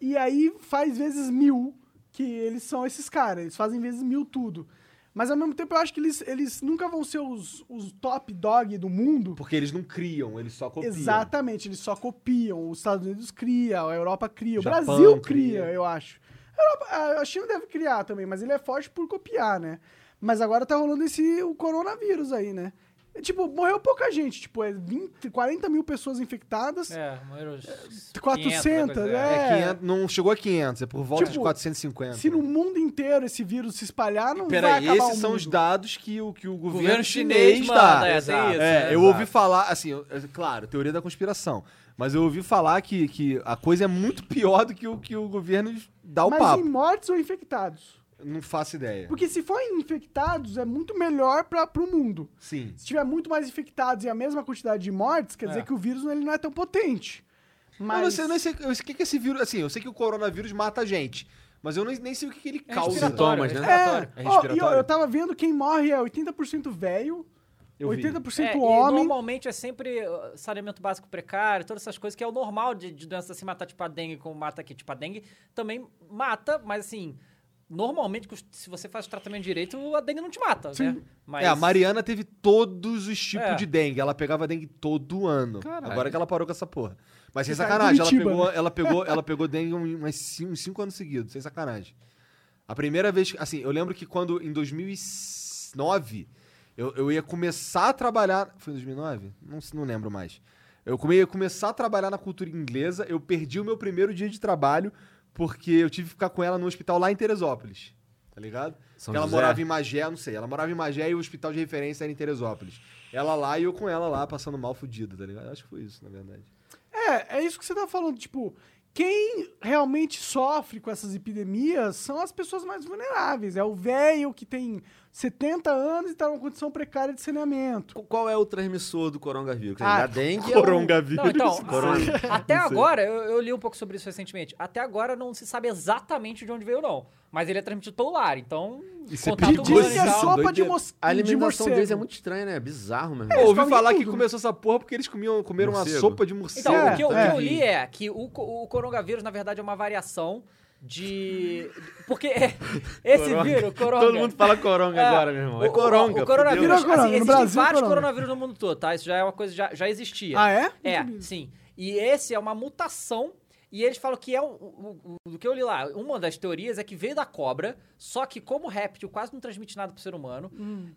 e aí faz vezes mil, que eles são esses caras. Eles fazem vezes mil tudo. Mas ao mesmo tempo eu acho que eles, eles nunca vão ser os, os top dog do mundo. Porque eles não criam, eles só copiam. Exatamente, eles só copiam. Os Estados Unidos cria, a Europa cria, o Japão Brasil cria. cria, eu acho. A, Europa- ah, a China deve criar também, mas ele é forte por copiar, né? Mas agora tá rolando esse o coronavírus aí, né? É, Tipo, morreu pouca gente, tipo, é 20, 40 mil pessoas infectadas. É, número 400, né? né? É, 500 não chegou a 500, é por volta de Tipo, 450. Se no mundo inteiro esse vírus se espalhar, não vai Peraí, acabar esses o são mundo. os dados que o, que o governo, Governo chinês, chinês dá. manda, é, tem Exato. isso, É, né? eu Exato. ouvi falar, assim, eu- é, claro, teoria da conspiração. Mas eu ouvi falar que, que a coisa é muito pior do que o que o governo dá o Mas em papo. mortes ou infectados? Não faço ideia. Porque se for em infectados, é muito melhor para pro mundo. Sim. Se tiver muito mais infectados e a mesma quantidade de mortes, quer É. dizer que o vírus ele não é tão potente. Mas Mas... Eu não sei, eu não é sei, eu sei o que, que esse vírus. Assim, eu sei que o coronavírus mata a gente. Mas eu nem, nem sei o que, que ele É causa. respiratório, sintomas, né? É, respiratório. É ó, e eu, respiratório? eu tava vendo quem morre é 80% velho, Eu vi. 80% É, e homem. normalmente é sempre uh, saneamento básico precário, todas essas coisas que é o normal de, de doenças assim, matar tipo a dengue como mata aqui. Tipo a dengue também mata, mas assim, normalmente cust- se você faz o tratamento direito, a dengue não te mata, né? Mas É, a Mariana teve todos os tipos É. de dengue. Ela pegava dengue todo ano. Caralho. Agora que ela parou com essa porra. Mas sem Tá em sacanagem, ela Curitiba, pegou, ela pegou, ela pegou dengue um- umas cin- uns 5 anos seguidos, sem sacanagem. A primeira vez, que- assim, eu lembro que quando em 2009 eu, eu ia começar a trabalhar, foi em 2009? Não, se- não lembro mais. Eu come- ia começar a trabalhar na cultura inglesa, eu perdi o meu primeiro dia de trabalho porque eu tive que ficar com ela no hospital lá em Teresópolis. Tá ligado? São Porque ela José. morava em Magé, não sei. Ela morava em Magé e o hospital de referência era em Teresópolis. Ela lá e eu com ela lá, passando mal fudido, tá ligado? Acho que foi isso, na verdade. É, é isso que você tá falando. Tipo, quem realmente sofre com essas epidemias são as pessoas mais vulneráveis. É o velho que tem 70 anos e tá numa condição precária de saneamento. Qu- Qual é o transmissor do coronavírus? Quer Ah, dizer, a dengue é o- Coronavírus. um Não, então, Corona. a- até agora, eu, eu li um pouco sobre isso recentemente. Até agora não se sabe exatamente de onde veio, não. Mas ele é transmitido pelo ar, então. Isso é contato perigoso. humano Diz e que a Doideira. tal. sopa de, mos... A de alimentação morcego. deles é muito estranha, né? É bizarro, meu Eu irmão. É. ouvi comem falar tudo, que né? começou essa porra porque eles comiam, comeram uma Morcego. sopa de Então, morcego. Certo, o, que eu, o é. que eu li é que o, co- o coronavírus, na verdade, é uma variação de. Porque é- esse Coronga. vírus, o coronga. Todo mundo fala coronga É, agora, meu irmão. É o- o- coronga. O coronavírus, Virou assim, coronga, no existem Brasil, vários coronga. coronavírus no mundo todo, tá? Isso já é uma coisa, que já, já existia. Ah, é? É, sim. E esse é uma mutação. E eles falam que é o, o- o- do que eu li lá. Uma das teorias é que veio da cobra, só que como réptil quase não transmite nada pro ser humano,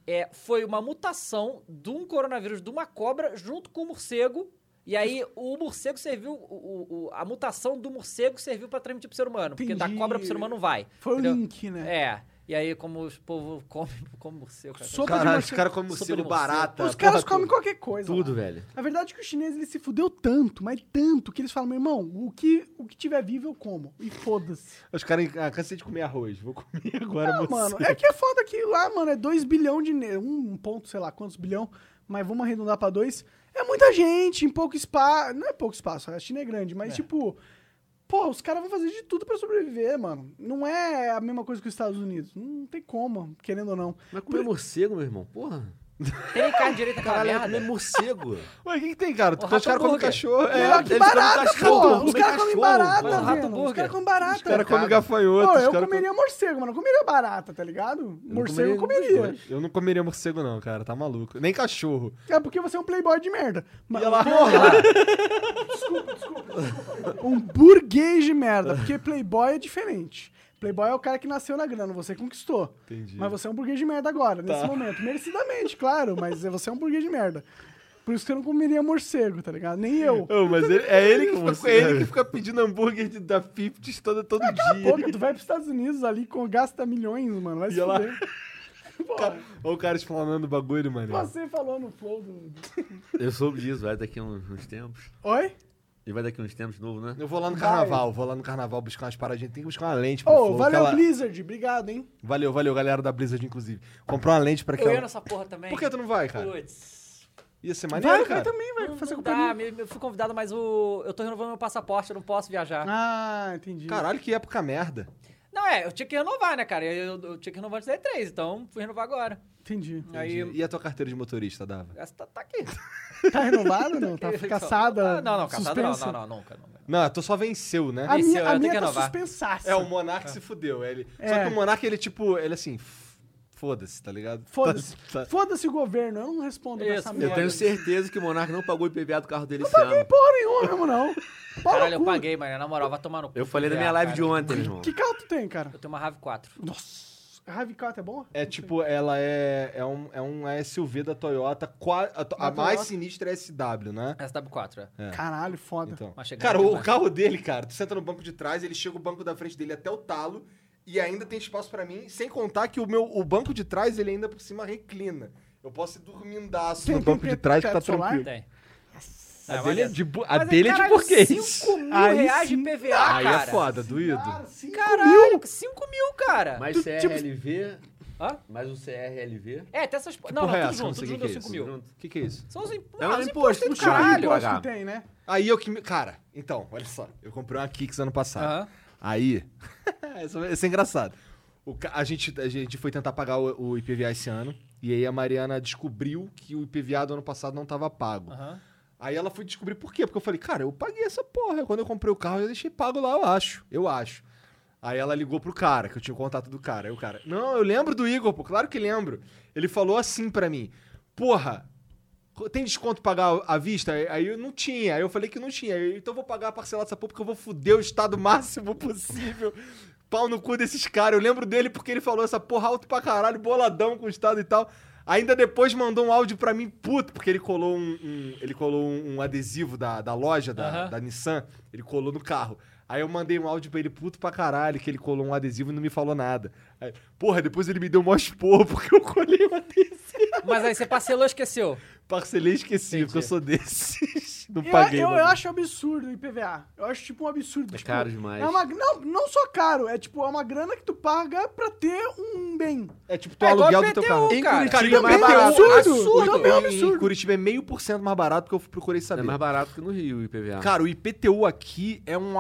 é, foi uma mutação de um coronavírus de uma cobra junto com o morcego. E aí o morcego serviu, o- o- o- a mutação do morcego serviu pra transmitir pro ser humano, porque Entendi. da cobra pro ser humano não vai. Foi o entendeu? link, né? É. E aí como os povo come, come morcego, cara. Sopa de Caralho, os morcego. caras comem Sopa de morcego morcego. barata. Os caras porra comem toda. qualquer coisa. lá. Tudo, velho. A verdade é que o chinês ele se fudeu tanto, mas tanto, que eles falam, meu irmão, o que, o que tiver vivo eu como. E foda-se. Os caras, ah, cansei de comer arroz. Vou comer agora Não, morcego. mano, é que é foda que lá, mano, é 2 bilhão de... ne- Um ponto, sei lá quantos bilhão, mas vamos arredondar pra dois. É muita gente, em pouco espaço. Não é pouco espaço, a China é grande, mas tipo... Pô, os caras vão fazer de tudo pra sobreviver, mano. Não é a mesma coisa que os Estados Unidos. Não tem como, querendo ou não. Mas comer morcego, meu irmão, porra. Tá Tem carne direita naquela Caralho, é comer merda. morcego. Ué, o que, que tem, cara? O Os caras rato comem hambúrguer. cachorro. É, Não, que eles comem barata, cachorro, pô! Os comem caras comem cachorro, barata, comem rato velho. Os burger. caras comem os barata. caras comem Mercado. gafanhoto. Ô, os eu caras comem- comeria morcego, mano. Eu comeria barata, tá ligado? morcego eu comeria nenhum dos comeria. dois. Eu não comeria morcego, não, cara. Tá maluco. Nem cachorro. É porque você é um playboy de merda. Mas um burguês de merda. Porque playboy é diferente. Playboy é o cara que nasceu na grana, você conquistou. Entendi. Mas você é um burguês de merda agora, nesse momento. Merecidamente, claro, mas você é um burguês de merda. Por isso que eu não comeria morcego, tá ligado? Nem eu. Ô, mas ele- é, ele que fica, Morcego. é ele que fica pedindo hambúrguer de- da Fifties todo, todo dia. Pô, tu vai pros Estados Unidos ali, com, gasta milhões, mano. Vai se E ela- fuder. Porra, Cara, Olha o cara explanando o bagulho, mano. você falou no flow do... Eu soube disso, vai daqui uns, uns tempos. Oi? E vai daqui uns tempos de novo, né? Eu vou lá no carnaval, vou lá no carnaval buscar umas paradinhas. Tem que buscar uma lente Ô, pro Flow, valeu, aquela- Blizzard. Obrigado, hein? Valeu, valeu, galera da Blizzard, inclusive. Comprou uma lente pra Eu ia aquela. nessa porra também. Por que tu não vai, cara? Puts. Ia ser Vai, maneiro, é, vai cara. também, vai fazer não companhia. dá, me- me- eu fui convidado, mas o, eu tô renovando meu passaporte, eu não posso viajar. Ah, entendi. Caralho, que época merda. Não, é, eu tinha que renovar, né, cara? Eu, eu tinha que renovar antes da E3, então fui renovar agora. Entendi. Aí, E a tua carteira de motorista, Dava? essa tá, tá aqui. Tá renovada, não? Tá caçada? Ah, Não, não, caçada não, suspensa? não, não, nunca, nunca. Não, tu só venceu, né? A Esse minha, eu a tenho minha que tá renovar. suspensaça. É, o Monark se fudeu. Ele... Só É. que o Monark, ele tipo, ele assim, f- foda-se, tá ligado? Foda-se. Tá- tá- Foda-se o governo, eu não respondo pra Isso, essa eu Eu merda. tenho certeza que o Monark não pagou o IPVA do carro dele esse Paguei ano. porra nenhuma mesmo, não. Pau no Caralho, eu cu. paguei, mano, na moral, vai tomar no cu. Eu falei na minha Ah, live cara, de ontem, meu irmão. Que carro tu tem, cara? Eu tenho uma RAV 4. Nossa. A Ravicato é boa? É tipo, ela é, é, um, é uma SUV da Toyota. qua- A, to- a Da mais Toyota? sinistra é SW, né? SW4, é. Caralho, foda. Então. Mas chegando Cara, o demais. carro dele, cara, tu senta no banco de trás, ele chega o banco da frente dele até o talo e ainda tem espaço pra mim, sem contar que o meu o banco de trás ele ainda por cima reclina. Eu posso ir dormindaço Tem- no um tem banco de teto- trás que tá teto solar? tranquilo. Tem. A É, dele é maneiro. de, bu- a Mas aí, dele é de caralho, burguês. 5 mil Aí reais sim. de PVA, Aí cara. é foda, doído. Sim, Caralho, 5 mil, cara. Mais CRLV, é? Hã? mais um CRLV. É, tem essas... Não, não, Porra, é tudo essa? Não junto, sei tudo o que que é junto deu 5 isso. mil. O que, que é isso? São os imp- É um ah, os imposto, impostos do puxa caralho. vida. Imposto que tem, né? Aí eu que. me- Cara, então, olha só. Eu comprei uma Kicks ano passado. Aham. Aí. isso, é- isso é engraçado. O ca- a, gente, a gente foi tentar pagar o, o IPVA esse ano. E aí a Mariana descobriu que o IPVA do ano passado não estava pago. Aham. Aí ela foi descobrir por quê. Porque eu falei, cara, eu paguei essa porra. Quando eu comprei o carro, eu deixei pago lá, eu acho. Eu acho. Aí ela ligou pro cara, que eu tinha o contato do cara. Aí o cara, não, eu lembro do Igor, pô, claro que lembro. Ele falou assim pra mim, porra, tem desconto pagar à vista? Aí- Aí eu não tinha. Aí eu falei que não tinha. Aí eu, Então eu vou pagar a parcela dessa porra porque eu vou fuder o estado máximo possível. Pau no cu desses caras. Eu lembro dele porque ele falou essa porra alto pra caralho, boladão com o estado e tal. Ainda depois mandou um áudio pra mim, puto, porque ele colou um, um- ele colou um, um adesivo da, da loja da, Aham. da Nissan, ele colou no carro. Aí eu mandei um áudio pra ele, puto pra caralho, que ele colou um adesivo e não me falou nada. Aí, porra, depois ele me deu um expor porque eu colei um adesivo. Mas aí você parcelou e esqueceu. Parcelei e esqueci, porque eu sou desses. Não Eu, paguei. eu, mano. eu acho absurdo o IPVA. Eu acho, tipo, um absurdo. É tipo, caro demais. É uma, não, não só caro, é tipo, é uma grana que tu paga pra ter um bem. É tipo, tu É igual aluguel do PTU, teu carro. Em cara. Curitiba Também mais é barato. absurdo. Absurdo. Também é um Em absurdo. Curitiba é meio por cento mais barato porque eu procurei É saber. mais barato que no Rio o IPVA. Cara, o IPTU aqui é um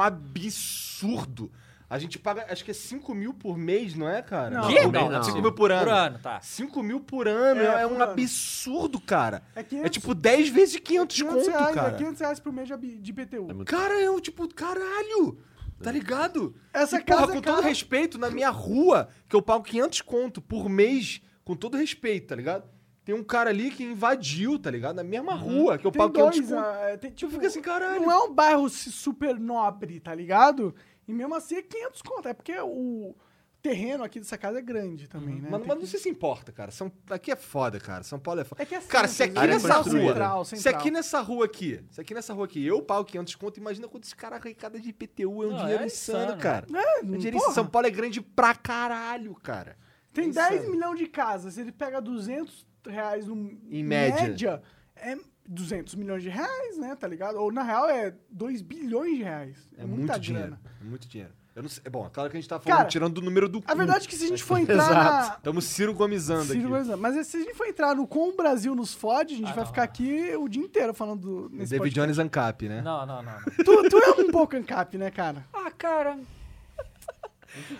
absurdo. A gente paga, acho que é 5 mil por mês, não é, cara? Não. Quê? Por Não, mês, não. 5 mil por ano. Por ano, tá. 5 mil por ano é, É, um por ano. absurdo, cara. É, É 500, tipo 10 vezes 500 conto, reais, cara. É 500 reais por mês de ab- de IPTU. Cara, eu, tipo, caralho! Tá ligado? Essa e, porra, casa é com todo cara. respeito, na minha rua, que eu pago 500 conto por mês, com todo respeito, tá ligado? Tem um cara ali que invadiu, tá ligado? Na mesma rua, que eu Uhum. Tem pago 500 dois, conto. ah, tem, tipo, fico assim, caralho. Não é um bairro si- super nobre, tá ligado? E mesmo assim é 500 conto. É porque o terreno aqui dessa casa é grande também, né? Uhum. Mas, Tem mas que- não sei se importa, cara. São, aqui é foda, cara. São Paulo é foda. É que é cara, se centro, aqui área nessa construída. rua. Central, Se central. aqui nessa rua aqui. Se aqui nessa rua aqui eu pago 500 conto, imagina quanto esse cara arrecada de IPTU. É um Não, dinheiro é insano, insano. cara. É, É dinheiro porra. insano. São Paulo é grande pra caralho, cara. Tem É 10 insano. milhões de casas, ele pega 200 reais no, em média. é 200 milhões de reais, né? Tá ligado? Ou na real é 2 bilhões de reais. É muito dinheiro. grana. É muito dinheiro. Eu não sei. é Bom, claro que a gente tá falando, Cara, tirando do número do cu. A verdade é que se a gente for entrar Estamos Ciro na. Gomizando Se- Hum. aqui. Mas se a gente for entrar no como o Brasil nos fode, a gente Ah, vai não. ficar aqui o dia inteiro falando do, nesse David Jones Ancap, né? Não, não, não. não. podcast. Tu, tu é um pouco ancap, né, cara? Ah, cara.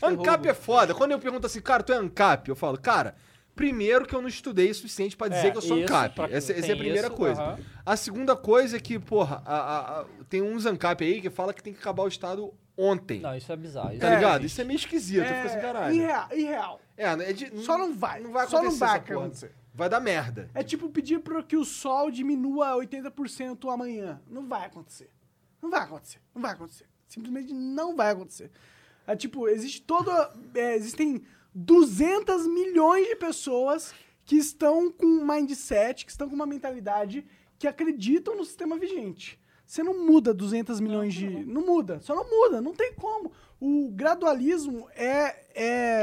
Ancap é foda. Quando eu pergunto assim, cara, tu é Ancap? Eu falo, cara, primeiro que eu não estudei o suficiente pra dizer É, que eu sou isso, Ancap. pra- Essa, essa é tem a primeira isso, coisa. aham. A segunda coisa é que, porra, a- a- a- tem uns Ancap aí que fala que tem que acabar o Estado ontem. Não, isso é bizarro. Isso Tá é- ligado? Isso é meio esquisito. Eu fico assim, caralho. irreal, irreal. É, é de- Só não vai. Não vai Só acontecer não vai essa porra. acontecer. Vai dar merda. É tipo pedir para que o sol diminua 80% amanhã. Não vai acontecer. Não vai acontecer. Não vai acontecer. Simplesmente não vai acontecer. É tipo, existe toda. é, existem 200 milhões de pessoas que estão com um mindset, que estão com uma mentalidade que acreditam no sistema vigente. Você não muda 200 milhões de. Não muda. Só não muda. Não tem como. O gradualismo é,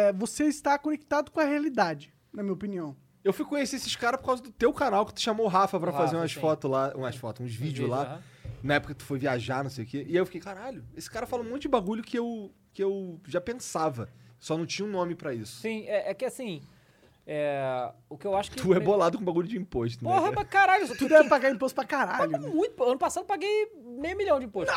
é você estar conectado com a realidade, na minha opinião. Eu fui conhecer esses caras por causa do teu canal, que tu chamou o Rafa pra O fazer Rafa, umas sim. fotos lá, umas fotos, uns vídeos vídeo, lá. aham. Na época que tu foi viajar, não sei o quê. E aí eu fiquei, caralho, esse cara fala um monte de bagulho que eu, que eu já pensava. Só não tinha um nome pra isso. Sim, é, é que assim. é, o que eu acho que. Tu é bolado com bagulho de imposto, né? Porra, cara? pra caralho. Tu Tu deve pagar imposto pra caralho. paga né? muito. Ano passado eu paguei meio milhão de imposto.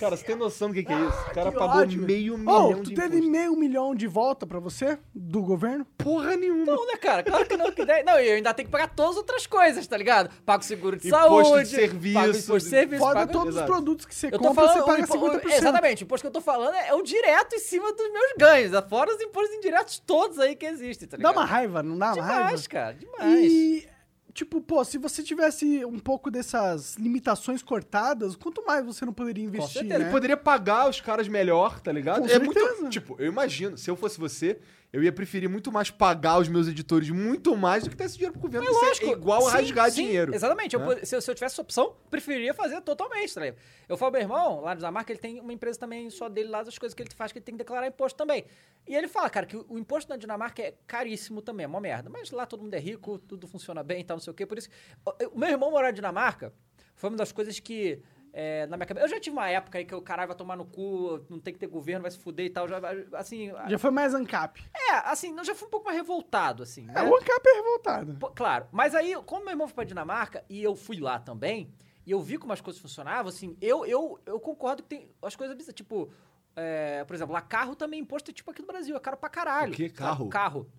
Cara, você tem noção do que, que é isso? O cara que pagou ódio, meio um milhão Oh, tu de teve imposto. meio milhão de volta pra você do governo? Porra nenhuma. Não, né, cara? Claro que não. Que ideia. Não, e eu ainda tenho que pagar todas as outras coisas, tá ligado? Pago seguro de Imposto de saúde. serviço, Pago imposto de serviço. Fora pago... todos Exato. os produtos que você Eu tô compra, falando. você paga o impo- 50%. Exatamente. O imposto que eu tô falando é, é o direto em cima dos meus ganhos. Fora os impostos indiretos todos aí que existem, Dá tá ligado? uma raiva, não dá uma raiva? Demais, cara. Demais. E, tipo, pô, se você tivesse um pouco dessas limitações cortadas, quanto mais você não poderia investir, certeza. Ele né? poderia pagar os caras melhor, tá ligado? Com é muito. certeza. Tipo, eu imagino, se eu fosse você, eu ia preferir muito mais pagar os meus editores muito mais do que ter esse dinheiro pro governo. É porque lógico. É igual Sim, a rasgar sim, dinheiro. Exatamente. Eu né? pod- se, eu- se eu tivesse essa opção, preferiria fazer totalmente, tá ligado? Eu falo, meu irmão, lá na Dinamarca, ele tem uma empresa também só dele lá, das coisas que ele faz, que ele tem que declarar imposto também. E ele fala, cara, que o o imposto na Dinamarca é caríssimo também, é uma merda. Mas lá todo mundo é rico, tudo funciona bem e tal, não sei o quê. Por isso. o- O meu irmão morar na Dinamarca foi uma das coisas que. é, na minha cabeça. Eu já tive uma época aí que o caralho vai tomar no cu, não tem que ter governo, vai se fuder e tal. Já, vai- assim, Já foi mais ANCAP. é, assim, eu já fui um pouco mais revoltado, assim. É, né? o ANCAP é Né? revoltado. Pô, claro, mas aí, como meu irmão foi pra Dinamarca e eu fui lá também, e eu vi como as coisas funcionavam, assim, eu, eu, eu concordo que tem as coisas bizarras, tipo, é, por exemplo, lá carro também imposto é tipo aqui no Brasil, é caro pra caralho. O quê? Hum. sabe? Carro? Carro.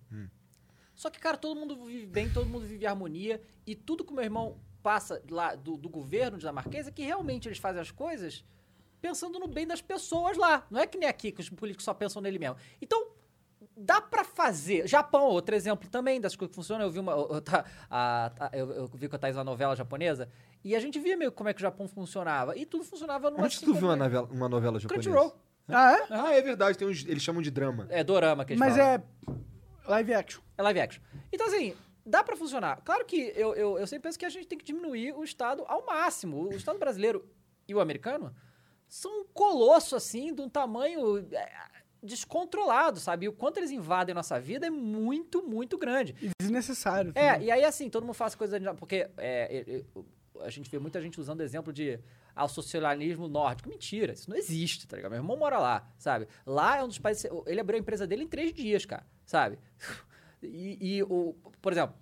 Só que, cara, todo mundo vive bem, todo mundo vive em harmonia. E tudo que o meu irmão passa lá do, do governo dinamarquês é que realmente eles fazem as coisas pensando no bem das pessoas lá. Não é que nem aqui, que os políticos só pensam nele mesmo. Então, dá pra fazer. Japão, outro exemplo também das coisas que funcionam. Eu vi uma. Eu, tá- a- a- eu- eu vi com a Thais uma novela japonesa. E a gente via meio como é que o Japão funcionava. E tudo funcionava numa. assim é Onde que tu viu uma novela, uma novela japonesa? Crunchyroll. Ah, é? Ah, é verdade. Tem uns, eles chamam de drama. É dorama que eles Mas falam. é live action. É live action. Então, assim, dá pra funcionar. Claro que eu, eu, eu sempre penso que a gente tem que diminuir o Estado ao máximo. O Estado brasileiro e o americano são um colosso, assim, de um tamanho é, descontrolado, sabe? E o quanto eles invadem nossa vida é muito, muito grande. E desnecessário. É, também. e aí assim, todo mundo faz coisa. de- Porque é, e- e- a gente vê muita gente usando exemplo de ah, o socialismo nórdico. Mentira, isso não existe, tá ligado? Meu irmão mora lá, sabe? Lá é um dos países. Ele abriu a empresa dele em três dias, cara, sabe? E, e o, por exemplo,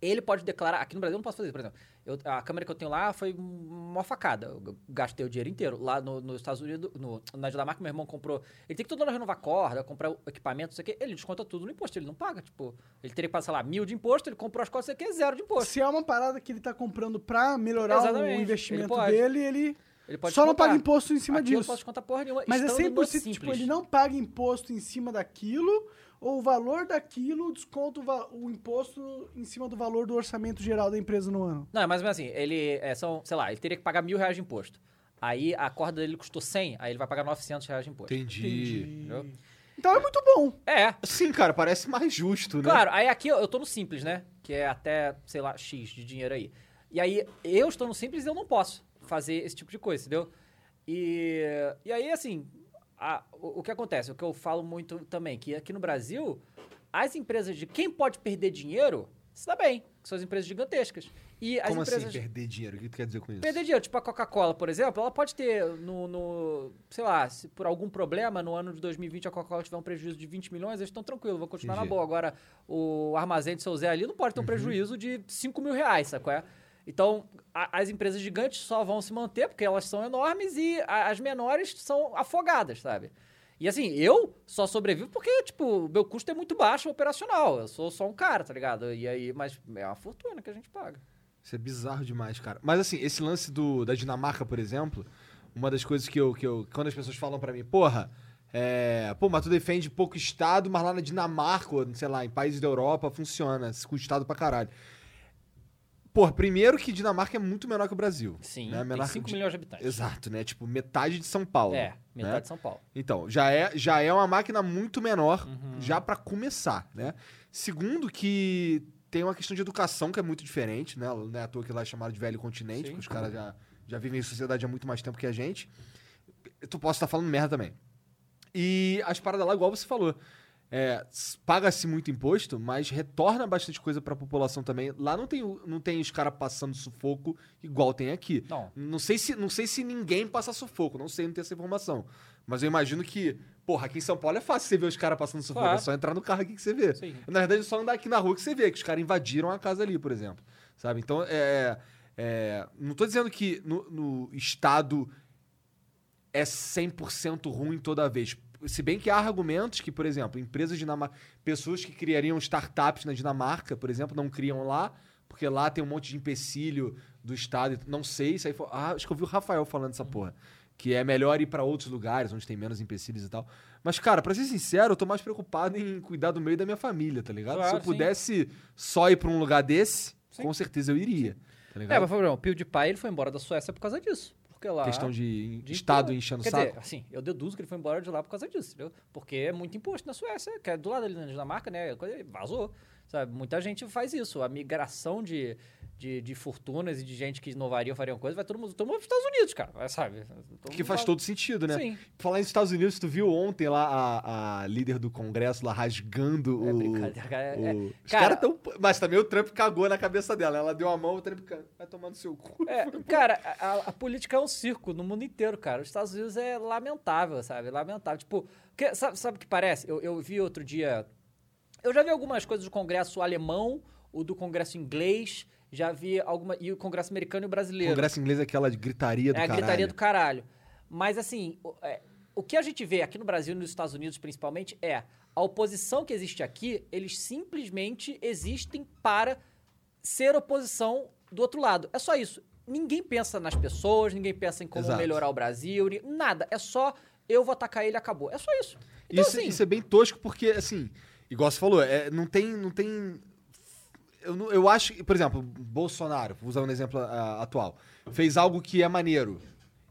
ele pode declarar. Aqui no Brasil eu não posso fazer isso, por exemplo. eu- a câmera que eu tenho lá foi uma facada. Eu gastei o dinheiro inteiro. Lá no- nos Estados Unidos, no, na Dinamarca, meu irmão comprou. Ele tem que todo ano renovar corda, comprar o equipamento, não sei o quê. Ele desconta tudo no imposto, ele não paga. Tipo, ele teria que passar lá mil de imposto, ele comprou as cordas, não sei o quê, zero de imposto. Se é uma parada que ele tá comprando pra melhorar Exatamente. o Ele investimento pode. dele, ele Ele pode só não descontar. paga imposto em cima Aqui Eu não disso. posso descontar porra nenhuma. Mas é estando no 100% tipo, simples. ele não paga imposto em cima daquilo, ou o valor daquilo desconta o, va- o imposto em cima do valor do orçamento geral da empresa no ano. Não, é mais ou menos assim. Ele é, são, sei lá, ele teria que pagar mil reais de imposto. Aí a corda dele custou 100, aí ele vai pagar 900 reais de imposto. Entendi. Entendeu? Então é muito bom. É, Sim, cara, parece mais justo, né? Claro, aí aqui eu, eu tô no simples, né? Que é até, sei lá, X de dinheiro aí. E aí eu estou no simples e eu não posso fazer esse tipo de coisa, entendeu? E, e aí, assim, a- o, o que acontece? O que eu falo muito também, que aqui no Brasil, as empresas de quem pode perder dinheiro se dá bem, que são as empresas gigantescas. E as Como empresas. assim, perder dinheiro? O que tu quer dizer com isso? Perder dinheiro, tipo a Coca-Cola, por exemplo, ela pode ter no, no- sei lá, se por algum problema no ano de 2020 a Coca-Cola tiver um prejuízo de 20 milhões, eles estão tranquilos, vão continuar Entendi. na boa. Agora, o armazém de seu Zé ali não pode ter um prejuízo de 5 mil reais, sabe qual é? Então, a- as empresas gigantes só vão se manter porque elas são enormes e a- as menores são afogadas, sabe? E assim, eu só sobrevivo porque, tipo, meu custo é muito baixo operacional. Eu sou só um cara, tá ligado? E aí, mas é uma fortuna que a gente paga. Isso é bizarro demais, cara. Mas assim, esse lance do, da Dinamarca, por exemplo, uma das coisas que eu. Que eu quando as pessoas falam pra mim, porra, é, pô, mas tu defende pouco Estado, mas lá na Dinamarca, ou, sei lá, em países da Europa, funciona, com Estado pra caralho. Porra, primeiro que Dinamarca é muito menor que o Brasil. Sim, né? tem Menor que 5 Di- milhões de habitantes. Exato, né? Tipo, metade de São Paulo. É, metade né? de São Paulo. Então, já é, já é uma máquina muito menor, Uhum. já pra começar, né? Segundo que tem uma questão de educação que é muito diferente, né? Não é à toa que lá é chamado de velho continente, Sim. porque os caras já, já vivem em sociedade há muito mais tempo que a gente. Tu posso estar falando merda também. E as paradas lá, igual você falou, é, s- paga-se muito imposto, mas retorna bastante coisa pra população também. Lá não tem, o- não tem os caras passando sufoco igual tem aqui. Não. Não sei, se, não sei se ninguém passa sufoco, não sei, não tenho essa informação. Mas eu imagino que, porra, aqui em São Paulo é fácil você ver os caras passando sufoco, Claro. é só entrar no carro aqui que você vê. Sim. Na verdade, é só andar aqui na rua que você vê que os caras invadiram a casa ali, por exemplo. Sabe? Então, é. é, não tô dizendo que no, no Estado é 100% ruim toda vez. Se bem que há argumentos que, por exemplo, empresas dinamarquesas, pessoas que criariam startups na Dinamarca, por exemplo, não criam lá, porque lá tem um monte de empecilho do Estado. e- Não sei, isso aí foi- ah, acho que eu vi o Rafael falando essa porra. Que é melhor ir pra outros lugares onde tem menos empecilhos e tal. Mas, cara, pra ser sincero, eu tô mais preocupado em cuidar do meio da minha família, tá ligado? Claro, Se eu sim. pudesse só ir pra um lugar desse, Sim. com certeza eu iria. Tá ligado? É, mas por exemplo, o PewDiePie ele foi embora da Suécia por causa disso. Porque lá. Questão de, de Estado imposto. enchendo o Quer saco. Dizer, assim, eu deduzo que ele foi embora de lá por causa disso, entendeu? Porque é muito imposto na Suécia, que é do lado ali na Dinamarca, né? Coisa- Vazou. Sabe? Muita gente faz isso. A migração de, de, de fortunas e de gente que inovaria fariam coisa, vai todo mundo. Todo mundo vai pros Estados Unidos, cara. Vai, sabe? Todo que mundo faz vai- todo sentido, né? um Sim. Falar nos Estados Unidos, tu viu ontem lá a, a líder do Congresso lá rasgando É o. brincadeira, cara. É- o- Os cara- caras tão. Mas também o Trump cagou na cabeça dela. Ela deu a mão, o Trump ca- vai tomar no seu cu. É, cara, a- a, a política é um circo no mundo inteiro, cara. Os Estados Unidos é lamentável, sabe? Lamentável. Tipo, porque sabe, sabe o que parece? Eu, eu vi outro dia. Eu já vi algumas coisas do Congresso alemão, o do Congresso inglês, já vi alguma. E o Congresso americano e o O brasileiro. Congresso inglês é aquela de gritaria do É a caralho. gritaria do caralho. Mas assim, o, é, o que a gente vê aqui no Brasil e nos Estados Unidos, principalmente, é A oposição que existe aqui, eles simplesmente existem para ser oposição do outro lado. É só isso. Ninguém pensa nas pessoas, ninguém pensa em como Exato. melhorar o Brasil, ni- nada. É só eu vou atacar ele, acabou. É só isso. Então, isso, assim, isso é bem tosco porque, assim, igual você falou, é, não tem. Não tem eu, não- eu acho que, por exemplo, Bolsonaro, vou usar um exemplo ah, atual, fez algo que é maneiro.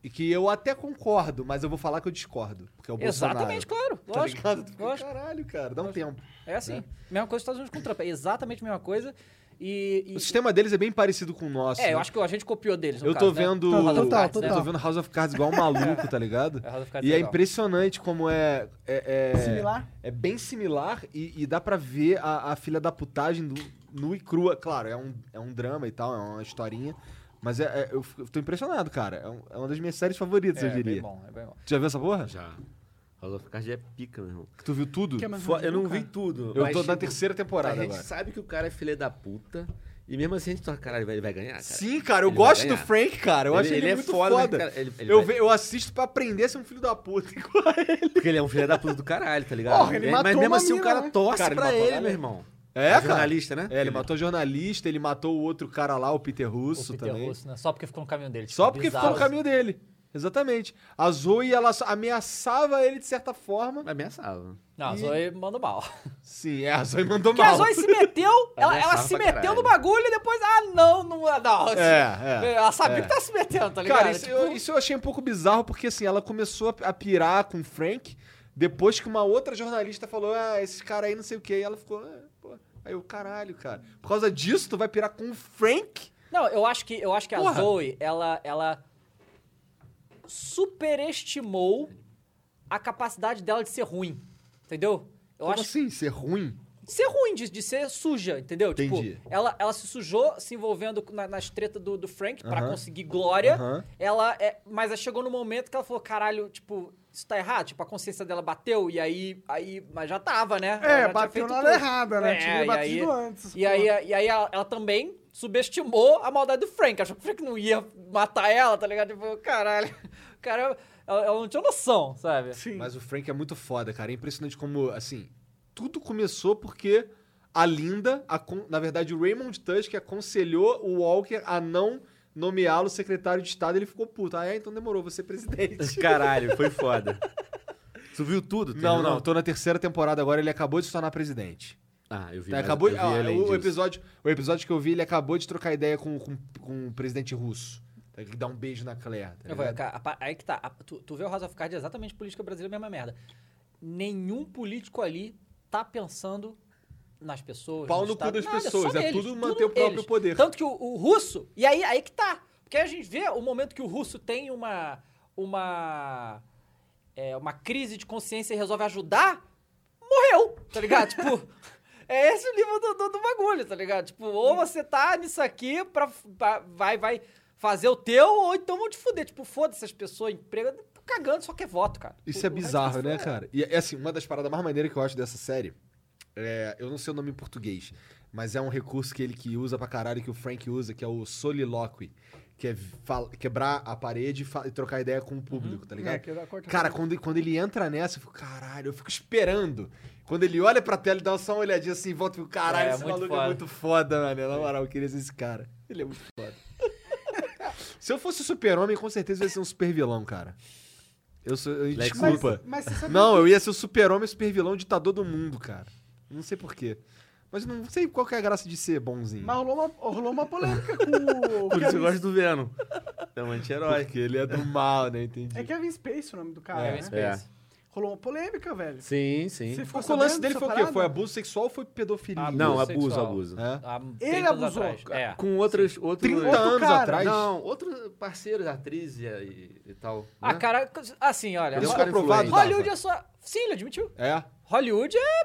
E que eu até concordo, mas eu vou falar que eu discordo. Porque é o Bolsonaro. exatamente, claro. Tá Lógico. ligado? Tu fica, lógico. Caralho, cara, dá um tempo. É assim. Mesma coisa dos Estados Unidos com o Trump. É exatamente a mesma coisa. E. e- O sistema deles é bem parecido com o nosso. é, eu né? acho que a gente copiou deles. no Eu caso, tô né? vendo. House of Total, Cards, né? Eu tô vendo House of Cards igual um maluco, tá ligado? É, House of Cards E é é legal. impressionante como é. É, é- Similar? é bem similar e, e dá pra ver a, a filha da putagem do, nua e crua. Claro, é um, é um drama e tal, é uma historinha. Mas é, é- eu, fico- eu tô impressionado, cara. É, um- é uma das minhas séries favoritas, É, eu diria. bem bom, é bem bom. Tu já viu essa porra? Já. House of Cards é pica, meu irmão. Que tu viu tudo? Que é mais Fo- eu não nunca. vi tudo. Eu mas, tô na tipo, terceira A temporada gente agora. sabe que o cara é filha da puta. E mesmo assim a gente tá, caralho, ele vai ganhar, cara. Sim, cara, eu Ele vai gosto do ganhar. Frank, cara. Eu Ele- acho ele, ele é muito foda, né, foda. cara? Ele- ele eu, vai- ve- eu assisto pra aprender a ser um filho da puta igual a ele. Porque ele é um filho da puta do caralho, tá ligado? Porra, ele É, matou Mas mesmo uma assim mina, o cara né? torce Cara, ele pra matou ele, ela, meu né? irmão. É, cara. jornalista, né? É, ele matou jornalista, ele matou o outro cara lá, o Peter Russo O Peter também. Russo, né? Só porque ficou no caminho dele. tipo, Só porque ficou ficou no caminho dele. Exatamente. A Zoe, ela só ameaçava ele de certa forma. Ameaçava. Não, a Zoe mandou mal. Sim, é, a Zoe mandou Porque a mal. Zoe se meteu, ela, é ela sarro se pra meteu caralho. no bagulho e depois, ah, não, não, não. Tipo, É, é. Ela sabia é. que tá se metendo, tá ligado? Cara, isso, Tipo, eu, isso eu achei um pouco bizarro, porque assim, ela começou a a pirar com o Frank depois que uma outra jornalista falou, ah, esse cara aí não sei o que. E ela ficou, ah, pô. Aí eu, caralho, cara. Por causa disso, tu vai pirar com o Frank? Não, eu acho que, eu acho que a Porra. Zoe, ela, ela superestimou a capacidade dela de ser ruim, entendeu? Eu Como acho assim, ser ruim? de ser ruim, de, de ser suja, entendeu? Entendi. Tipo, ela, ela se sujou se envolvendo na- nas tretas do, do Frank pra Aham. conseguir glória. Aham. Ela é, mas aí chegou no momento que ela falou, caralho, tipo, isso tá errado, tipo, a consciência dela bateu e aí, aí, mas já tava, né? Ela já É, tinha bateu feito na hora tudo. errada, né? É, Tinha e batido aí- antes. E aí, e aí ela, ela também subestimou a maldade do Frank. Achou que o Frank não ia matar ela, tá ligado? Tipo, caralho. O cara, ela, ela não tinha noção, sabe? Sim. Mas o Frank é muito foda, cara. É impressionante como, assim, tudo começou porque a Linda, a con- na verdade, o Raymond Tusk aconselhou o Walker a não nomeá-lo secretário de Estado. Ele ficou puto. Ah, é, então demorou, você presidente. Caralho, foi foda. Tu viu tudo? Não, terminou? não, tô na terceira temporada agora, ele acabou de se tornar presidente. Ah, eu vi. Tá, mas acabou, eu vi ah, além o, disso. episódio, o episódio que eu vi, ele acabou de trocar ideia com, com, com o presidente russo. Tá, Que dá um beijo na Claire. tá É, Eu falei, ligado? cara, a pa- aí que tá. a- tu, tu vê o House of Cards é exatamente política brasileira, mesma merda. Nenhum político ali tá pensando nas pessoas. Pau no no cu Estado, das nada, pessoas, só é neles, tudo manter o próprio neles. poder. Tanto que o, o russo. E aí, aí que tá. Porque aí a gente vê o momento que o russo tem uma. Uma. é, uma crise de consciência e resolve ajudar. Morreu, tá ligado? tipo. É esse o nível do, do- do bagulho, tá ligado? Tipo, ou você tá nisso aqui pra, pra- vai, vai fazer o teu, ou então vão te fuder. Tipo, foda-se as pessoas, emprego, eu tô cagando, só quer voto, cara. Isso é bizarro, né, cara? E é assim, uma das paradas mais maneiras que eu acho dessa série. é, eu não sei o nome em português, mas é um recurso que ele que usa pra caralho, que o Frank usa, que é o soliloquy. Que é fal- quebrar a parede e, fa- e trocar ideia com o público, tá ligado? É, que dá- corta- Cara, quando, quando ele entra nessa, eu fico, caralho, eu fico esperando. Quando ele olha pra tela e dá só uma olhadinha assim, e volta e fico, caralho, É, esse muito maluco é foda. muito foda, mano. Na moral, eu queria ser esse cara. Ele é muito foda. Se eu fosse super-homem, com certeza eu ia ser um super-vilão, cara. Eu sou. eu- Lex desculpa. Mas você sabe Não, eu ia ser o super-homem, super-vilão, ditador do mundo, cara. Não sei porquê. Mas não sei qual que é a graça de ser bonzinho. Mas rolou uma, rolou uma polêmica com o Por isso eu Kevin, gosto do Venom. É um anti-herói. Porque ele é do mal, né? Entendi. é Kevin Space o nome do cara, né? É. Rolou uma polêmica, velho. Sim, sim. Você O ficou lance sabendo dele dessa foi o quê? parada? Foi abuso sexual ou foi pedofilia? Ah, Não, abuso, sexual. abuso. É? Há Ele 30 anos abusou, atrás. cara. É. Com outros. outros 30 Outro anos cara. atrás? Não, outros parceiros, atrizes e, e tal. Ah, né? cara, assim, olha. Ele foi Esse um cara né? aprovado, influente. Dava. Hollywood é só. Sim, ele admitiu. É. Hollywood é.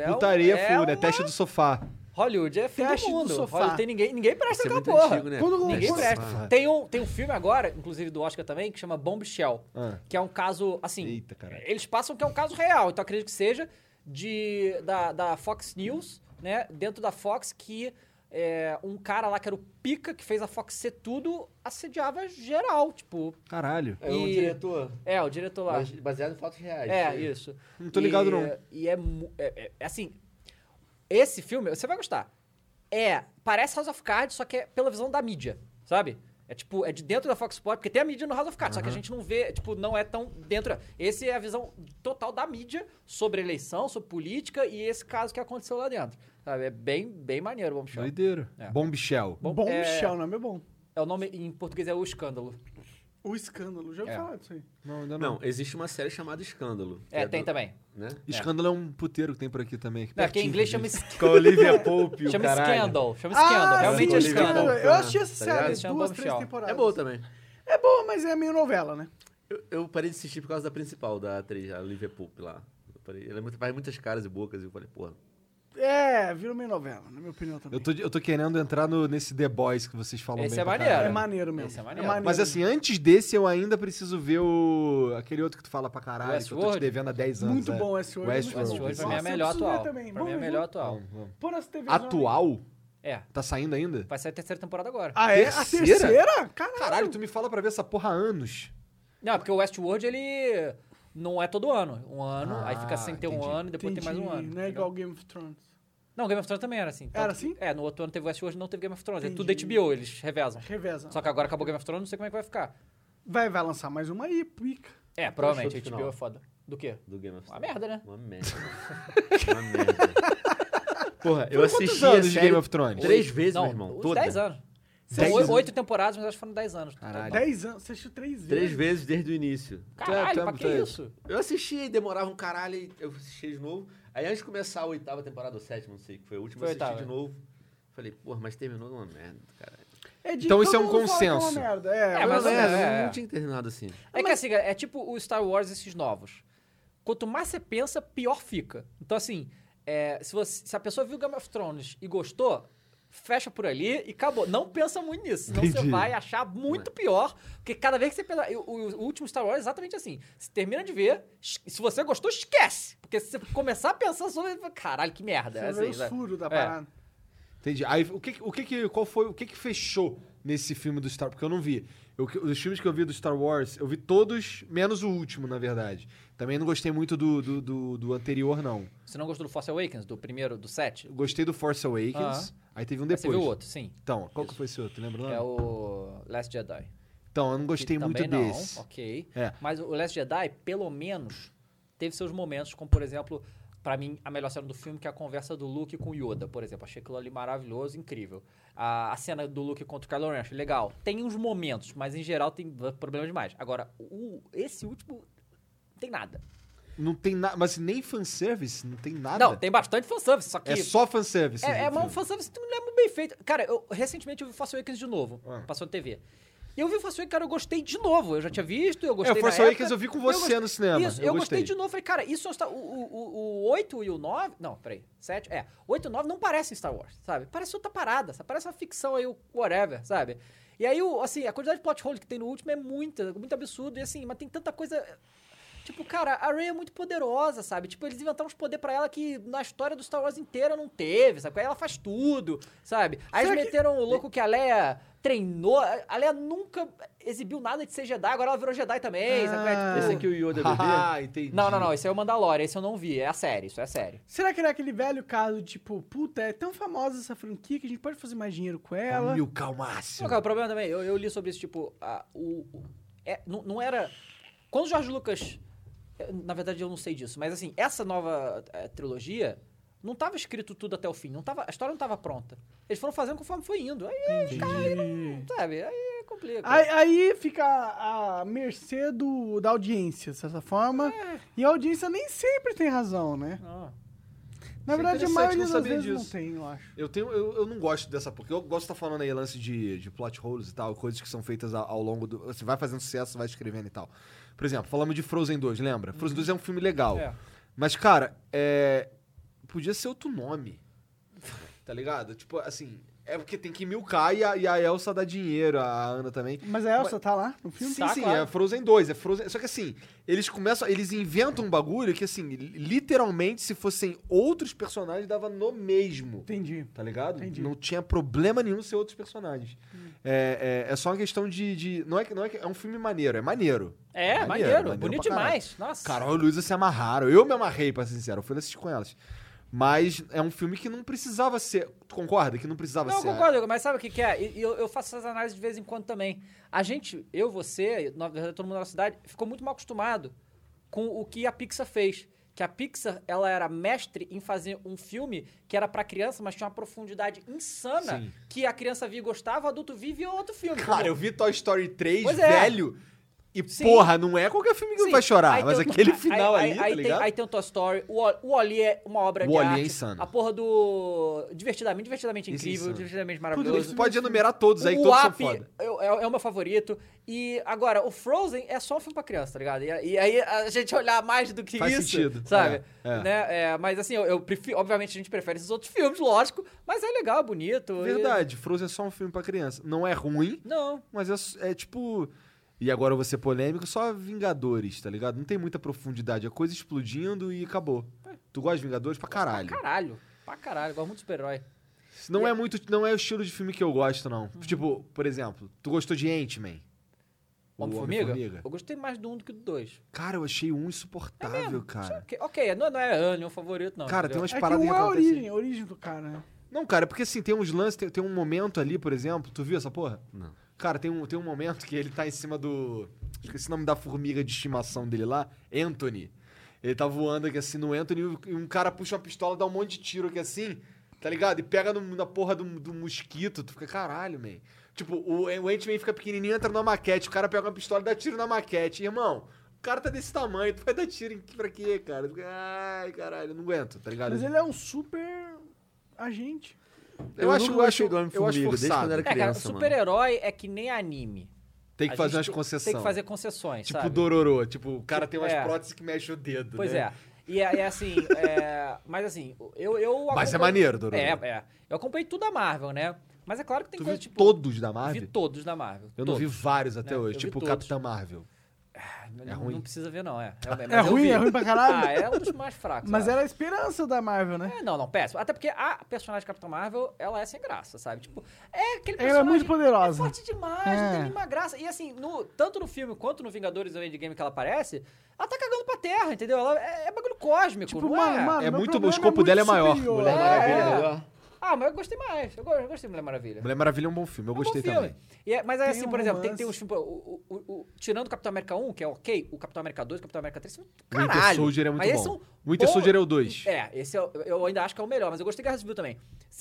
é um- Putaria é full, né? uma- Teste do sofá. Hollywood é fim Teste do do mundo. sofá. Hollywood tem ninguém, ninguém presta Isso é aquela muito porra. antigo, né? Quando- Ninguém quando- presta. Tem um, tem um filme agora, inclusive do Oscar também, que chama Bombshell. Ah. Que é um caso, assim. Eita, caralho. Eles passam que é um caso real, então acredito que seja de, da, da Fox News, né? Dentro da Fox, que é, um cara lá que era o Pica, que fez a Fox ser tudo, assediava geral, tipo... Caralho. É um E- diretor, É, o diretor lá. mas baseado em fatos reais. É, isso. Não tô ligado, e, não. E é, mu- é- é- é assim. Esse filme, você vai gostar. É. Parece House of Cards, só que é pela visão da mídia, sabe? É tipo, é de dentro da Fox Sports, porque tem a mídia no House of Cards, só que a gente não vê, tipo, não é tão dentro. Esse é a visão total da mídia sobre eleição, sobre política e esse caso que aconteceu lá dentro. Sabe? É bem, bem maneiro, vamos chamar. Doideiro. É. Bombshell. Bom, Bom é- Michel, não é meu bom. É o nome em português é o escândalo. O escândalo, já ouvi É. falar disso aí. Não, ainda Não, existe uma série chamada Escândalo. que É, tem do- também. Né? Escândalo é um puteiro que tem por aqui também. aqui Não, aqui pertinho, em inglês inclusive. chama, es- Com a Olivia Pope, o chama caralho. scandal. Chama Ah, scandal. Realmente é sim, escândalo. Scandal. Ah, Eu assisti essa Tá ligado? série Chama duas, Bob três Shaw. temporadas. É boa também. É boa, mas é meio novela, né? Eu, eu parei de assistir por causa da principal, da atriz, a Olivia Pope lá. Eu parei, ela é muito- faz muitas caras e bocas e eu falei, porra. É, virou meio novela, na minha opinião também. Eu tô, eu tô querendo entrar no, nesse The Boys que vocês falam Esse bem é pra maneiro. caralho. É maneiro mesmo. Esse é maneiro. Mas assim, antes desse eu ainda preciso ver o... Aquele outro que tu fala pra caralho, que eu tô Westworld? te devendo há 10 anos. muito é. bom esse hoje. Westworld. Westworld pra mim é a Nossa, eu melhor preciso ver atual. também. Pra mim Vamos é a ver melhor junto. atual. Pô, nas TVs Atual? É. Tá saindo ainda? Vai sair a terceira temporada agora. Ah, é? Terceira? A terceira? Caralho. Caralho, tu me fala pra ver essa porra há anos. Não, é porque o Westworld, ele não é todo ano. Um ano, Ah, aí fica sem ter entendi. um ano, e depois tem mais um ano. Não é entendeu? igual Game of Thrones. Não, Game of Thrones também era assim. Tanto Era que- assim? É, no outro ano teve Westworld, não teve Game of Thrones. É Entendi. tudo HBO, eles revezam. Reveza. Só que agora acabou Game of Thrones, não sei como é que vai ficar. Vai, vai lançar mais uma aí, pica. É, provavelmente, achou HBO do final? é foda. Do quê? Do Game of Uma Thrones. merda, né? Uma merda. Uma merda. Porra, eu Foram quantos assisti anos a de série Game of Thrones? Três vezes, meu irmão. uns Toda. 10 anos. São Dez oi- anos? oito temporadas, mas acho que foram 10 anos. Caralho. Dez anos. Você assistiu três né? vezes. Três vezes desde o início. Caralho, Tá, tá, pra que tá. isso? Eu assisti e demorava um caralho, e eu assisti de novo. Aí antes de começar a oitava temporada, ou sétima, não sei, que foi a última, Foi a eu assisti oitava. de novo. Falei, porra, mas terminou numa merda, caralho. É de- Então isso todo é um mundo fala que consenso. É, uma merda. é, É, Foi uma mas- mas... merda, é, não- é. não tinha terminado assim. É que assim, é tipo o Star Wars esses novos. Quanto mais você pensa, pior fica. Então assim, é, se, você- se a pessoa viu Game of Thrones e gostou, fecha por ali e acabou. Não pensa muito nisso, senão você Entendi. vai achar muito pior, porque cada vez que você pensa... O, o- o último Star Wars é exatamente assim. Se termina de ver, es- se você gostou, esquece. Porque se você começar a pensar sobre... Caralho, que merda. É Você vê assim, os né? furos da É. parada. Entendi. Aí, o que, o que que, qual foi, o que que fechou nesse filme do Star Porque eu não vi. Eu, que- os filmes que eu vi do Star Wars, eu vi todos, menos o último, na verdade. Também não gostei muito do, do, do- do anterior, não. Você não gostou do Force Awakens, do primeiro, do set? Eu gostei do Force Awakens, aí teve um depois. Ah. Você viu o outro, sim. Então, qual que foi esse outro, lembra? o nome? É o Last Jedi. Então, eu não gostei que muito também não, desse. ok. É. Mas o Last Jedi, pelo menos, teve seus momentos, como por exemplo, pra mim, a melhor cena do filme, que é a conversa do Luke com o Yoda, por exemplo. Achei aquilo ali maravilhoso, incrível. A, a cena do Luke contra o Kylo Ren, achei legal. Tem uns momentos, mas em geral tem problema demais. Agora, o- esse último, não tem nada. Não tem nada, mas nem fanservice, não tem nada. Não, tem bastante fanservice, só que... É só fanservice. É, é no uma filme. fanservice que não é muito bem feita. Cara, eu recentemente eu vi Force Awakens de novo. Ah. Passou na TV. E eu vi Force Awakens, cara, eu gostei de novo. Eu já tinha visto, eu gostei É, Force na Awakens época. eu vi com você gostei- no cinema, Isso, eu eu, gostei. gostei de novo. Falei, cara, isso é Star- o, o, o, o 8 e o 9... Não, peraí. 7, é. o 8 e o 9 não parecem Star Wars, sabe? Parece outra parada, sabe? Parece uma ficção aí, o whatever, sabe? E aí, o- assim, a quantidade de plot hole que tem no último é muita, muito absurdo. E assim, mas tem tanta coisa... Tipo, cara, a Rey é muito poderosa, sabe? Tipo, eles inventaram uns poder pra ela que na história do Star Wars inteira não teve, sabe? Aí ela faz tudo, sabe? Aí eles meteram o louco que a Leia treinou. A Leia nunca exibiu nada de ser Jedi, agora ela virou Jedi também, sabe? É, Ah. tipo- Esse aqui o Yoda bebê. Ah, entendi. Não, não, não, esse é o Mandalorian, esse eu não vi, é a série, isso é a série. Será que era aquele velho caso, tipo, puta, é tão famosa essa franquia que a gente pode fazer mais dinheiro com ela? Mil calmácio. Não, cara, é o problema também, eu, eu li sobre isso, tipo, a- o, o- é, não, não era... Quando o Jorge Lucas... eu- Na verdade, eu não sei disso, mas assim, essa nova eh, trilogia não tava escrito tudo até o fim, não tava, a história não tava pronta. Eles foram fazendo conforme foi indo, aí, não sabe, aí é complica. Aí, aí fica a a mercê do, da audiência, de certa forma. É. E a audiência nem sempre tem razão, né? Não. Isso Na é verdade, a interessante, maioria não das sabia vezes não disso. tem, eu acho. Eu, tenho, eu, eu não gosto dessa, porque eu gosto de estar falando aí lance de, de plot holes e tal, coisas que são feitas a- ao, longo do. Você vai fazendo sucesso, vai escrevendo e tal. Por exemplo, falamos de Frozen 2, lembra? Uhum. Frozen 2 é um filme legal. É. Mas, cara, é. Podia ser outro nome. Tá ligado? Tipo, assim. É porque tem que milcar e a, e a Elsa dá dinheiro, a Ana também. Mas a Elsa tá lá no filme? Sim, sim, é Frozen 2, é Frozen. Só que assim, eles começam, eles inventam um bagulho que assim, literalmente se fossem outros personagens dava no mesmo. Entendi. Tá ligado? Entendi. Não tinha problema nenhum ser outros personagens. Hum. É, é, é só uma questão de. de- não é que não é, que- é um filme maneiro, é maneiro. É, maneiro, Maneiro, maneiro bonito pra caralho. demais. Nossa. Carol e Luísa se amarraram. Eu me amarrei, pra ser sincero. Eu fui assistir com elas. Mas é um filme que não precisava ser. Tu concorda? Que não precisava Não, eu ser. concordo, Igor, mas sabe o que, que é? E- e eu, eu faço essas análises de vez em quando também. A gente, eu, você, na verdade, todo mundo na cidade, ficou muito mal acostumado com o que a Pixar fez. Que a Pixar, ela era mestre em fazer um filme que era pra criança, mas tinha uma profundidade insana Sim. que a criança via e gostava, o adulto via e via outro filme. Cara, eu vi Toy Story 3 Pois é. velho. E, Sim. porra, não é qualquer filme que não Sim, vai chorar. aí mas tem o- aquele final ali, aí, aí, tá aí ligado? Tem, aí tem o Toy Story, o Wall- o Wall-E é uma obra O de Wall-E é arte. insano. A porra do... Divertidamente, divertidamente Isso é incrível, insano. divertidamente Tudo maravilhoso. isso pode enumerar todos aí, que o todos são Up foda. é, é- é o meu favorito. E agora, o Frozen é só um filme pra criança, tá ligado? E, e aí a gente olhar mais do que Faz isso. sentido. Sabe? É, é. Né? É, mas assim, eu, eu prefiro. Obviamente a gente prefere esses outros filmes, lógico. Mas é legal, é bonito. e- Verdade, Frozen é só um filme pra criança. Não é ruim, Não. mas é, é tipo. E agora eu vou ser polêmico, só Vingadores, tá ligado? Não tem muita profundidade, é coisa explodindo e acabou. Tu gosta de Vingadores É. pra caralho. Pra caralho. Pra caralho. Gosto muito de super-herói. Não é muito, não é o estilo de filme que eu gosto não. Tipo, por exemplo, tu gostou de Ant-Man? O Homem-Formiga? Homem-Formiga? eu gostei mais do um do que do dois. Cara, eu achei um insuportável, cara. Ok, ok, não, não é Anne o favorito, não. Cara, tem entendeu? umas É que paradas um que é a acontecem. origem, a origem do cara, né? Não, cara, porque assim, tem uns lances, tem, tem um momento ali, por exemplo, tu viu essa porra? Não. Cara, tem um, tem um momento que ele tá em cima do. Esqueci o nome da formiga de estimação dele lá, Anthony. Ele tá voando aqui assim no Anthony e um cara puxa uma pistola, dá um monte de tiro aqui assim, tá ligado? E pega no- na porra do, do mosquito, tu fica, caralho, man. Tipo, o, o Ant-Man fica pequenininho, entra numa maquete, o cara pega uma pistola e dá tiro na maquete. Irmão, o cara tá desse tamanho, tu vai dar tiro em, pra quê, cara? Tu fica, Ai, caralho, eu não aguento, tá ligado? Mas ele é um super agente. Eu, acho, nunca eu acho, gostei do Homem-Formiga, eu acho desde quando forçado. era É, cara, criança, mano. super-herói é que nem anime. Tem A que fazer gente umas tem- concessões. Tem que fazer concessões, Tipo sabe? Dororô. Tipo, o cara tem umas É. próteses que mexe o dedo. Pois né? é. E é, é assim, é, mas assim, eu. eu Mas é acompanho- maneiro, Dororo. É, é. Eu acompanhei tudo da Marvel, né? Mas é claro que tem Tu viu coisa tipo. todos da Marvel? Vi todos da Marvel. Eu não vi todos. vários até Né? hoje. Eu vi Tipo todos. Capitã Marvel. Não- É ruim. Não precisa ver, não, é. Realmente, É mas eu ruim, vi. é ruim pra caralho. Ah, é um dos mais fracos. Mas eu era a esperança da Marvel, né? acho. É, não, não, péssimo. Até porque a personagem Capitã Marvel, ela é sem graça, sabe? Tipo, é aquele personagem... Ela é muito poderosa. É forte demais, não tem É. nenhuma graça. E assim, no- tanto no filme quanto no Vingadores do Game que ela aparece, ela tá cagando pra terra, entendeu? Ela é, é bagulho cósmico, Tipo, não mano, é? mano, É meu muito- o problema escopo dela é maior, superior. Mulher É, Maravilha. né? é. Melhor. Ah, mas eu gostei mais. Eu, go- eu gostei de Mulher Maravilha. Mulher Maravilha é um bom filme. Eu É um bom gostei filme. também. E é- mas é Tem assim, um por exemplo, tem, romance. tem uns filmes. o- o- o- o- tirando o Capitão América 1, que é ok, o Capitão América 2, o Capitão América 3, são do Winter caralho. Soldier é muito Mas esses bom. são Winter bons- Soldier é o dois. É, esse é o- eu ainda acho que é o melhor, mas eu gostei de Guerra Civil também.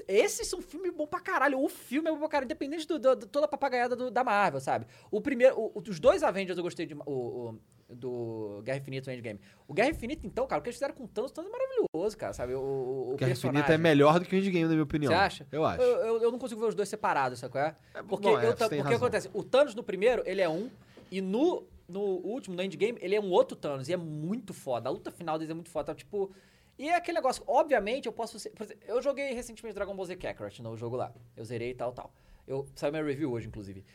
Esses são filmes bons pra caralho. O filme é bom pra caralho, independente do- do- de toda a papagaiada do- da Marvel, sabe? O primeiro. o- o- os dois Avengers eu gostei de. O, o- do Guerra Infinita e o Endgame. O Guerra Infinita, então, cara, o que eles fizeram com o Thanos, o Thanos é maravilhoso, cara, sabe? O, o, o Guerra personagem. Infinita é melhor do que o Endgame, na minha opinião. Você acha? Eu acho. Eu, eu- eu não consigo ver os dois separados, sabe qual é? É, Porque bom, é, eu você ta- tem o que razão. acontece? O Thanos no primeiro, ele é um, e no, no último, no Endgame, ele é um outro Thanos, e é muito foda. A luta final deles é muito foda, tá, tipo... E é aquele negócio, obviamente, eu posso ser... por exemplo, eu joguei recentemente Dragon Ball Z Kakarot no jogo lá. Eu zerei e tal, tal. Eu, saiu minha review hoje, inclusive.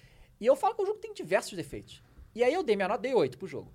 E eu falo que o jogo tem diversos defeitos. E aí eu dei minha nota, dei 8 pro jogo.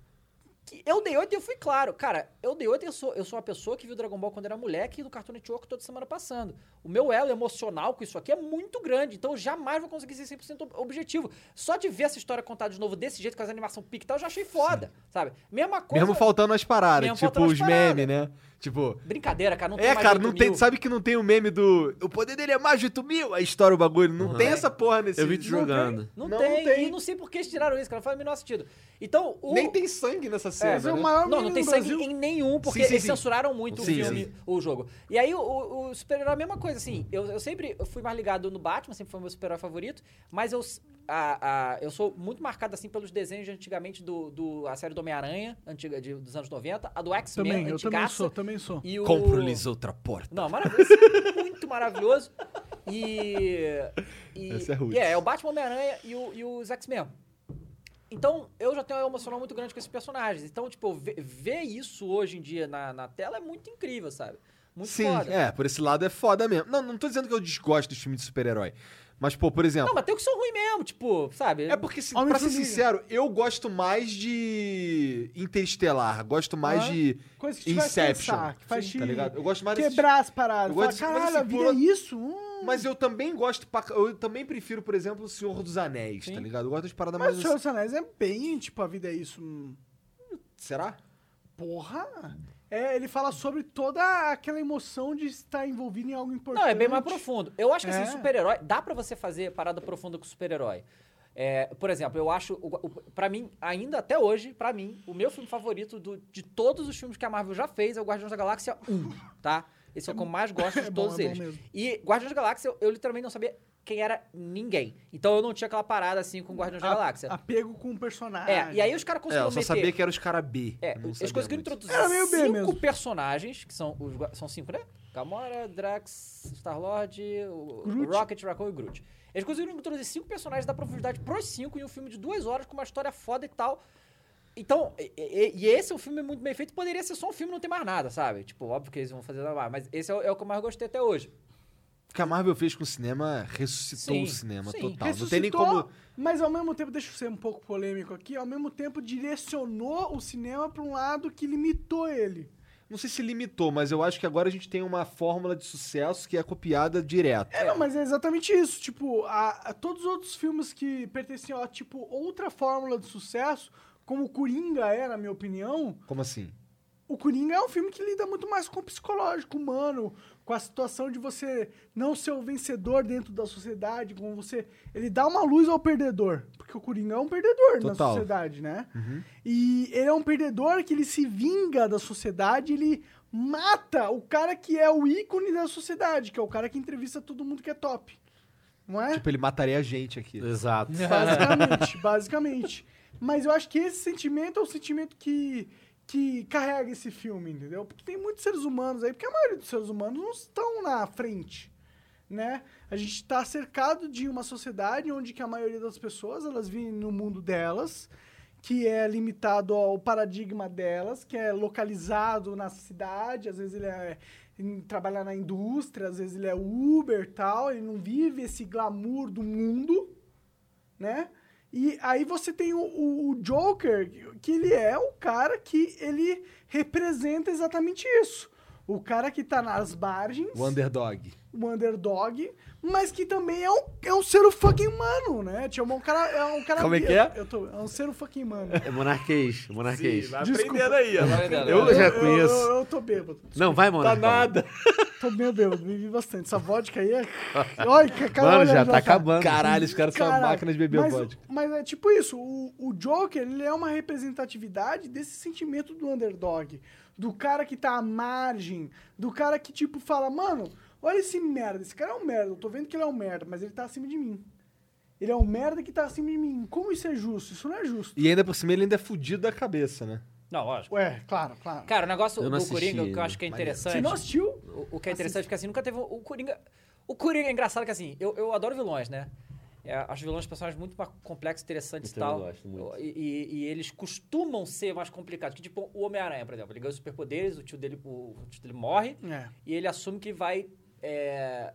Que eu dei 8 e eu fui claro. Cara, eu dei 8 e eu sou, eu sou uma pessoa que viu Dragon Ball quando era moleque e no Cartoon Network toda semana passando. O meu elo emocional com isso aqui é muito grande, então eu jamais vou conseguir ser 100% ob- objetivo. Só de ver essa história contada de novo desse jeito, com as animação pique e tal, eu já achei foda, sabe? Mesma coisa... Mesmo faltando as paradas. Mesmo tipo, faltando as os paradas. memes, né? Tipo... Brincadeira, cara, não tem É, mais cara, 8 não tem, mil. sabe que não tem o meme do. O poder dele é mais de 8 mil, aí estoura o bagulho. Não tem essa porra nesse Eu vi te Não tem. jogando. Não, Não, tem, não tem. e não sei por que eles tiraram isso, cara, não faz o menor sentido. Então, o... Nem tem sangue nessa cena. Mas é o né? maior Não, meme não tem no sangue Brasil. em nenhum, porque Sim, sim, eles sim. censuraram muito Sim, o filme, sim. o jogo. E aí, o, o- o super-herói é a mesma coisa, assim. Eu, eu sempre fui mais ligado no Batman, sempre foi o meu super-herói favorito, mas eu, s- a- a- eu sou muito marcado, assim, pelos desenhos de antigamente do, do- a série do Homem-Aranha, antiga, de- dos anos 90, a do Também, X-Men, eu também antigaça, sou, também sou. e o... Compro-lhes outra porta. Não, maravilhoso. Isso é muito maravilhoso. E. e Essa é roots. e é, é o Batman Homem-Aranha e, o, e os X-Men. Então, eu já tenho um emocional muito grande com esses personagens. Então, tipo, ve- ver isso hoje em dia na, na tela é muito incrível, sabe? Muito Sim, foda. é, por esse lado é foda mesmo. Não, não tô dizendo que eu desgosto dos filmes de super-herói. Mas, pô, por exemplo. Não, mas tem uns que são ruins mesmo, tipo, sabe? É porque, se, Homem pra ser Formiga. sincero, eu gosto mais de Interestelar. Gosto mais Aham. de Coisa que te faz Inception. pensar, que faz Sim, te tá ligado? Eu gosto mais desses- quebrar as paradas. Eu Fala, gosto desse- mas caralho, a assim, vida por- é isso? Hum. Mas eu também gosto. pra- Eu também prefiro, por exemplo, O Senhor dos Anéis, tá ligado? Eu gosto das paradas Mas o mais. assim, Senhor dos Anéis é bem, tipo, a vida é isso. hum. Será? Porra! É, ele fala sobre toda aquela emoção de estar envolvido em algo importante. Não, é bem mais profundo. Eu acho que É. assim, super-herói, dá pra você fazer parada profunda com super-herói. É, por exemplo, eu acho, o, o, pra mim, ainda até hoje, pra mim, o meu filme favorito do- de todos os filmes que a Marvel já fez é o Guardiões da Galáxia 1, tá? Esse é o que eu mais gosto de É bom, todos é bom eles. mesmo. E Guardiões da Galáxia, eu, eu literalmente não sabia quem era ninguém. Então eu não tinha aquela parada assim com Guardiões da Galáxia. Apego com o personagem. É, e aí os caras É, conseguiram eu só meter- sabia que era os caras B. é, Eu não eles sabia conseguiram muito. introduzir Era meio B cinco mesmo. personagens, que são os gua- são cinco, né? Gamora, Drax, Star-Lord, o- o Groot. Rocket, Raccoon e Groot. Eles conseguiram introduzir cinco personagens da profundidade pros cinco em um filme de duas horas com uma história foda e tal. Então, e, e- e esse é um filme muito bem feito. Poderia ser só um filme e não ter mais nada, sabe? Tipo, óbvio que eles vão fazer nada mais, mas esse é o, é o que eu mais gostei até hoje. O que a Marvel fez com o cinema ressuscitou Sim, o cinema sim. total. Ressuscitou, Não tem nem como. Mas ao mesmo tempo, deixa eu ser um pouco polêmico aqui, ao mesmo tempo direcionou o cinema pra um lado que limitou ele. Não sei se limitou, mas eu acho que agora a gente tem uma fórmula de sucesso que é copiada direto. É, não, mas é exatamente isso. Tipo, a, a todos os outros filmes que pertenciam a, tipo, outra fórmula de sucesso, como o Coringa é, na minha opinião, Como assim? o Coringa é um filme que lida muito mais com o psicológico humano, com a situação de você não ser o vencedor dentro da sociedade, com você... Ele dá uma luz ao perdedor, porque o Coringa é um perdedor na Total. sociedade, né? Uhum. E ele é um perdedor que ele se vinga da sociedade, ele mata o cara que é o ícone da sociedade, que é o cara que entrevista todo mundo que é top. Não é? Tipo, ele mataria a gente aqui. Exato. Basicamente, basicamente. Mas eu acho que esse sentimento é o sentimento que, que carrega esse filme, entendeu? Porque tem muitos seres humanos aí, porque a maioria dos seres humanos não estão na frente, né? A gente está cercado de uma sociedade onde que a maioria das pessoas, elas vivem no mundo delas, que é limitado ao paradigma delas, que é localizado na cidade, às vezes ele é em- trabalhar na indústria, às vezes ele é Uber tal, ele não vive esse glamour do mundo, né? E aí você tem o, o- o Joker, que ele é o cara que ele representa exatamente isso. O cara que tá nas margens, O underdog. o um underdog, mas que também é um, é um ser fucking humano, né? Tipo, é um cara... É um cara Como é que eu- é? Eu tô, é um ser fucking humano. É monarquês, monarquês. Tá aprendendo aí, ó. Eu já conheço. Eu, eu tô bêbado. Não, vai, Tá monarca. nada. Tô meio bêbado, bebi bastante. Essa vodka aí é... Olha, que acabou, Mano, já olha, tá acabando. Caralho, os caras são uma Caraca, máquina de beber mas, vodka. Mas é tipo isso, o, o Joker, ele é uma representatividade desse sentimento do underdog, do cara que tá à margem, do cara que tipo fala, mano, olha esse merda, esse cara é um merda, eu tô vendo que ele é um merda, mas ele tá acima de mim. Ele é um merda que tá acima de mim. Como isso é justo? Isso não é justo. E ainda por cima ele ainda é fudido da cabeça, né? Não, lógico. Ué, É, claro, claro. Cara, o negócio Eu do não assisti Coringa, que eu ainda. acho que é Maneiro. interessante... Você não assistiu? O, o que é interessante é que assim, nunca teve. um- O Coringa. O Coringa é engraçado que assim, eu, eu adoro vilões, né? É, acho vilões personagens muito mais complexos, interessantes Eu também e tal. gosto muito. E, e- e eles costumam ser mais complicados. Que, tipo, o Homem-Aranha, por exemplo, ele ganha os superpoderes, o tio dele, o, o tio dele morre É. e ele assume que vai é,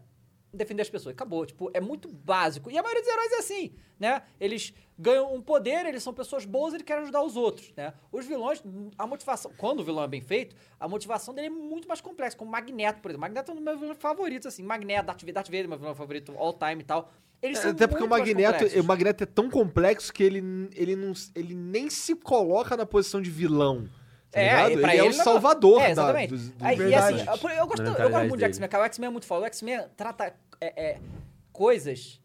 defender as pessoas. Acabou, tipo, é muito básico. E a maioria dos heróis é assim, né? Eles ganham um poder, eles são pessoas boas, eles querem ajudar os outros, né? Os vilões, a motivação, quando o vilão é bem feito, a motivação dele é muito mais complexa, como Magneto, por exemplo. Magneto é um dos meus vilões favoritos, assim. Magneto, Darth Vader, Darth Vader, meu vilão favorito all time e tal. Eles são É, Até porque o muito mais Magneto, complexos. o Magneto é tão complexo que ele, ele, não, ele nem se coloca na posição de vilão. Tá É, ligado? pra ele, é o ele não- salvador É, da- exatamente. dos, dos Aí, e assim, verdades. eu, eu gosto, eu gosto mentalidade muito de dele. X-Men, cara. O X-Men é muito foda. O X-Men trata é, é, coisas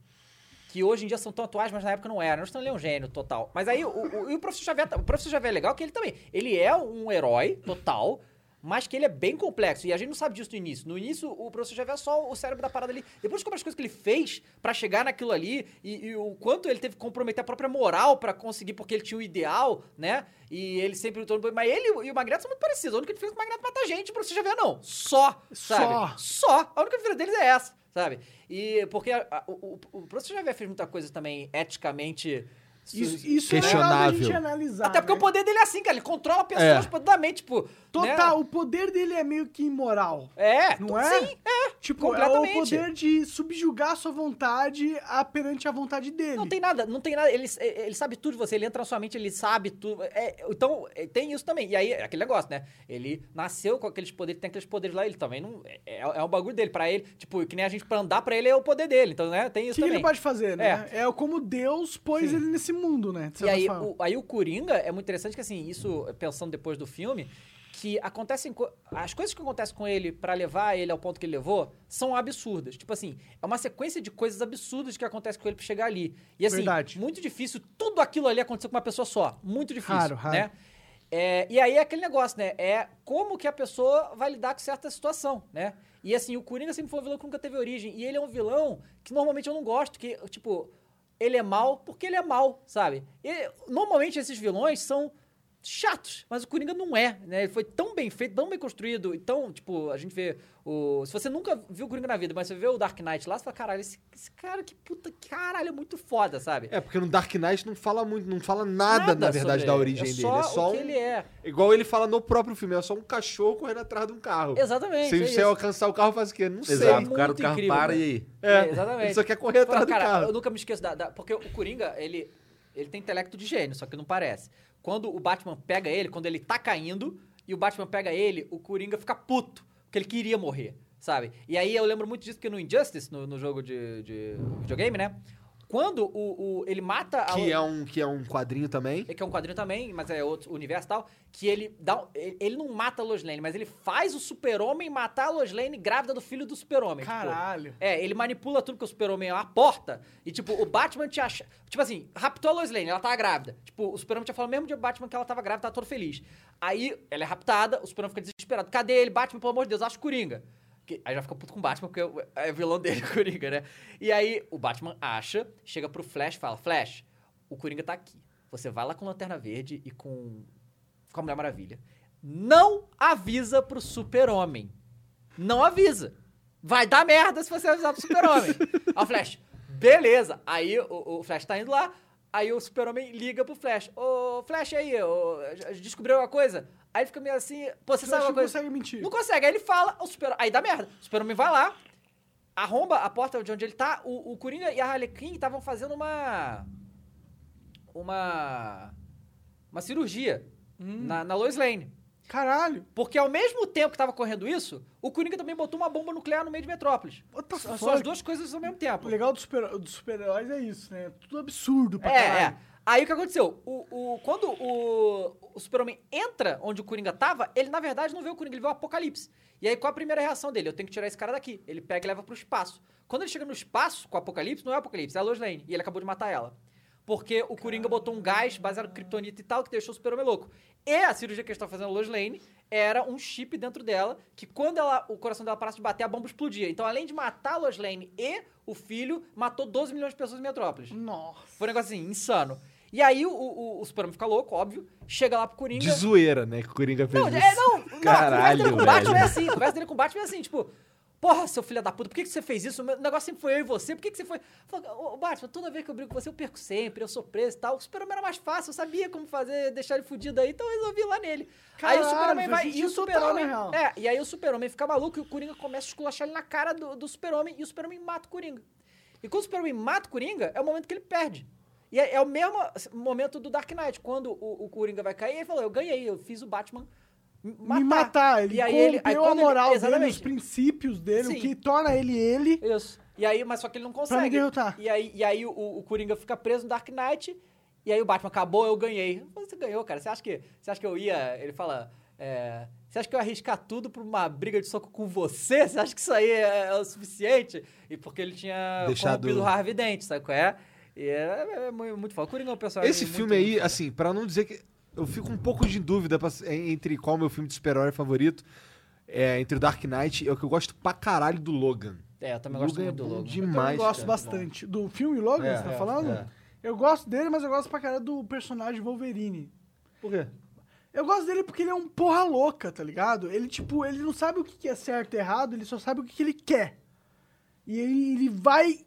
que hoje em dia são tão atuais, mas na época não eram. O Stanley é um gênio total. Mas aí o, o, e o Professor Xavier, tá- o Professor Xavier é legal que ele também, ele é um herói total, mas que ele é bem complexo. E a gente não sabe disso no início. No início, o Professor Xavier é só o cérebro da parada ali. Depois descobre as coisas que ele fez pra chegar naquilo ali e, e o quanto ele teve que comprometer a própria moral pra conseguir, porque ele tinha o ideal, né? E ele sempre lutou. Mas ele e o Magneto são muito parecidos. A única diferença é que o Magneto mata gente, o Professor Xavier não. Só, sabe? Só. Só. A única diferença deles é essa, sabe? E porque a- a- o, o, o professor Xavier fez muita coisa também eticamente Isso, isso é legal da Questionável. gente analisar. Até porque né? o poder dele é assim, cara. Ele controla pessoas É. completamente, tipo. Total, Né? o poder dele é meio que imoral. É, Não to- é? Sim, é. Tipo, é o Completamente. poder de subjugar a sua vontade a, perante a vontade dele. Não tem nada, não tem nada. Ele, ele sabe tudo de você, ele entra na sua mente, ele sabe tudo. É, então, é, tem isso também. E aí, é aquele negócio, né? Ele nasceu com aqueles poderes, tem aqueles poderes lá, ele também não. É, é, é um bagulho dele. Pra ele, tipo, que nem a gente pra andar pra ele é o poder dele. Então, né? Tem o isso que também. ele pode fazer, né? É, como Deus pôs ele nesse mundo, né? de E certa aí forma. o, aí o Coringa é muito interessante que, assim, isso, pensando depois do filme, que acontecem. co- As coisas que acontecem com ele pra levar ele ao ponto que ele levou são absurdas. Tipo assim, é uma sequência de coisas absurdas que acontecem com ele pra chegar ali. E assim, Verdade. muito difícil. Tudo aquilo ali aconteceu com uma pessoa só. Muito difícil. Raro, raro. Né? É, e aí é aquele negócio, né? É como que a pessoa vai lidar com certa situação, né? E assim, o Coringa sempre foi um vilão que nunca teve origem. E ele é um vilão que normalmente eu não gosto, que, tipo, ele é mal porque ele é mal, sabe? E, normalmente esses vilões são chatos, mas o Coringa não é, né? Ele foi tão bem feito, tão bem construído, e tão, tipo, a gente vê o... Se você nunca viu o Coringa na vida, mas você vê o Dark Knight lá, você fala, caralho, esse, esse cara, que puta, caralho, é muito foda, sabe? É, porque no Dark Knight não fala muito, não fala nada, na verdade, sobre da ele. origem é dele. Só é só o que um- ele é. Igual ele fala no próprio filme, é só um cachorro correndo atrás de um carro. Exatamente, Se é você isso. alcançar o carro, faz o quê? Não sei. Exato, muito o cara do carro incrível, para né? e aí. É, É, exatamente. Ele só quer correr atrás Pô, do cara, carro. eu nunca me esqueço da, da- Porque o Coringa, ele, ele tem intelecto de gênio, só que não parece. Quando o Batman pega ele, quando ele tá caindo, e o Batman pega ele, o Coringa fica puto, porque ele queria morrer, sabe? E aí eu lembro muito disso, porque no Injustice, no, no jogo de, de videogame, né? Quando o, o- ele mata... a- Que é, um, que é um quadrinho também. é que é um quadrinho também, mas é outro universo e tal, que ele dá um- ele, ele não mata a Lois Lane, mas ele faz o super-homem matar a Lois Lane grávida do filho do super-homem. tipo. Caralho. é, ele manipula tudo que o super-homem é uma porta, e tipo, o Batman te acha... Tipo assim, raptou a Lois Lane, ela tava grávida. Tipo, o super-homem tinha falado mesmo de Batman que ela tava grávida, tava todo feliz. Aí, ela é raptada, o super-homem fica desesperado. Cadê ele? Batman, pelo amor de Deus, acha o Coringa. Que- aí já fica puto com o Batman, porque é o vilão dele, o Coringa, né? E aí, o Batman acha, chega pro Flash e fala, Flash, o Coringa tá aqui. Você vai lá com Lanterna Verde e com, com a Mulher Maravilha. Não avisa pro Super-Homem. Não avisa. Vai dar merda se você avisar pro Super-Homem. aí o Flash, beleza. Aí o, o Flash tá indo lá, aí o Super-Homem liga pro Flash. Ô, Flash, aí, ô, descobriu alguma coisa? Aí fica meio assim, pô, você Flash sabe não uma coisa? consegue mentir. Não consegue. Aí ele fala, o super aí dá merda. O Super-Homem vai lá, arromba a porta de onde ele tá. O, o Coringa e a Harley Quinn estavam fazendo uma. Uma. Uma cirurgia Hum. na, na Lois Lane. Caralho. Porque ao mesmo tempo que tava correndo isso, o Coringa também botou uma bomba nuclear no meio de Metrópolis. What the São fuck? as duas coisas ao mesmo tempo. O legal dos super- dos super-heróis é isso, né? Tudo absurdo pra É, caralho. é. Aí o que aconteceu? O, o- quando o, o Super-Homem entra onde o Coringa tava, ele na verdade não vê o Coringa, ele vê o Apocalipse. E aí qual a primeira reação dele? Eu tenho que tirar esse cara daqui. Ele pega e leva pro espaço. Quando ele chega no espaço com o Apocalipse, não é o Apocalipse, é a Lois Lane. E ele acabou de matar ela. Porque o Coringa botou um gás baseado em kryptonita e tal que deixou o Super-Homem louco. E a cirurgia que eles estão fazendo na Lois Lane era um chip dentro dela que quando ela, o coração dela parasse de bater, a bomba explodia. Então além de matar a Lois Lane e o filho, matou 12 milhões de pessoas em Metrópolis. Nossa. Foi um negócio assim, insano. E aí o, o, o Superman fica louco, óbvio, chega lá pro Coringa. De zoeira, né? Que o Coringa fez Não, isso. é, não, não, a conversa dele Caralho, com o Batman velho. é assim, a conversa dele com o Batman é assim, tipo, porra, seu filho da puta, por que, que você fez isso? O meu negócio sempre foi eu e você, por que, que você foi? Fala, ô ô, Batman, toda vez que eu brigo com você, eu perco sempre, eu sou preso e tal. O Superman era mais fácil, eu sabia como fazer, deixar ele fudido aí, então eu resolvi ir lá nele. aí Caralho, o Superman faz vai e sentido o Super-Homem. total, na real. É, e aí o Super-Homem fica maluco e o Coringa começa a esculachar ele na cara do, do Super-Homem e o Super-Homem mata o Coringa. E quando o Super-Homem mata o Coringa, é o momento que ele perde. E é, é o mesmo momento do Dark Knight, quando o, o Coringa vai cair, ele falou, eu ganhei, eu fiz o Batman m- matar. Me matar. Ele e aí ele, corrompeu aí quando a moral ele, dele, exatamente, os princípios dele, Sim. o que torna ele ele. Isso. E aí, mas só que ele não consegue. me derrotar. E aí, e aí o, o Coringa fica preso no Dark Knight, e aí o Batman acabou, eu ganhei. Você ganhou, cara. Você acha que, você acha que eu ia... Ele fala... é, você acha que eu ia arriscar tudo pra uma briga de soco com você? Você acha que isso aí é, é o suficiente? E porque ele tinha Deixado- corrompido o Harvey Dent, sabe qual é? E é, é muito, muito foda. O Coringa é um personagem Esse muito- filme aí, assim, pra não dizer que. Eu fico um pouco de dúvida pra- en- entre qual meu filme de super-herói favorito. É, entre o Dark Knight e o que eu gosto pra caralho do Logan. É, eu também gosto Logan muito do é bom Logan. demais. eu gosto cara. bastante. Do filme Logan, É, você tá é, falando? é. Eu gosto dele, mas eu gosto pra caralho do personagem Wolverine. Por quê? Eu gosto dele porque ele é um porra louca, tá ligado? Ele, tipo, ele não sabe o que que é certo e errado, ele só sabe o que que ele quer. E ele, ele vai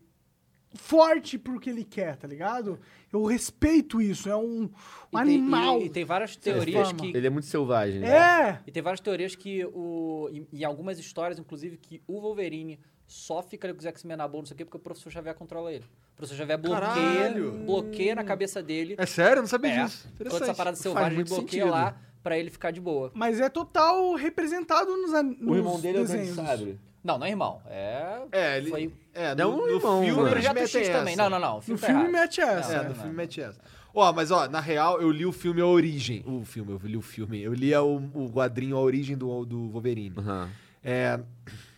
forte pro que ele quer, tá ligado? Eu respeito isso, é um, um E tem- e- animal. E, tem várias teorias fama. que. Ele é muito selvagem. né? É! E tem várias teorias que o. Em, em algumas histórias, inclusive, que o Wolverine só fica ali com os X-Men na boa, não sei o quê, porque o professor Xavier controla ele. O professor Xavier bloqueia, Caralho! bloqueia na cabeça dele. É sério? Eu não sabia É. disso. Interessante. toda essa parada Faz selvagem ele muito bloqueia sentido. lá pra ele ficar de boa. Mas é total representado nos, an- nos O irmão dele é o Dente desenhos. Sabre. Não, não é irmão. É. É, ele... Foi- É, Dá no, um no irmão, filme mano. eles Projeto metem X essa. também. Não, não, não. O No filme tá filme errado. mete essa. É, Não, no não, filme não. mete essa. Ó, mas ó, na real, eu li o filme A Origem. O filme, eu li o filme. Eu li a- o, o quadrinho A Origem do, do Wolverine. Aham. É,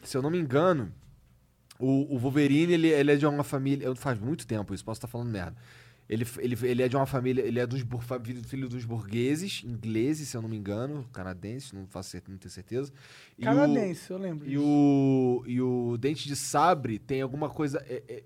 se eu não me engano, o, o Wolverine, ele, ele é de uma família... eu- Faz muito tempo isso, posso estar falando merda. Ele, ele, ele é de uma família... Ele é dos, bur- fa- filho- filho dos burgueses, ingleses, se eu não me engano. Canadenses, não, faço, cer- não tenho certeza. E o- Canadense, eu lembro. e disso. o, e o Dente de Sabre tem alguma coisa. É, é-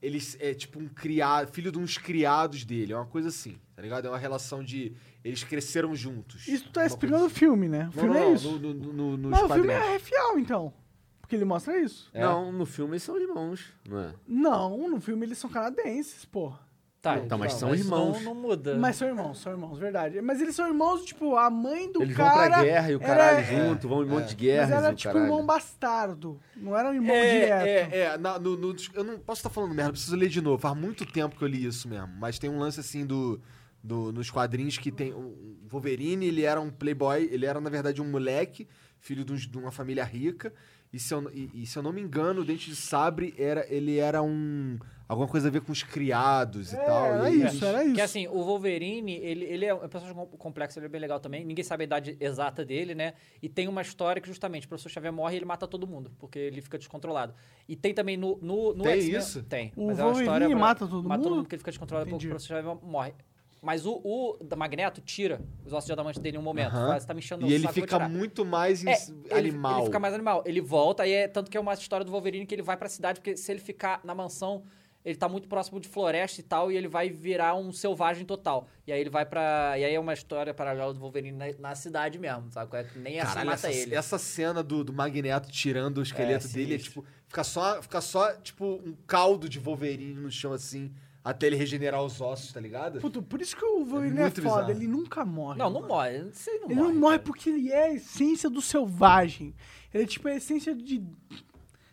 eles é tipo um criado, filho de uns criados dele, é uma coisa assim, tá ligado? É uma relação de. Eles cresceram juntos. Isso tu Uma tá explicando o coisa filme, né? O assim. filme não, é não, isso. No, no, no, nos Mas o filme quadrinhos. é refial, então. Porque ele mostra isso. É. Não, no filme eles são irmãos, não é? Não, no filme eles são canadenses, porra. Tá, Então, mas são isso irmãos. Não, não muda. Mas são irmãos, são irmãos, verdade. Mas eles são irmãos, tipo, a mãe do Eles cara. vão pra guerra e o era- é. caralho junto, vão em um monte de guerras Mas era e o tipo caralho. irmão bastardo. Não era um irmão direto. É, é, é, na- no- no- eu não posso estar falando merda, preciso ler de novo. Faz muito tempo que eu li isso mesmo. Mas tem um lance assim do. do- nos quadrinhos que tem. O o Wolverine, ele era um playboy, ele era, na verdade, um moleque, filho de, uns- de uma família rica. E se, eu, n- e- e se eu não me engano, o Dente de Sabre era, ele era um. alguma coisa a ver com os criados É, e tal. era e aí isso, era é isso. Que assim, o Wolverine, ele, ele é um personagem com- complexo, ele é bem legal também. Ninguém sabe a idade exata dele, né? E tem uma história que justamente o professor Xavier morre e ele mata todo mundo, porque ele fica descontrolado. E tem também no, no, no Tem X-Men- isso? Tem. O mas é uma Wolverine história pra- mata todo Mata todo mundo? mundo porque ele fica descontrolado porque Entendi. o professor Xavier morre. Mas o, o da Magneto tira os ossos de adamante dele em um momento. Aham. Fala, "Você tá me enchendo o E ele saco, vou fica tirar." muito mais em- É, ele- animal. Ele, fica mais animal. Ele volta, e é tanto que é uma história do Wolverine que ele vai pra cidade, porque se ele ficar na mansão, ele tá muito próximo de floresta e tal, e ele vai virar um selvagem total. E aí ele vai pra. E aí é uma história paralela do Wolverine na, na cidade mesmo, sabe? qual é? Nem assim Caralho, mata essa, ele. essa cena do, do Magneto tirando o esqueleto É, dele é sinistro. tipo. Fica só, fica só, tipo, um caldo de Wolverine no chão assim, até ele regenerar os ossos, tá ligado? Puto, por isso que o Wolverine é, muito foda, bizarro. ele nunca é morre. Não, não mano. morre. Você não Ele morre. não morre cara. porque ele é a essência do selvagem. Ele é tipo a essência de.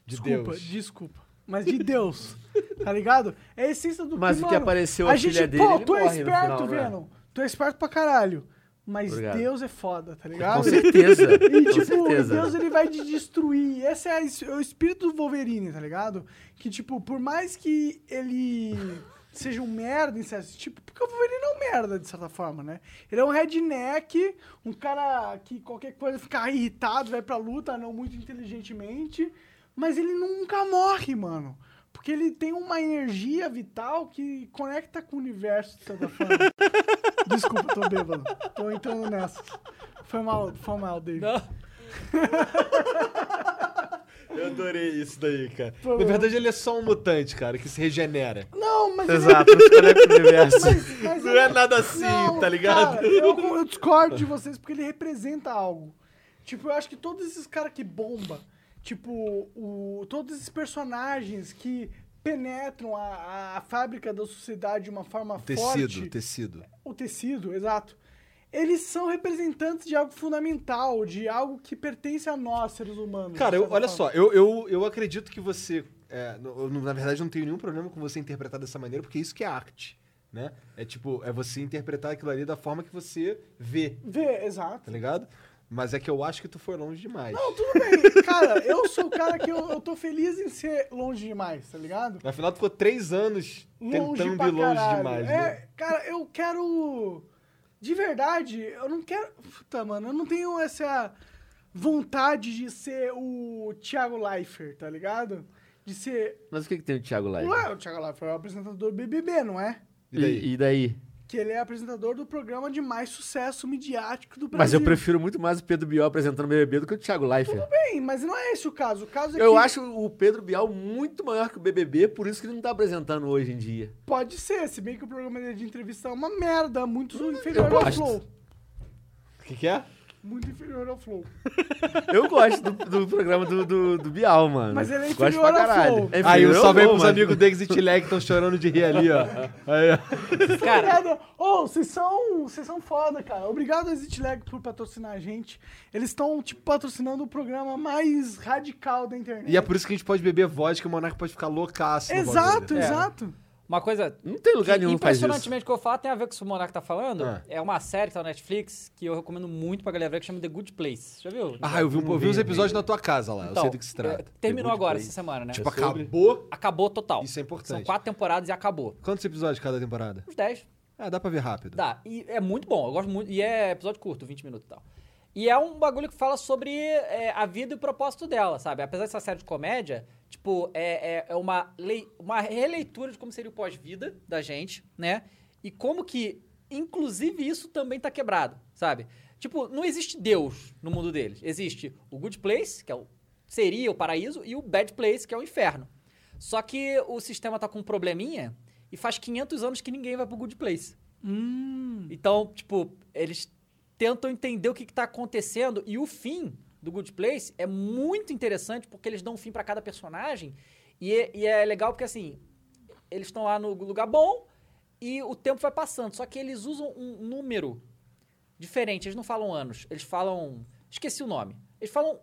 desculpa, Deus. desculpa. Mas de Deus. tá ligado? É a essência do Mas o que mano, apareceu a, a filha gente, dele, pô, ele tu é morre no esperto, final, não é? Venom. Tu é esperto pra caralho. Mas Obrigado. Deus é foda, tá ligado? Com certeza, E, com tipo, certeza. Deus ele vai te destruir. Esse é es- o espírito do Wolverine, tá ligado? Que, tipo, por mais que ele seja um merda em certo tipo, porque o Wolverine é um merda, de certa forma, né? Ele é um redneck, um cara que qualquer coisa fica irritado, vai pra luta, não muito inteligentemente, mas ele nunca morre, mano. Porque ele tem uma energia vital que conecta com o universo, de certa forma. Desculpa, tô bêbado. Tô entrando nessa. Foi mal, foi mal, David. Eu adorei isso daí, cara. Pô, Na verdade, ele é só um mutante, cara, que se regenera. Não, mas. Exato, os caras do universo. mas Não ele- é nada assim, um Não, tá ligado? cara, eu, eu discordo de vocês porque ele representa algo. Tipo, eu acho que todos esses caras que bomba, tipo, o, todos esses personagens que penetram a, a fábrica da sociedade de uma forma Tecido, forte. tecido. o tecido, exato. Eles são representantes de algo fundamental, de algo que pertence a nós, seres humanos. Cara, de eu- certa olha forma. só, eu, eu, eu acredito que você. é, no- eu não- na verdade, não tenho nenhum problema com você interpretar dessa maneira, porque isso que é arte. Né? É tipo, é você interpretar aquilo ali da forma que você vê, Vê, exato. tá ligado? Mas é que eu acho que tu foi longe demais. Não, tudo bem. Cara, eu sou o cara que eu, eu tô feliz em ser longe demais, tá ligado? Afinal, tu ficou três anos Longe tentando pra ir longe caralho. demais, é, né? cara, eu quero... De verdade, eu não quero... Puta, mano, eu não tenho essa vontade de ser o Thiago Leifert, tá ligado? De ser... Mas o que, que tem o Thiago lá? Ué, o Thiago Leifert é o apresentador do BBB, não é? E daí? E, e daí? Que ele é apresentador do programa de mais sucesso midiático do Brasil. Mas eu prefiro muito mais o Pedro Bial apresentando o BBB do que o Thiago Leifert. Bem, mas não é esse o caso. O caso é Eu que acho o Pedro Bial muito maior que o BBB, por isso que ele não tá apresentando hoje em dia. pode ser, se bem que o programa dele de entrevista é uma merda, muito inferior ao gosto. Flow. O que, que é? muito inferior ao Flow. Eu gosto do, do programa do, do, do Bial, mano. Mas ele é Gosto pra inferior ao caralho. Flow. É Aí, um inferior ao salve aí Flow, pros mas- amigos do Exit Lag que estão chorando de rir ali, ó. Aí, ó. Cara, Obrigado. Ô, vocês são, vocês são foda, cara. Obrigado, Exit Lag, por patrocinar a gente. Eles estão, tipo, patrocinando o programa mais radical da internet. E é por isso que a gente pode beber vodka e o Monark pode ficar loucaço. no Exato, bagulho. né? É. exato. Uma coisa Não tem lugar que nenhum que faz isso. impressionantemente que eu falo tem a ver com isso que o Monark tá falando. Ah. É uma série que tá na Netflix que eu recomendo muito pra galera ver que chama The Good Place. Já viu? Ah, eu vi, um- eu vi uns episódios na tua casa lá. eu sei do que se é, trata. terminou Good agora Place. essa semana, né? tipo, é sobre- acabou. Acabou total. Isso é importante. São quatro temporadas e acabou. Quantos episódios cada temporada? Uns 10. Ah, dá pra ver rápido. Dá. E é muito bom. Eu gosto muito. E é episódio curto, 20 minutos e tal. E é um bagulho que fala sobre é, a vida e o propósito dela, sabe? Apesar dessa série de comédia, tipo, é, é, é uma, lei, uma releitura de como seria o pós-vida da gente, né? E como que, inclusive, isso também tá quebrado, sabe? Tipo, não existe Deus no mundo deles. Existe o Good Place, que é o, seria o paraíso, e o Bad Place, que é o inferno. Só que o sistema tá com um probleminha e faz 500 anos que ninguém vai pro Good Place. Hum. Então, tipo, eles tentam entender o que, que tá acontecendo e o fim do Good Place é muito interessante porque eles dão um fim pra cada personagem e é, e é legal porque, assim, eles estão lá no lugar bom e o tempo vai passando, só que eles usam um número diferente, eles não falam anos, eles falam... esqueci o nome. Eles falam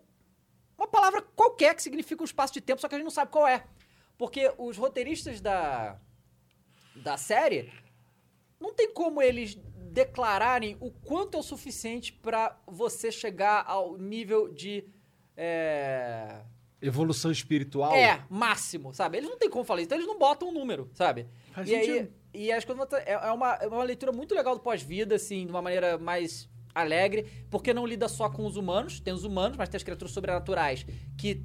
uma palavra qualquer que significa um espaço de tempo, só que a gente não sabe qual é. Porque os roteiristas da, da série não tem como eles declararem o quanto é o suficiente pra você chegar ao nível de. É, Evolução espiritual? é, máximo, sabe? Eles não tem como falar isso, então eles não botam um número, sabe? Faz e aí, sentido. e as coisas vão tra- é é uma, é uma leitura muito legal do pós-vida, assim, de uma maneira mais alegre, porque não lida só com os humanos, tem os humanos, mas tem as criaturas sobrenaturais que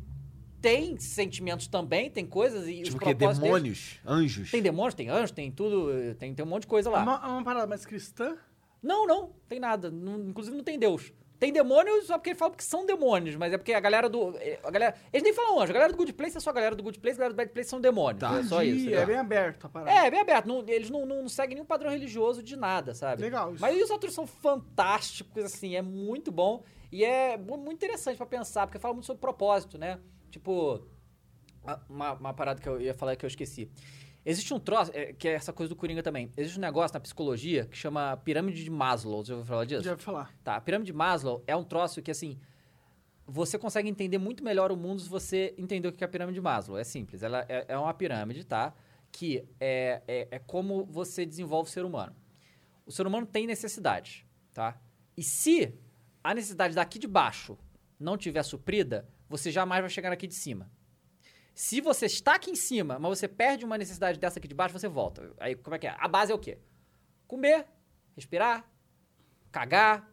têm sentimentos também, tem coisas e os Tipo o quê? propósitos deles- Demônios? Anjos? Tem demônios, tem anjos, tem tudo, tem, tem um monte de coisa É lá. uma, é uma parada mais cristã? Não, não, tem nada. Não- inclusive não tem Deus. Tem demônios só porque ele fala que são demônios, mas é porque a galera do. eh, A galera, eles nem falam anjo, a galera do Good Place é só a galera do Good Place, a galera do Bad Place são demônios. Tá. É só Entendi, isso. É entendeu? bem aberto a parada. É, é bem aberto. não- eles não, não, não seguem nenhum padrão religioso de nada, sabe? Legal isso. É. Mas os outros são fantásticos, assim, é muito bom. E é mu- muito interessante pra pensar, porque fala muito sobre propósito, né? Tipo, a- uma, uma parada que eu ia falar que eu esqueci. Existe um troço, é, que é essa coisa do Coringa também. Existe um negócio na psicologia que chama pirâmide de Maslow. Você já ouviu falar disso? Já ouvi falar. Tá, a pirâmide de Maslow é um troço que, assim, você consegue entender muito melhor o mundo se você entender o que é a pirâmide de Maslow. É simples, ela é, é uma pirâmide, tá? Que é, é, é como você desenvolve o ser humano. O ser humano tem necessidades, tá? E se a necessidade daqui de baixo não tiver suprida, você jamais vai chegar aqui de cima. Se você está aqui em cima, mas você perde uma necessidade dessa aqui de baixo, você volta. Aí, como é que é? A base é o quê? Comer, respirar, cagar,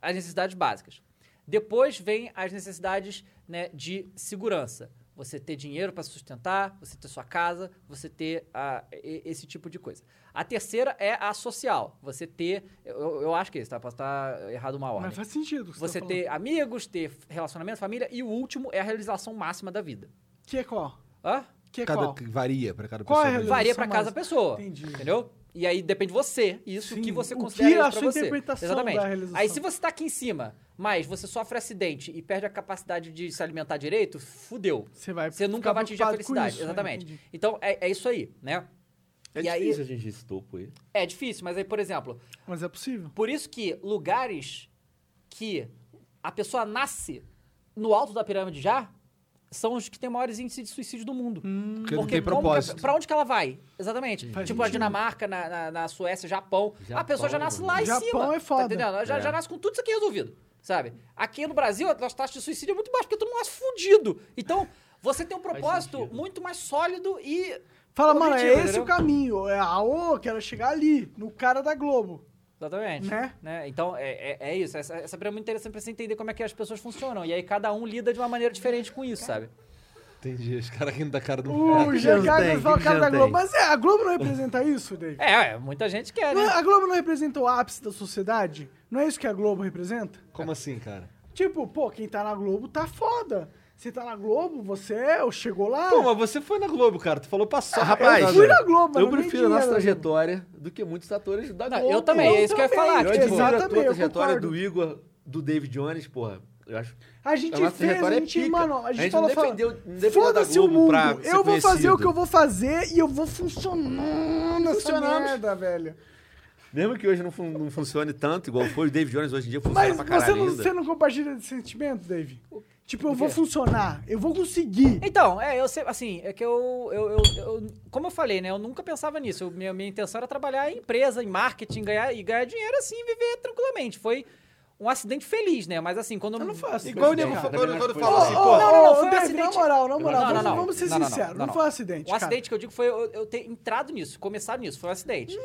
as necessidades básicas. Depois vem as necessidades né, de segurança. Você ter dinheiro para sustentar, você ter sua casa, você ter ah, e- esse tipo de coisa. A terceira é a social. Você ter. Eu, eu- eu acho que é isso, tá? Posso estar errado uma ordem. Mas faz sentido. o que Você tá ter amigos, ter relacionamento, família. E o último é a realização máxima da vida. falando. Que é qual? Hã? Que é Cada, qual? varia pra cada Qual é a pessoa. realização? Varia pra casa da máxima. pessoa. Entendi. Entendeu? E aí depende de você, isso Sim, que você o que considera é a isso pra sua você. interpretação Exatamente. da realização. Aí se você tá aqui em cima, mas você sofre acidente e perde a capacidade de se alimentar direito, fudeu. Você vai Você nunca ficar vai atingir a preocupado com felicidade. isso, né? exatamente. Entendi. Então é, é isso aí, né? É E aí- difícil a gente ir esse topo aí. É difícil, mas aí, por exemplo, Mas é possível. por isso que lugares que a pessoa nasce no alto da pirâmide já são os que têm maiores índices de suicídio do mundo. Porque não Porque tem como que a- propósito. pra onde que ela vai? Exatamente. Hum. Faz tipo a sentido. Dinamarca, na, na, na Suécia, Japão. A Japão, pessoa já nasce lá em Japão cima. é foda. Tá entendendo? Ela Já, É. já nasce com tudo isso aqui resolvido, sabe? Aqui no Brasil, as taxas de suicídio é muito baixa, porque tu não nasce fudido. Então, você tem um propósito muito mais sólido e... Fala, Objetivo, mano, é esse entendeu? o caminho. É a ô, quero chegar ali, no cara da Globo. Exatamente. Né? Então, é, é, é isso. Essa, essa pirâmide é muito interessante pra você entender como é que as pessoas funcionam. E aí, cada um lida de uma maneira diferente com isso, sabe? Entendi, os caras rindo da cara do O moleque. Jean tem? Carlos vai o Que cara que da já Globo. tem? Mas é, a Globo não representa isso, David? É, é, muita gente quer, Não é- né? a Globo não representa o ápice da sociedade? Não é isso que a Globo representa? Como assim, cara? Tipo, pô, quem tá na Globo tá foda. Você tá na Globo, você é, chegou lá. Pô, mas você foi na Globo, cara. Tu falou passar. Ah, rapaz, eu fui na Globo, mano, eu nem né? prefiro a nossa dinheiro. trajetória do que muitos atores da Não, Globo. eu também, eu é isso que eu ia também, falar. Eu que, tipo, admiro a Exatamente, eu tua trajetória concordo. do Igor do David Jones, porra, eu acho. A gente A nossa fez, a trajetória é gente, pica. mano, a gente, A gente falou, não fala, defendeu- não defendeu foda-se da o Globo mundo, pra ser eu vou fazer conhecido." o que eu vou fazer e eu vou funcionando essa Funcionamos. merda, velho. Mesmo que hoje não, fun- não funcione tanto igual foi, o David Jones hoje em dia funciona Mas pra caralho você não, ainda. você não compartilha desse sentimento, Dave? Tipo, eu do vou quê? funcionar, eu vou conseguir. Então, é, eu sei, assim, é que eu, eu, eu, eu- como eu falei, né, eu nunca pensava nisso. Eu- minha, minha intenção era trabalhar em empresa, em marketing, ganhar, e ganhar dinheiro assim, viver tranquilamente. Foi um acidente feliz, né? Mas assim, quando... Eu não faço. Igual o isso, nego é, cara. quando, quando Ô, fala assim, ô, pô. não, não, não, foi um Na acidente. moral, na moral, Não, não, vamos- não. vamos ser Não, não, não, sinceros, não não, foi um não. acidente, Um cara. acidente que eu digo foi eu, eu ter entrado nisso, começado nisso, foi um acidente. Hum,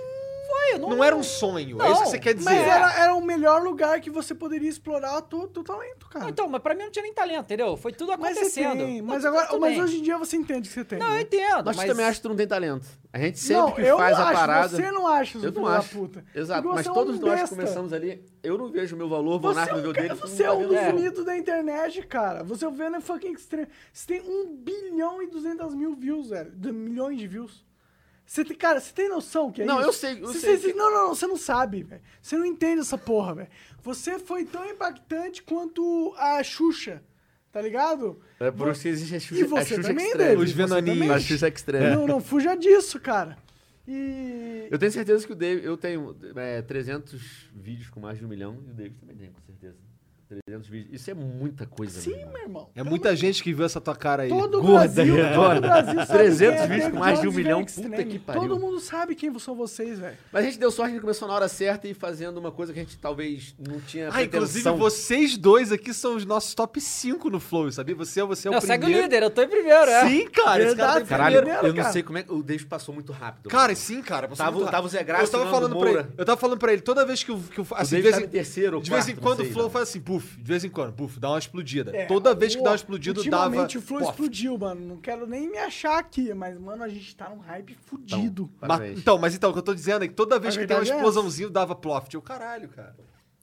foi, eu não... Não era um sonho, é isso que você quer dizer. Mas era, era o melhor lugar que você poderia explorar o teu, teu talento, cara. Não, Então, mas pra mim não tinha nem talento, entendeu? Foi tudo mas você acontecendo. tem, Tá mas, tudo- agora, tudo mas bem. hoje em dia você entende o que você tem. Não, né? eu entendo, Mas, mas... tu também acha que tu não tem talento. A gente sempre Não, que eu faz não a acho, parada. Você não acha, seu eu filho não da acho. puta. Exato, Porque mas você é um todos nós que besta. começamos ali, eu não vejo o meu valor, o Você Monarca é não vê um, o ca- dele. todo você mundo é tá um vendo dos isso. mitos da internet, cara. Você vê no fucking extremo. Você tem 1 bilhão e 200 mil views, velho. De milhões de views. Você tem, cara, você tem noção que é Não, isso? eu sei, eu Você- sei você- que- Não, não, não, você não sabe, velho. Você não entende essa porra, velho. Você foi tão impactante quanto a Xuxa, tá ligado? É por isso que existe a Xuxa, E você a Xuxa também, Extreme. David, Os você Venoninhos. também. É. A Xuxa Extreme. Não, não fuja disso, cara. E... É. Eu tenho certeza que o David. Eu tenho é, 300 vídeos com mais de um milhão e o David também tem, com certeza. 300 vídeos. Isso é muita coisa. meu Sim, irmão. meu irmão. É muita gente que viu essa tua cara aí. Todo o Gorda, Brasil, todo gorda. o Brasil sabe 300 quem é vídeos com David mais de um Jones e milhão, Venom puta Extreme. que pariu. Todo mundo sabe quem são vocês, velho. Mas a gente deu sorte de começou na hora certa e fazendo uma coisa que a gente talvez não tinha. Ah, inclusive pretensão. vocês dois aqui são os nossos top 5 no Flow, sabia? Você, você é o Não, primeiro. segue o líder, eu tô em primeiro, é. Sim, cara, esse cara tá em Verdade, Caralho, primeiro. primeiro, eu não cara. sei como é que. O David passou muito rápido. Cara, sim, cara. passou Tava- muito rápido. tava o Zé Graça, eu tava Nando falando pra Moura. ele. Eu tava falando pra ele, toda vez que o. Que o o assim, de David vez tava em em, terceiro, ou de vez em quarto, não quando o sei, né? Flow não. faz assim, puf, de vez em quando, puf, dá uma explodida. É, toda vez que o- dá uma explodida, dava. Ultimamente o Flow pof. explodiu, mano. Não quero nem me achar aqui, mas, mano, a gente tá num hype fudido. Mas, Parabéns. então, mas então, o que eu tô dizendo é que toda vez A que dá uma verdade é explosãozinho, dava ploft. Eu, caralho, cara.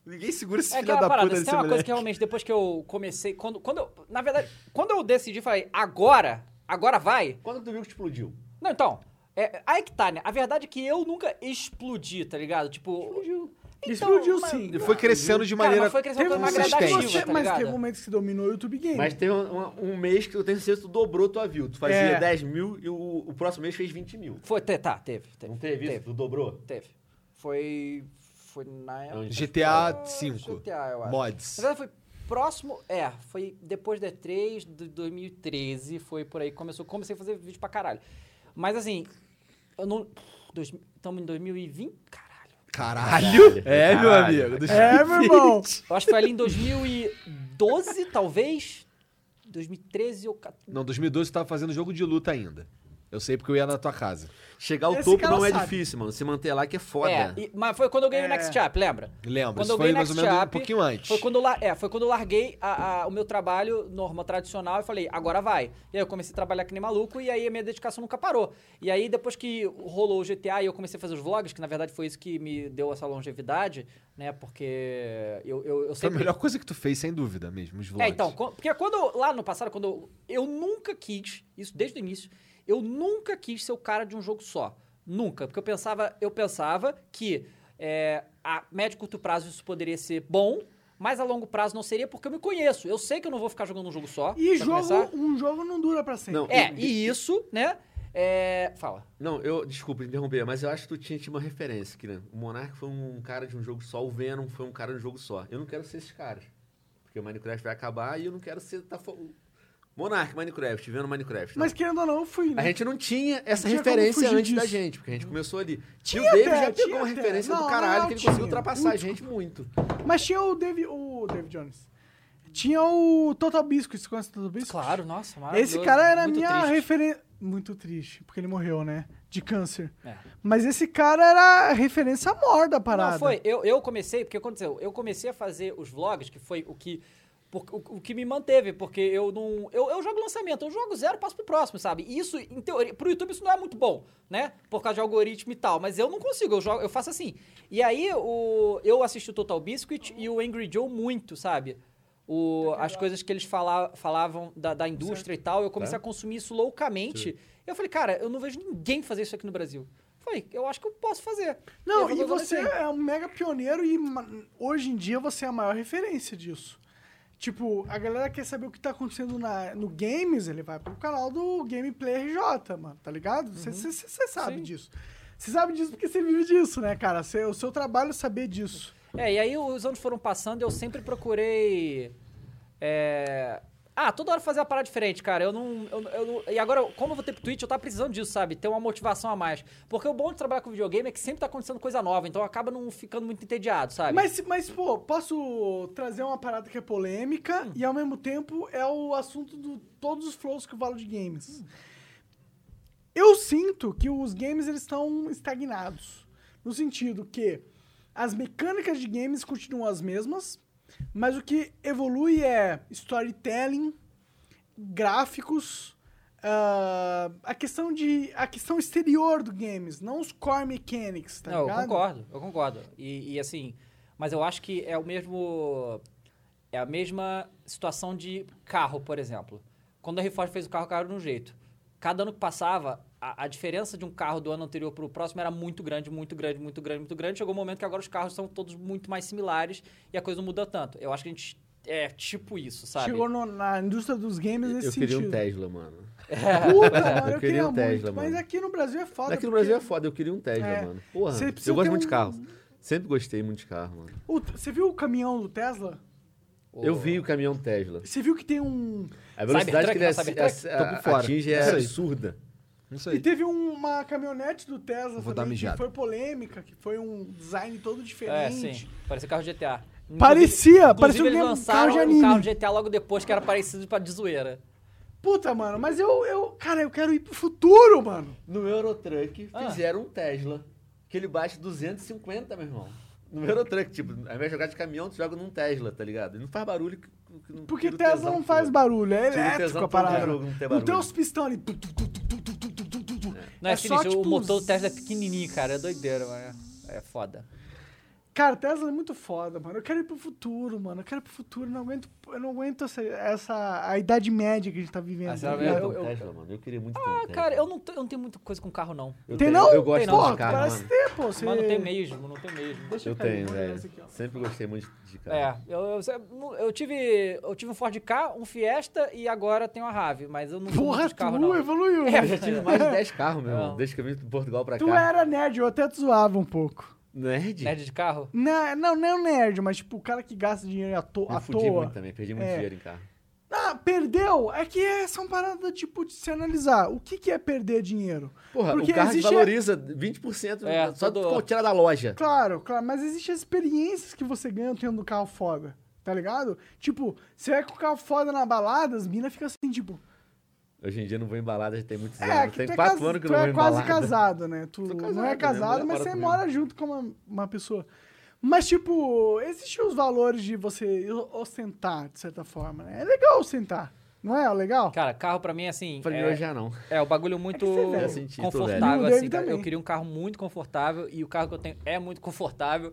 Ninguém segura esse É filho aquela da parada, puta se desse tem uma coisa moleque. que realmente, depois que eu comecei, quando, quando eu, na verdade, quando eu decidi, falei, agora, agora vai, Quando tu viu que explodiu? não, então, é, aí que tá, né, a verdade é que eu nunca explodi, tá ligado, tipo... Explodiu. Explodiu sim. Ele foi crescendo de Cara, maneira. Tá, mas foi crescendo Teve de um uma momentos momento que que gradativa, você, tá mas ligado? teve um momento que você dominou o YouTube Game. Mas teve um, um- um mês que eu tenho certeza que tu dobrou tua view. Tu fazia É. 10 mil e o, o próximo mês fez 20 mil. Foi, te- tá, teve, teve. Não teve isso? Tu dobrou? Teve. Foi, foi na época... Onde? GTA V. GTA, eu acho. Mods. Na verdade, foi próximo. É, foi depois da E3 de 2013. Foi por aí que começou. Comecei a fazer vídeo pra caralho. Mas assim, eu não. Estamos em 2020? Caralho. Caralho! É, meu Caralho. amigo. deixa É, meu irmão. Eu acho que foi ali em 2012, talvez. 2013 ou 14. Não, 2012 tu tava fazendo jogo de luta ainda. Eu sei porque eu ia na tua casa. Chegar ao Esse topo cara não é sabe. difícil, mano. Se manter lá que é foda. É, e- mas foi quando eu ganhei o É. Next Chap, lembra? Lembra? Quando Isso eu foi ganhei mais ou Next menos um Chap, pouquinho antes. Foi quando, eu la- é, foi quando eu larguei a- a- o meu trabalho normal, tradicional, e falei, agora vai. E aí eu comecei a trabalhar que nem maluco, e aí a minha dedicação nunca parou. E aí, depois que rolou o GTA e eu comecei a fazer os vlogs, que na verdade foi isso que me deu essa longevidade, né? Porque eu, eu, eu Foi a sempre... melhor coisa que tu fez, sem dúvida mesmo, os É, vlogs. então, quan- porque quando eu- lá no passado, quando eu, eu nunca quis, isso desde o início, eu nunca quis ser o cara de um jogo só. Nunca. Porque eu pensava, eu pensava que é, a médio e curto prazo isso poderia ser bom, mas a longo prazo não seria porque eu me conheço. Eu sei que eu não vou ficar jogando um jogo só. E pra jogo, começar. um jogo não dura pra sempre. Não, É, e isso, né? é, fala. Não, eu. Desculpa interromper, mas eu acho que tu tinha, tinha uma referência aqui, né? O Monark foi um cara de um jogo só, o Venom foi um cara de um jogo só. Eu não quero ser esses caras. Porque o Minecraft vai acabar e eu não quero ser. Tá, fo- Monark, Minecraft, Venom Minecraft. não. Mas querendo ou não, eu fui, né? A gente não tinha essa Não tinha como referência fugir antes da disso. gente, porque a gente começou ali. e o David até, já pegou tinha uma até. referência Não, do na caralho real que ele conseguiu tinha. ultrapassar a Muito. gente muito. Mas tinha o David, o David Jones. Tinha o Total Biscuit. Você conhece o Total Biscuit? Claro, nossa, maravilhoso. Esse cara era a muito minha triste. referência. Muito triste, porque ele morreu, né? De câncer. É. Mas esse cara era a referência maior da parada. Não, foi. Eu, eu comecei, porque aconteceu, eu comecei a fazer os vlogs, que foi o que. por- o, o que me manteve, porque eu não. Eu, eu jogo lançamento, eu jogo zero, passo pro próximo, sabe? E isso, em teoria, pro YouTube isso não é muito bom, né? Por causa de algoritmo e tal. Mas eu não consigo, eu, jogo, eu faço assim. E aí o, eu assisti o Total Biscuit e o Angry Joe muito, sabe? O, as coisas que eles fala, falavam da, da Tá. indústria e tal, eu comecei a consumir isso loucamente. Eu falei, cara, eu não vejo ninguém fazer isso aqui no Brasil. Foi Falei, eu acho que eu posso fazer. Não, Ele e falou, "Não você sei". é um mega pioneiro e ma- hoje em dia você é a maior referência disso. Tipo, a galera quer saber o que tá acontecendo na, no games, ele vai pro canal do Gameplay RJ, mano, tá ligado? Você sabe disso. Você sabe disso porque você vive disso, né, cara? Cê- o seu trabalho é saber disso. É, e aí os anos foram passando e eu sempre procurei. É... Ah, toda hora fazer uma parada diferente, cara. Eu não, eu, eu não- E agora, como eu vou ter pro Twitch, eu tava precisando disso, sabe? Ter uma motivação a mais. Porque o bom de trabalhar com videogame é que sempre tá acontecendo coisa nova, então acaba não ficando muito entediado, sabe? Mas, mas, pô, posso trazer uma parada que é polêmica Hum. e ao mesmo tempo é o assunto de todos os flows que eu falo de Hum. games. Eu sinto que os games eles estão estagnados. No sentido que as mecânicas de games continuam as mesmas, mas o que evolui é storytelling, gráficos, ah, a questão de a questão exterior do games, não os core mechanics, tá não, ligado? eu concordo, eu concordo. E, e, assim, mas eu acho que é o mesmo. É a mesma situação de carro, por exemplo. Quando a Reforge fez o carro, caro de um jeito. Cada ano que passava, a, a diferença de um carro do ano anterior para o próximo era muito grande, muito grande, muito grande, muito grande. Chegou um momento que agora os carros são todos muito mais similares e a coisa não muda tanto. Eu acho que a gente é tipo isso, sabe? Chegou no- na indústria dos games nesse Eu sentido. queria um Tesla, mano. Puta, mano, eu, Eu queria queria um Tesla, muito. mano. Mas aqui no Brasil é foda. Aqui no porque Brasil é foda, eu queria um Tesla, É. mano. Porra, Você eu precisa gosto ter muito de um- carro. Sempre gostei muito de carro, mano. o- Você viu o caminhão do Tesla? Eu vi o caminhão Tesla. Você viu que tem um... A velocidade Cybertruck, que ele não, assi- Cybertruck? assi- Tô por fora. atinge é Isso aí. absurda. Não E sei. teve um- uma caminhonete do Tesla Vou dar também, que mijada. foi polêmica, que foi um design todo É, diferente. sim. Parecia carro GTA. Inclusive- Parecia, inclusive parecia um eles game- lançaram carro de um anime. carro GTA logo depois que era parecido pra de zoeira. Puta, mano, mas eu, eu... Cara, eu quero ir pro futuro, mano. No Eurotruck Ah. fizeram um Tesla, que ele bate 250, meu irmão. No Eurotruck, tipo, ao invés de jogar de caminhão, tu joga num Tesla, tá ligado? Ele não faz barulho. que- que não- Porque tira o Tesla tesão, não pô. faz barulho, é Tira o tesão elétrico a todo parada. jogo, não tem Não tem barulho. os pistão ali... tu, tu, tu, tu, tu, tu, tu, tu, tu, tu. Não, é, só, sinistro. tipo, o motor do Tesla é pequenininho, cara. É doideira, mano. É foda. Cara, Tesla é muito foda, mano. Eu quero ir pro futuro, mano. Eu quero ir pro futuro. Eu não aguento, eu não aguento essa, essa- a idade média que a gente tá vivendo. Ah, tá será Eu, ligado? eu, Eu- eu- então, Tesla, mano. Eu queria muito ter um Ah, Tesla. cara, eu não, te- eu não tenho muita coisa com carro, não. Eu Tem tenho- não? Eu gosto Tem muito Pô, de tu carro, parece mano. ter, pô. Você... Mas não tem mesmo, não tem mesmo. Deixa Eu cair, tenho, vou olhar esse aqui, velho. ó. Sempre gostei muito de carro. É, eu, eu, eu- eu tive, eu tive um Ford K, um Fiesta e agora tenho a Rave, mas eu não sou Porra, muito de tu carro, não. evoluiu. É, Eu já tive mais de 10 carros, meu irmão. Não. Desde que eu vim de Portugal pra É. Tu cá. é, era nerd, eu até te zoava um pouco. Nerd? Nerd de carro? Não, não, não nerd, mas tipo, o cara que gasta dinheiro à, to à Me fudi toa. muito também. Perdi muito É. dinheiro em carro. Ah, perdeu? É que é- são paradas, tipo, de se analisar. O que, que é perder dinheiro? Porra, Porque o carro existe- desvaloriza 20% É, só todo- quando tira da loja. Claro, claro, mas existem experiências que você ganha tendo um carro foda, tá ligado? Tipo, você vai com o carro foda na balada, as minas ficam assim, tipo. Hoje em dia eu não vou em balada, já tem muitos É, anos. que Tem tu é, 4 cas- anos que eu tu não vou é em quase balada. casado, né? Tu Tô não é casado, casado, minha mulher mas mora você comigo. mora junto com uma, uma pessoa. Mas, tipo, existem os valores de você ostentar, de certa forma, né? É legal ostentar, não é legal? Cara, carro pra mim é assim. Falei, é- hoje já não. É, o bagulho muito velho. Eu senti, tô confortável, velho. assim, cara. Também. Eu queria um carro muito confortável e o carro que eu tenho é muito confortável.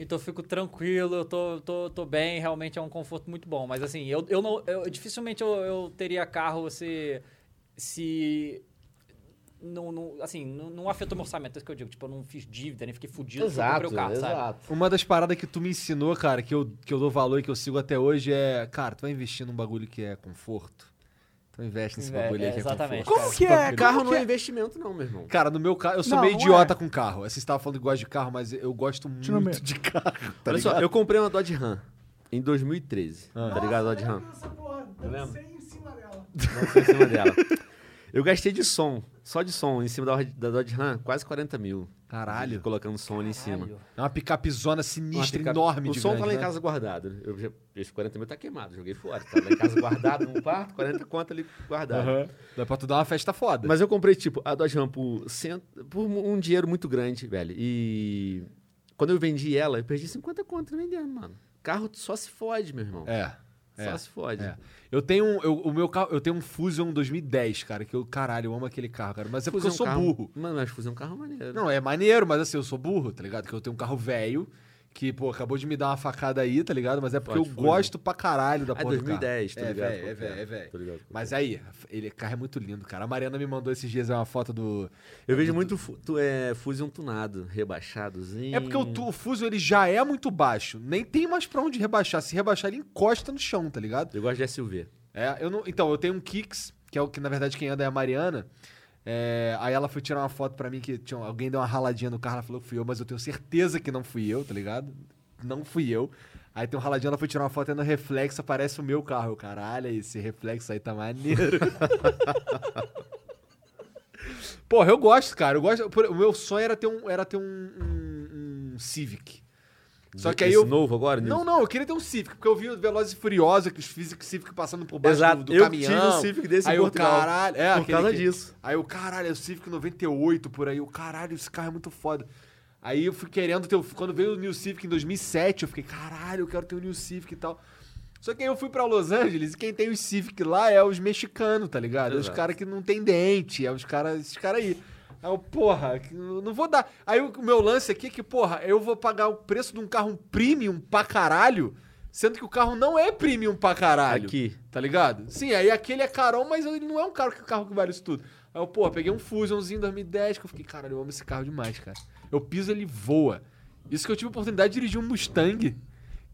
Então eu fico tranquilo, eu tô, tô, tô bem, realmente é um conforto muito bom. Mas assim, eu, eu não. eu- dificilmente eu, eu teria carro se. se. Não, não- assim, não, não afetou meu orçamento, é isso que eu digo. Tipo, eu não fiz dívida, nem fiquei fudido porque eu comprei Exato, o carro, sabe? É, exato. Uma das paradas que tu me ensinou, cara, que eu, que eu dou valor e que eu sigo até hoje é, cara, tu vai investir num bagulho que é conforto. Então investe nesse É, bagulho aí é, que é exatamente, conforto. Como Esse que é, bagulho- cara? Carro que não é é? investimento não, meu irmão. Cara, no meu carro, eu sou Não, meio não idiota com carro. Assim, Você estava falando que gosta de carro, mas eu gosto Tira o muito meu. de carro. tá Olha só, ligado? eu comprei uma Dodge Ram em 2013. Tá ligado, Dodge Ram? é? Tá Essa porra, dancei em cima dela. Não foi em cima dela. Eu gastei de som, só de som, em cima da, da Dodge Ram, quase 40 mil. Caralho. Colocando som ali em cima. É uma picapezona Uma sinistra, picape- enorme O de som grande, tá lá em né? casa guardado. né? Eu já, esse 40 mil tá queimado, joguei fora. Tá lá em casa guardado num quarto, 40 conto ali guardado. Aham. Dá pra tu dar uma festa foda. Mas eu comprei, tipo, a Dodge Ram por, cento, por um dinheiro muito grande, velho. E quando eu vendi ela, eu perdi 50 conto vendendo, mano. Carro só se fode, meu irmão. É. É. Só se fode. É. Eu tenho um, eu, o meu carro, eu tenho um Fusion 2010, cara, que eu, caralho, eu amo aquele carro, cara. Mas é porque eu sou Fusão carro- burro. Mano, mas fusão é um carro maneiro. Não, é maneiro, mas assim, eu sou burro, tá ligado? Que eu tenho um carro velho, Que, pô, acabou de me dar uma facada aí, tá ligado? Mas é porque Pode, eu foi, gosto pra caralho da É porra do carro. 2010, tô É, ligado. véi, é, qual que véi, é, véi. Tô ligado. qual Mas que é. aí, ele carro é muito lindo, cara. A Mariana me mandou esses dias uma foto do. Eu vejo muito fu- tu, é, Fusion tunado, rebaixadozinho. É porque o, tu- o Fuso ele já é muito baixo. Nem tem mais pra onde rebaixar. Se rebaixar, ele encosta no chão, tá ligado? Eu gosto de SUV. É, eu não. Então, eu tenho um Kicks, que é o que, na verdade, quem anda é a Mariana. É, aí ela foi tirar uma foto pra mim que tinha, alguém deu uma raladinha no carro, ela falou que fui eu, mas eu tenho certeza que não fui eu, tá ligado? Não fui eu. Aí tem um raladinho, ela foi tirar uma foto e no reflexo aparece o meu carro. Eu, caralho, esse reflexo aí tá maneiro. Porra, eu gosto, cara. Eu gosto. por- O meu sonho era ter um, era ter um, um- um Civic. Só que aí Esse eu, novo agora, não, Nilson? não, eu queria ter um Civic, porque eu vi o Velozes e Furiosos, que os físicos Civic passando por baixo Exato, do, do eu caminhão. tive um Civic desse aí em eu, Portugal, caralho, é, por aquele causa que- disso. Aí o caralho, é o Civic 98 por aí, o caralho, esse carro é muito foda. Aí eu fui querendo ter, o- quando veio o New Civic em 2007, eu fiquei, caralho, eu quero ter o New Civic e tal. Só que aí eu fui pra Los Angeles e quem tem o Civic lá é os mexicanos, tá ligado? É os Exato. caras que não tem dente, é os caras, esses caras aí. Aí eu, porra, que eu não vou dar. Aí o meu lance aqui é que, porra, eu vou pagar o preço de um carro premium pra caralho, sendo que o carro não é premium pra caralho. Aqui. Tá ligado? Sim, aí aquele é carão, mas ele não é um carro que, carro que vale isso tudo. Aí eu, porra, peguei um Fusionzinho 2010 que eu fiquei, caralho, eu amo esse carro demais, cara. Eu piso, ele voa. Isso que eu tive a oportunidade de dirigir um Mustang,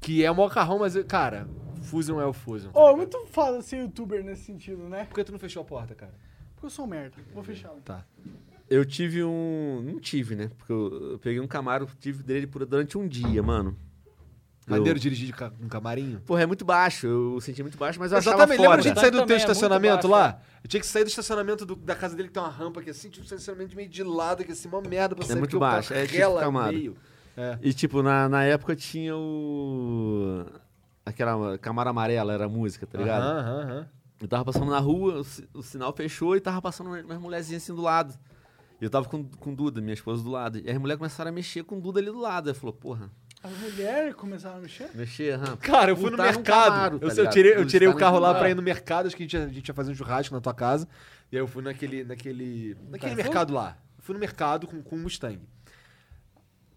que é mó carrão, mas, eu- cara, Fusion é o Fusion. tá Ô, ligado? muito foda ser youtuber nesse sentido, né? Por que tu não fechou a porta, cara? Porque eu sou um merda. Vou fechar. ela. Tá. Eu tive um. Não tive, né? Porque eu, eu peguei um Camaro, tive dele por, durante um dia, mano. Eu- Maneiro dirigir de ca- um camarinho? Porra, é muito baixo. Eu senti muito baixo, mas eu achava Exatamente, fora. lembra a gente sair do Também teu é muito estacionamento baixo, lá? Eu tinha que sair do estacionamento do- da casa dele, que tem uma rampa aqui assim, tipo, um estacionamento meio de lado, que assim, uma merda pra sair, muito porque o baixo, carro é tipo rela Camaro. meio. E tipo, na, na época tinha o. Aquela Camaro Amarela era a música, tá ligado? Aham, aham, aham. Eu tava passando na rua, o, si- o sinal fechou e tava passando umas mulherzinhas assim do lado. E eu tava com, com Duda, minha esposa, do lado. E as mulheres começaram a mexer com Duda ali do lado. Aí falou, porra, As mulheres começaram a mexer? mexer, aham. Cara, eu fui no Botaram um mercado. Camaro, eu, tá eu ligado? tirei, eu Eles tirei o estavam carro lá indo pra ir no mercado, acho que a gente, ia- a gente ia fazer um churrasco na tua casa. E aí eu fui naquele. naquele. naquele mercado lá. Eu fui no mercado com, com um Mustang.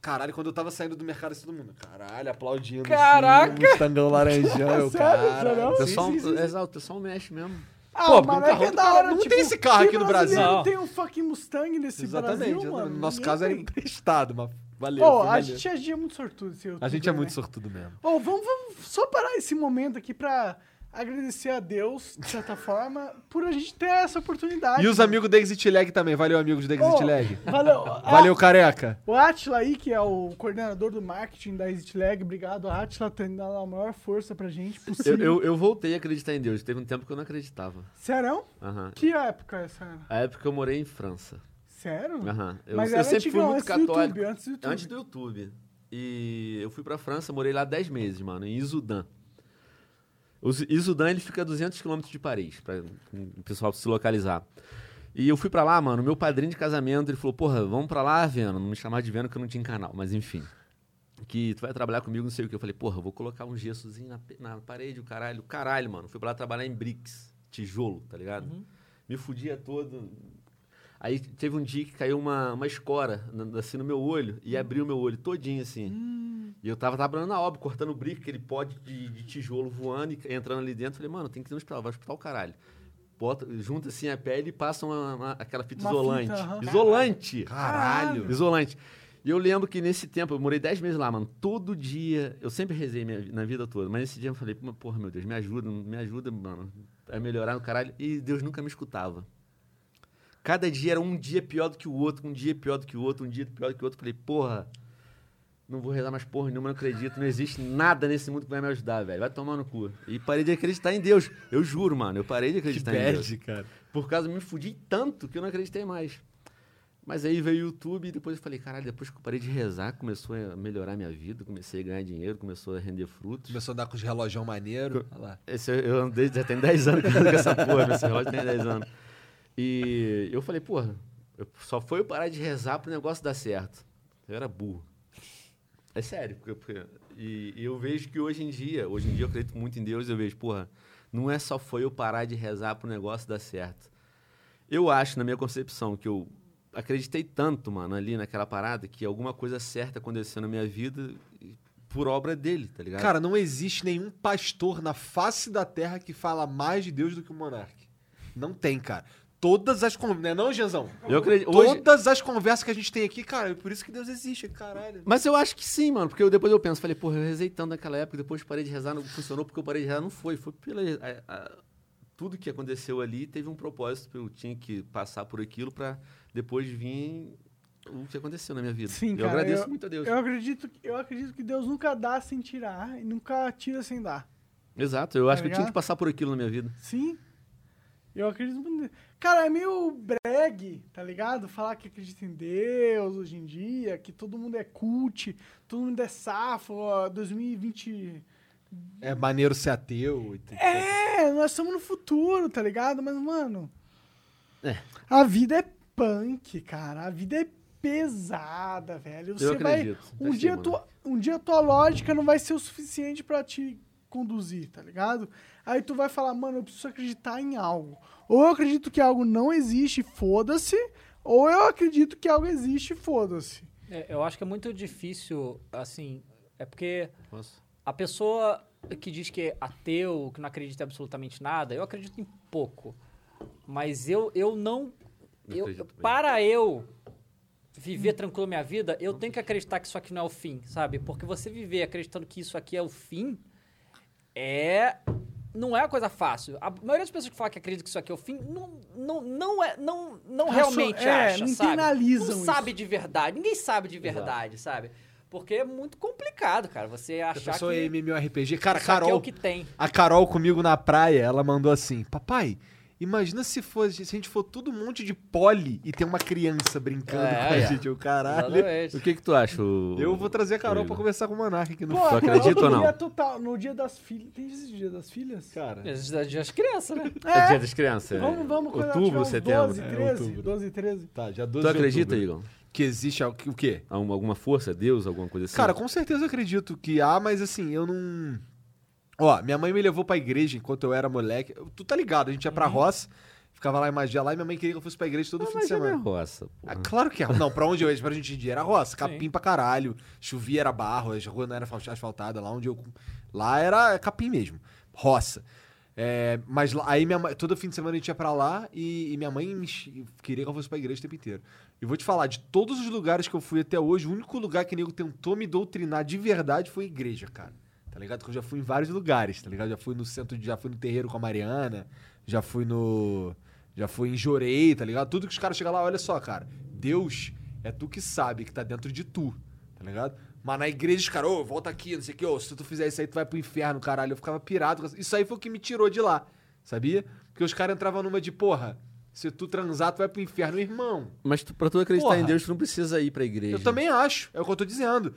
Caralho, quando eu tava saindo do mercado, assim, todo mundo. Caralho, aplaudindo. Caraca! Assim, um Mustangão laranjão, eu, cara. O pessoal, um exato, o pessoal mexe mesmo. Ah, Pô, o porque um Maneca carro é do da cara hora, não tipo, tem esse carro que aqui no brasileiro Brasil. tem um fucking Mustang nesse Exatamente. Brasil, mano. no nosso Ninguém caso era tem. emprestado, mas valeu. Pô, foi a maneiro. gente, a gente é muito sortudo, esse a youtuber, gente é muito né? sortudo mesmo. Ô, vamos, vamos só parar esse momento aqui pra agradecer a Deus, de certa forma, por a gente ter essa oportunidade. E os amigos da Exit Lag também. Valeu, amigos da Exit Ô, Lag. Valeu. Ah, Valeu, careca. O Atila aí, que é o coordenador do marketing da ExitLag, obrigado, Atila, tendo dado a maior força pra gente Eu, possível. eu, eu voltei a acreditar em Deus. Teve um tempo que eu não acreditava. Sério? Aham. Que época é essa? era? A época eu morei em França. Sério? Aham. Eu, Hum. Mas eu era tipo assim, sempre fui antigão, muito antes católico. É do YouTube, antes do YouTube. Antes do YouTube. E eu fui pra França, morei lá 10 meses, mano, em Isudã. O Z- Isudã, ele fica a 200 quilômetros de Paris, pra o pessoal se localizar. E eu fui pra lá, mano, meu padrinho de casamento, ele falou, porra, vamos pra lá, Veno. Não me chamar de Veno, que eu não tinha canal, mas enfim. Que tu vai trabalhar comigo, não sei o que. Eu falei, porra, eu vou colocar um gessozinho na, pe- na parede, o caralho. Caralho, mano. Fui pra lá trabalhar em bricks, tijolo, tá ligado? Me fudia todo, Aí teve um dia que caiu uma, uma escora na- assim no meu olho e abriu meu olho todinho assim. Hum. E eu tava trabalhando na obra, cortando o brico, aquele pó de, de- de tijolo voando e entrando ali dentro. Falei, mano, tem que ir no hospital, vai ao hospital, caralho. Bota, junta assim a pele e passa uma, uma- aquela fita Uma isolante. fita, aham. Isolante! Caralho. Isolante. E eu lembro que nesse tempo, eu morei 10 meses lá, mano. Todo dia, eu sempre rezei minha, vi- na vida toda, mas nesse dia eu falei, porra, meu Deus, me ajuda, me ajuda, mano, a melhorar no caralho. E Deus nunca me escutava. Cada dia era um dia pior do que o outro, um dia pior do que o outro, um dia pior do que o outro. Falei, porra, não vou rezar mais porra nenhuma, não acredito, não existe nada nesse mundo que vai me ajudar, velho. Vai tomar no cu. E parei de acreditar em Deus. Eu juro, mano, eu parei de Que acreditar em Deus. bad, cara. Por causa, me fudi tanto que eu não acreditei mais. Mas aí veio o YouTube e depois eu falei, caralho, depois que eu parei de rezar, começou a melhorar minha vida, comecei a ganhar dinheiro, começou a render frutos. Começou a andar com os relógios maneiro. Olha lá. Esse eu, eu andei, já tem 10 anos que eu ando com essa porra, né? esse relógio tem 10 anos. E eu falei, porra, eu- só foi eu parar de rezar pro negócio dar certo. Eu era burro. É sério. Porque, porque- e, e eu vejo que hoje em dia, hoje em dia eu acredito muito em Deus, eu vejo, porra, não é só foi eu parar de rezar pro negócio dar certo. Eu acho, na minha concepção, que eu acreditei tanto, mano, ali naquela parada, que alguma coisa certa aconteceu na minha vida e por obra dele, tá ligado? Cara, não existe nenhum pastor na face da terra que fala mais de Deus do que o monarca. Não tem, cara. Todas as conversas. Não é não, Genzão? eu acredito. Hoje... Todas as conversas que a gente tem aqui, cara, é por isso que Deus existe, caralho. Mas eu acho que sim, mano, porque eu, depois eu penso, falei, porra, eu rezei tanto naquela época, depois parei de rezar, não funcionou porque eu parei de rezar, não foi. Foi pela. a- a- tudo que aconteceu ali teve um propósito, eu tinha que passar por aquilo pra depois vir o que aconteceu na minha vida. Sim, eu cara, agradeço eu- muito a Deus. Eu acredito, que- eu acredito que Deus nunca dá sem tirar e nunca tira sem dar. Exato, eu acho que eu tinha Tá ligado? que passar por aquilo na minha vida. Sim. Eu acredito muito. nisso. Cara, é meio breg, tá ligado? Falar que acredita em Deus hoje em dia, que todo mundo é cult, todo mundo é safo, ó, 2020. É maneiro ser ateu. e tudo. É, nós estamos no futuro, tá ligado? Mas, mano. A vida é punk, cara. A vida é pesada, velho. Você eu vai. acredito. Um Assim, dia, mano. tua, um dia tua lógica não vai ser o suficiente pra te conduzir, tá ligado? Aí tu vai falar, mano, eu preciso acreditar em algo. Ou eu acredito que algo não existe, foda-se. Ou eu acredito que algo existe, foda-se. É, Eu acho que é muito difícil, assim, é porque Nossa. a pessoa que diz que é ateu, que não acredita em absolutamente nada, eu acredito em pouco. Mas eu, eu não. Não eu- acredito também. para eu viver tranquilo minha vida, eu tenho que acreditar que isso aqui não é o fim, sabe? Porque você viver acreditando que isso aqui é o fim é. Não é uma coisa fácil. A maioria das pessoas que fala que acredita que isso aqui é o fim não, não, não, é, não, não Racio- realmente é, acha, não sabe? internalizam Não isso. sabe de verdade. Ninguém sabe de verdade, sabe? Porque é muito complicado, cara, você Eu achar que, sou MMORPG. Cara, achar que é Carol, o que tem. a Carol comigo na praia, ela mandou assim: Papai, imagina se, fosse, se a gente for todo um monte de poli e tem uma criança brincando É, com a é. gente. Eu, caralho. Exatamente. O que que tu acha? o- Eu vou trazer a Carol Rodrigo? pra conversar com o Monark aqui no Pô, acredita acredito ou não? Total, no dia das filhas. Tem esse dia das filhas? Cara. As, as crianças, né? É dia das crianças? Vamos, vamos, quando ela tiver Outubro, uns setembro. 12, né? É, 13, outubro. 12, 13. Tá, já 12 Tu de acredita, outubro. Igor? Que existe al- o quê? Alguma alguma força, Deus, alguma coisa assim? Cara, com certeza eu acredito que há, mas assim, eu não. Ó, minha mãe me levou pra igreja enquanto eu era moleque. Tu tá ligado, a gente ia pra roça, ficava lá em Magia lá e minha mãe queria que eu fosse pra igreja todo fim de Imagina semana. a roça, Ah, porra. claro que é. Não, pra onde eu ia, pra gente ir era roça, capim pra caralho, chovia era barro, as ruas não eram asfal- asfaltadas, lá onde eu. Lá era capim mesmo, roça. É, mas lá- aí minha mãe, todo fim de semana a gente ia pra lá e, e minha mãe me enchi- queria que eu fosse pra igreja o tempo inteiro. E vou te falar, de todos os lugares que eu fui até hoje, o único lugar que nego tentou me doutrinar de verdade foi a igreja, cara. Tá ligado? Que eu já fui em vários lugares, tá ligado? Já fui no centro, de- já fui no terreiro com a Mariana, já fui no. Já fui em Jorei, tá ligado? Tudo que os caras chegam lá, olha só, cara. Deus é tu que sabe, que tá dentro de tu, tá ligado? Mas na igreja, os caras, ô, volta aqui, não sei o que, ô, se tu fizer isso aí, tu vai pro inferno, caralho. Eu ficava pirado. com essa- Isso aí foi o que me tirou de lá, sabia? Porque os caras entravam numa de, porra, se tu transar, tu vai pro inferno, irmão. Mas tu- pra tu acreditar Porra. em Deus, tu não precisa ir pra igreja. Eu também acho, é o que eu tô dizendo.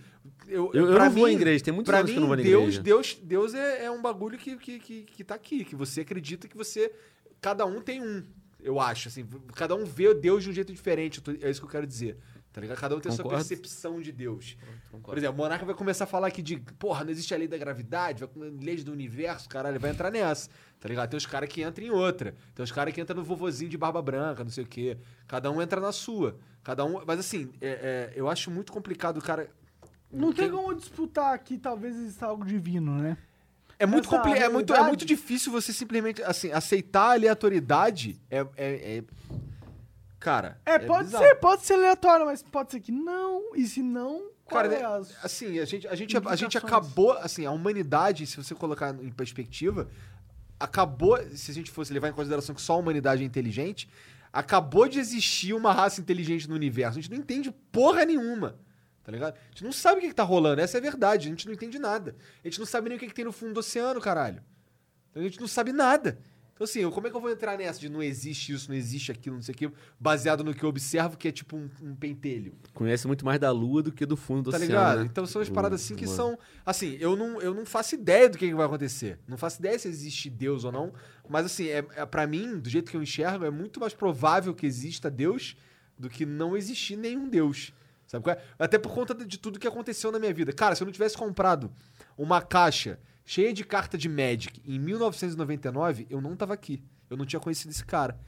Eu, Eu, eu pra não vou à mim- igreja, tem muitos Pra anos mim, que eu não vou na Deus, igreja. Deus, Deus é, é um bagulho que, que, que, que tá aqui, que você acredita que você. Cada um tem um, eu acho. Assim, cada um vê Deus de um jeito diferente. eu tô- é isso que eu quero dizer. Tá ligado? Cada um tem a sua Concordo. percepção de Deus. Por exemplo, o Monarca vai começar a falar aqui de, porra, não existe a lei da gravidade, vai, com- leis do universo, caralho, ele vai entrar nessa, tá ligado? Tem os caras que entram em outra, tem os caras que entram no vovozinho de barba branca, não sei o quê. Cada um entra na sua. Cada um. Mas assim, é- é, eu acho muito complicado o cara. Não tem como disputar aqui, talvez exista algo divino, né? É muito, Essa compli- é, muito, é realidade- muito difícil você simplesmente, assim, aceitar a aleatoriedade. É. é- é- Cara. É, pode bizarro. ser, pode ser aleatório, mas pode ser que não. E se não, qual Cara, é né, as- Assim, a gente, a, gente, a gente Indicações. acabou. Assim, a humanidade, se você colocar em perspectiva, acabou. Se a gente fosse levar em consideração que só a humanidade é inteligente, acabou de existir uma raça inteligente no universo. A gente não entende porra nenhuma. Tá ligado? A gente não sabe o que, que tá rolando, essa é a verdade. A gente não entende nada. A gente não sabe nem o que, que tem no fundo do oceano, caralho. Então, a gente não sabe nada. Então, assim, eu- como é que eu vou entrar nessa de não existe isso, não existe aquilo, não sei o quê, baseado no que eu observo, que é tipo um- um pentelho? Conhece muito mais da lua do que do fundo do tá oceano, ligado? né? Então são as O- paradas assim que mano. são. Assim, eu não, eu não faço ideia do que, que vai acontecer. Não faço ideia se existe Deus ou não. Mas assim, é, é, para mim, do jeito que eu enxergo, é muito mais provável que exista Deus do que não existir nenhum Deus. Sabe qual é? Até por conta de tudo que aconteceu na minha vida. Cara, se eu não tivesse comprado uma caixa cheia de carta de Magic em 1999, eu não tava aqui. Eu não tinha conhecido esse cara.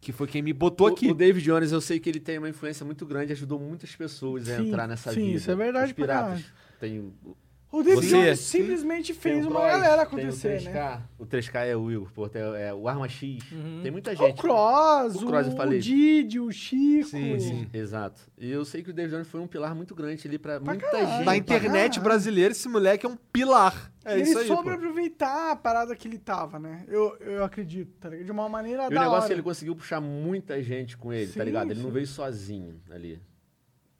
Que foi quem me botou O- aqui. O David Jones, eu sei que ele tem uma influência muito grande, ajudou muitas pessoas a Sim, entrar nessa sim, vida. isso é verdade Os pra piratas. Tem o- O David Você- Jones simplesmente fez uma galera acontecer, tem um o né? 3K, O 3K é o Will, pô, tem- é o Arma X. Uhum. Hum, Tem muita O gente. Cross, O o, Kroos, eu falei. o Didi, o Chico. Sim, sim. Exato. E eu sei que o David Jones foi um pilar muito grande ali pra, Pra muita caralho. gente. Na internet caralho. brasileira, esse moleque é um pilar. É ele isso aí, soube pô. aproveitar a parada que ele tava, né? Eu, eu acredito, tá ligado? De uma maneira E o da negócio é hora. que ele conseguiu puxar muita gente com ele, Sim, tá ligado? Ele não sim. veio sozinho ali.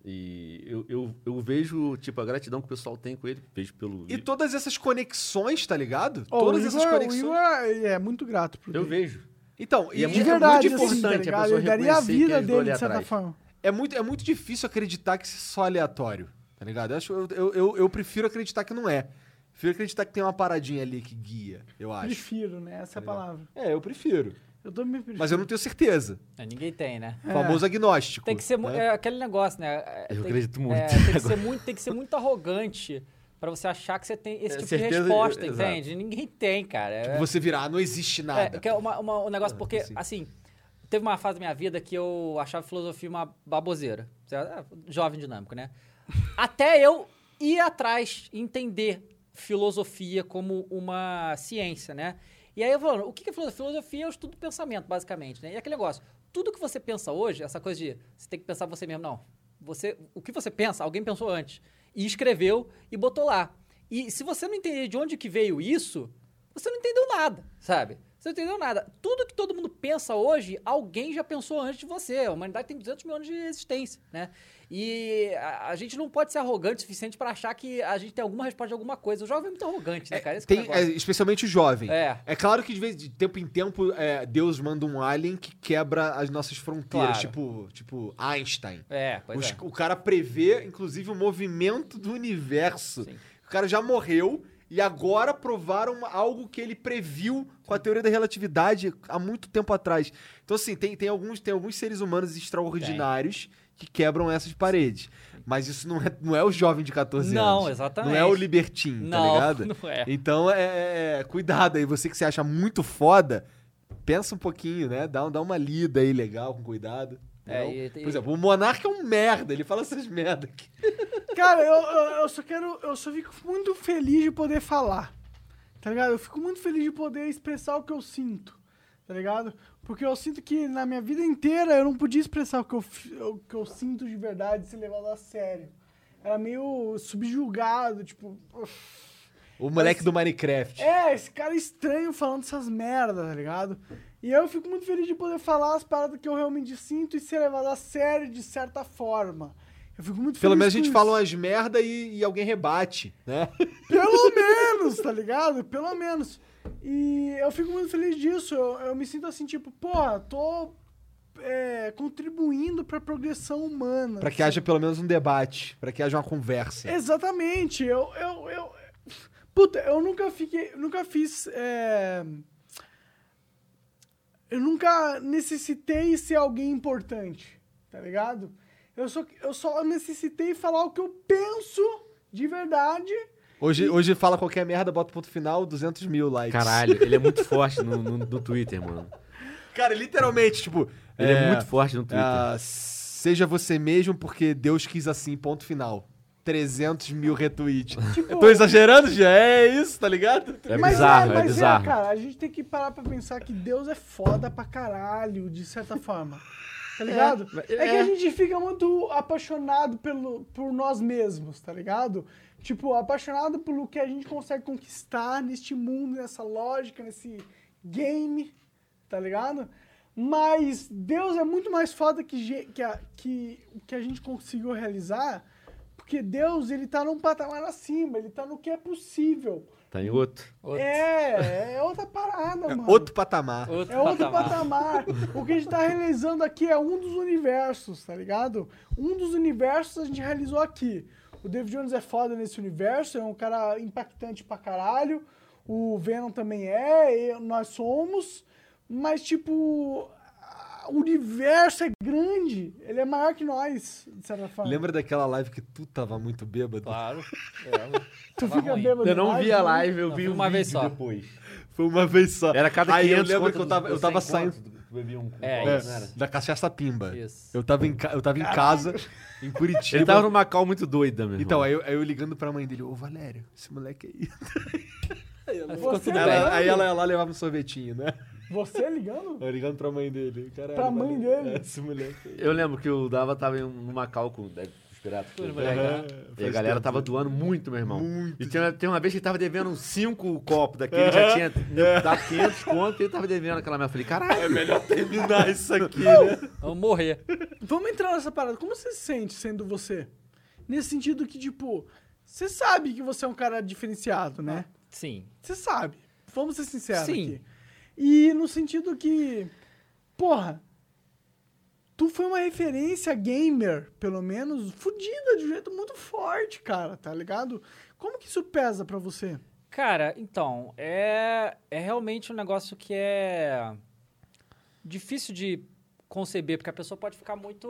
E eu, eu, eu vejo, tipo, a gratidão que o pessoal tem com ele. Vejo pelo. E todas essas conexões, tá ligado? Oh, Ó, todas o essas Igor- conexões. O Igor ele é muito grato pro Eu David. vejo. Então, E é e De muito- verdade, muito importante a assim, tá ligado? pessoa Ele daria a reconhecer que vida ajudou dele, ali de certa atrás. forma. é muito, é muito difícil acreditar que isso é só aleatório, tá ligado? Eu, acho, eu, eu, eu, eu prefiro acreditar que não é. Prefiro acreditar que tem uma paradinha ali que guia, eu acho. Prefiro, né? Essa é a Tá palavra. É, eu prefiro. Eu tô me prefiro. Mas eu não tenho certeza. É, ninguém tem, né? O Famoso agnóstico. Tem que ser mu- né? é aquele negócio, né? É, Eu tem- acredito muito. é, tem, que ser muito tem que ser muito arrogante pra você achar que você tem esse É, tipo certeza- de resposta, exato. entende? Ninguém tem, cara. É- Tipo, você virar, "Ah, não existe É, nada. que é uma- uma- um negócio, porque, sim. assim, teve uma fase da minha vida que eu achava filosofia uma baboseira. certo? Ah, Jovem dinâmico, né? Até eu ir atrás e entender filosofia como uma ciência, né? E aí eu falando, o que que é filosofia? Filosofia é o estudo do pensamento, basicamente, né? E aquele negócio, tudo que você pensa hoje, essa coisa de você tem que pensar você mesmo, não. Você, o que você pensa, alguém pensou antes. E escreveu e botou lá. E se você não entender de onde que veio isso, você não entendeu nada, sabe? Você não entendeu nada. Tudo que todo mundo pensa hoje, alguém já pensou antes de você. A humanidade tem 200 milhões de existência, né? E a, a gente não pode ser arrogante o suficiente pra achar que a gente tem alguma resposta de alguma coisa. O jovem é muito arrogante, né, cara? Esse que é o Tem, é, negócio. especialmente o jovem. É. claro que de, vez, de tempo em tempo é, Deus manda um alien que quebra as nossas fronteiras, Claro. tipo, tipo Einstein. É, pois Os- é. O cara prevê, inclusive, o movimento do universo. Sim. O cara já morreu e agora provaram uma- algo que ele previu com a teoria da relatividade há muito tempo atrás. Então, assim, tem, tem, alguns, tem alguns seres humanos extraordinários que quebram essas paredes. Mas isso não é, não é o jovem de 14 anos. Não, exatamente. Não é o libertinho, tá Não, ligado? não é. Então, é, é- cuidado aí. Você que se acha muito foda, pensa um pouquinho, né? Dá, dá uma lida aí legal, com cuidado. É, Não? e- e- Por exemplo, o Monarca é um merda. Ele fala essas merdas aqui. Cara, eu, eu, eu só quero. Eu só fico muito feliz de poder falar. Tá ligado? Eu fico muito feliz de poder expressar o que eu sinto. Tá ligado? Porque eu sinto que na minha vida inteira eu não podia expressar o que eu, fi- o que eu sinto de verdade ser levado a sério. Era meio subjugado, tipo. O moleque do Minecraft. É, esse cara estranho falando essas merdas, tá ligado? E eu fico muito feliz de poder falar as paradas que eu realmente sinto e ser levado a sério de certa forma. Eu fico muito Pelo feliz menos a com gente isso. fala umas merda e, e alguém rebate, né? Pelo menos, tá ligado? Pelo menos. E eu fico muito feliz disso. Eu, eu me sinto assim, tipo, porra, tô é, contribuindo pra progressão humana. Pra que haja pelo menos um debate, pra que haja uma conversa. Exatamente. Eu, eu, eu... Puta, eu nunca fiquei. Nunca fiz. é, Eu nunca necessitei ser alguém importante, tá ligado? Eu só, eu só necessitei falar o que eu penso de verdade. Hoje, hoje fala qualquer merda, bota ponto final, 200 mil likes. Caralho, ele é muito forte no, no, no Twitter, mano. Cara, literalmente, tipo... Ele é, muito forte no Twitter. ah, seja você mesmo porque Deus quis assim, ponto final. 300 mil retweets. tipo, Tô exagerando, já é isso, tá ligado? É bizarro, é, mas bizarro. cara, a gente tem que parar pra pensar que Deus é foda pra caralho, de certa forma. Tá ligado? É, que a gente fica muito apaixonado pelo, por nós mesmos, tá ligado? Tipo, apaixonado pelo que a gente consegue conquistar neste mundo, nessa lógica, nesse game, tá ligado? Mas Deus é muito mais foda que, ge- que, a, que o que a gente conseguiu realizar, porque Deus, ele tá num patamar acima, ele tá no que é possível. Tá em outro. Outro- É, é outra parada, mano. Outro patamar. outro é outro patamar. patamar. O que a gente tá realizando aqui é um dos universos, tá ligado? Um dos universos a gente realizou aqui. O David Jones é foda nesse universo, é um cara impactante pra caralho. O Venom também é, e nós somos. Mas, tipo, a- o universo é grande. Ele é maior que nós, de certa forma. Lembra daquela live que tu tava muito bêbado? Claro. É. Tu Tava fica ruim. bêbado Eu não demais, vi a né? live, eu Não, vi foi um uma vez vídeo só. depois. Foi uma vez só. Era cada Aí eu 500 lembro conto que eu do- tava, eu do tava 100 saindo. conto. que bebiam um. É, cola, isso. não era? da cachaça pimba. Isso. Eu tava em, ca- eu tava em casa, em Curitiba. Ele tava numa cal muito doida, meu irmão. Então, aí eu, aí eu ligando pra mãe dele, ô Valério, esse moleque aí. Ficou tudo Ela- bem. aí ela ia lá levava um sorvetinho, né? Você ligando? Eu ligando pra mãe dele. Caralho, Pra mãe Valério, dele? é, Esse moleque aí. Eu lembro que o Dava tava em numa cal com né, os piratas. Aham, E a faz galera tempo. tava doando muito, meu irmão. Muito. E tinha, tem uma vez que ele tava devendo uns cinco copos daquele, já tinha É. dado 500 conto e ele tava devendo aquela merda. Eu falei, caralho. É melhor terminar isso aqui, né? Vamos morrer. Vamos entrar nessa parada. Como você se sente sendo você? Nesse sentido que, tipo, você sabe que você é um cara diferenciado, né? Sim. Você sabe. Vamos ser sinceros Ah. Sim. aqui. E no sentido que, porra, tu foi uma referência gamer, pelo menos, fodida de um jeito muito forte, cara, tá ligado? Como que isso pesa pra você? Cara, então, é, é realmente um negócio que é difícil de conceber, porque a pessoa pode ficar muito.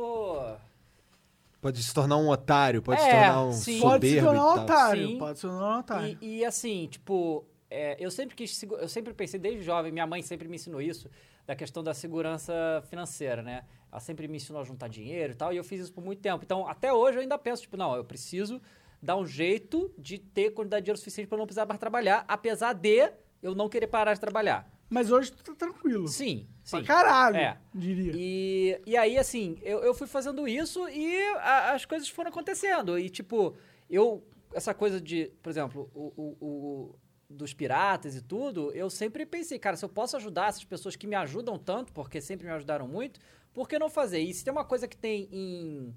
Pode se tornar um otário, pode se É, tornar um sim. soberbo Pode se tornar um e tal. otário. Sim. Pode se tornar um otário. E, e, assim, tipo, é, eu sempre quis. segu- Eu sempre pensei desde jovem, minha mãe sempre me ensinou isso, da questão da segurança financeira, né? Ela sempre me ensinou a juntar dinheiro e tal, e eu fiz isso por muito tempo. Então, até hoje eu ainda penso, tipo, não, eu preciso dar um jeito de ter quantidade de dinheiro suficiente para não precisar mais trabalhar, apesar de eu não querer parar de trabalhar. Mas hoje tu tá tranquilo. Sim, Pra sim. caralho, É. diria. E, e aí, assim, eu, eu fui fazendo isso e a- as coisas foram acontecendo. E, tipo, eu. Essa coisa de, por exemplo, o, o- o- dos piratas e tudo, eu sempre pensei, cara, se eu posso ajudar essas pessoas que me ajudam tanto, porque sempre me ajudaram muito, por que não fazer? E se tem uma coisa que tem em.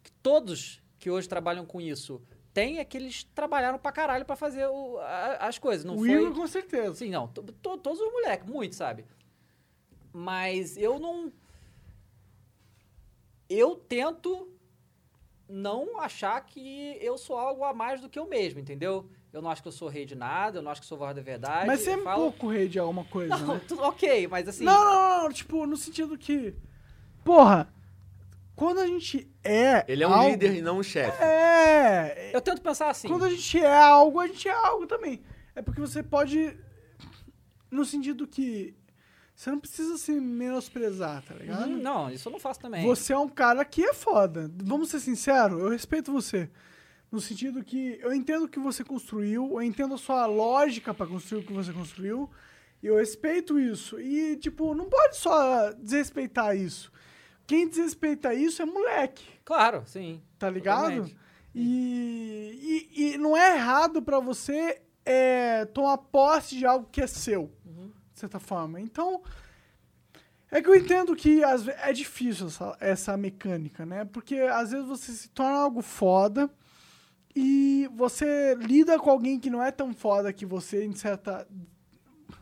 que todos que hoje trabalham com isso têm, é que eles trabalharam pra caralho pra fazer o- a- as coisas. Não o foi. Igor, com certeza. Sim, Assim, não. to- to- todos os moleques, muito, sabe? Mas eu não. Eu tento não achar que eu sou algo a mais do que eu mesmo, entendeu? Eu não acho que eu sou rei de nada, eu não acho que eu sou voz da verdade. Mas você é eu falo... pouco rei de alguma coisa, Não, né? tudo ok, mas assim. Não, não, não, não, Tipo, no sentido que. Porra, quando a gente é. Ele é um algo- líder e não um chefe. É. Eu tento pensar assim. Quando a gente é algo, a gente é algo também. É porque você pode. No sentido que. Você não precisa se menosprezar, tá ligado? Uhum, não, isso eu não faço também. Você é um cara que é foda. Vamos ser sinceros, eu respeito você. No sentido que eu entendo o que você construiu, eu entendo a sua lógica pra construir o que você construiu, e eu respeito isso. E, tipo, não pode só desrespeitar isso. Quem desrespeita isso é moleque, Claro, sim. tá ligado? Totalmente. E, e, e não é errado pra você é, tomar posse de algo que é seu, Uhum. de certa forma. Então, é que eu entendo que às ve- é difícil essa, essa mecânica, né? Porque às vezes você se torna algo foda e você lida com alguém que não é tão foda que você, em certa.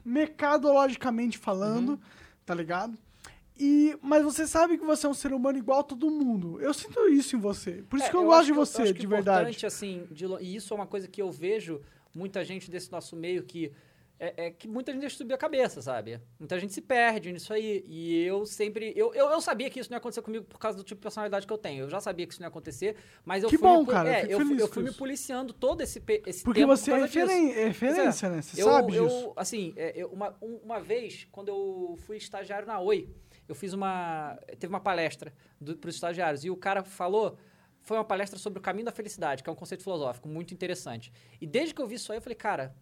mercadologicamente falando, Uhum. tá ligado? E, mas você sabe que você é um ser humano igual a todo mundo. Eu sinto isso em você. Por isso É, que eu, gosto acho de eu você, acho que de o verdade. importante, assim, de lo- e isso é uma coisa que eu vejo muita gente desse nosso meio que. É, é que muita gente deixa subir a cabeça, sabe? Muita gente se perde nisso aí. E eu sempre. Eu, eu, eu sabia que isso não ia acontecer comigo por causa do tipo de personalidade que eu tenho. Eu já sabia que isso não ia acontecer, mas eu Que fui. me bom, pu- cara, eu É, fico eu, fui- feliz eu com fui me isso. policiando todo esse, pe- esse Porque tempo. você por é causa disso. referen- é referência, né? Você assim, Eu- sabe eu, disso. Assim, é, eu- uma, um- uma vez, quando eu fui estagiário na Oi, eu fiz uma. Teve uma palestra para os estagiários e o cara falou. Foi uma palestra sobre o caminho da felicidade, que é um conceito filosófico muito interessante. E desde que eu vi isso aí, eu falei, cara,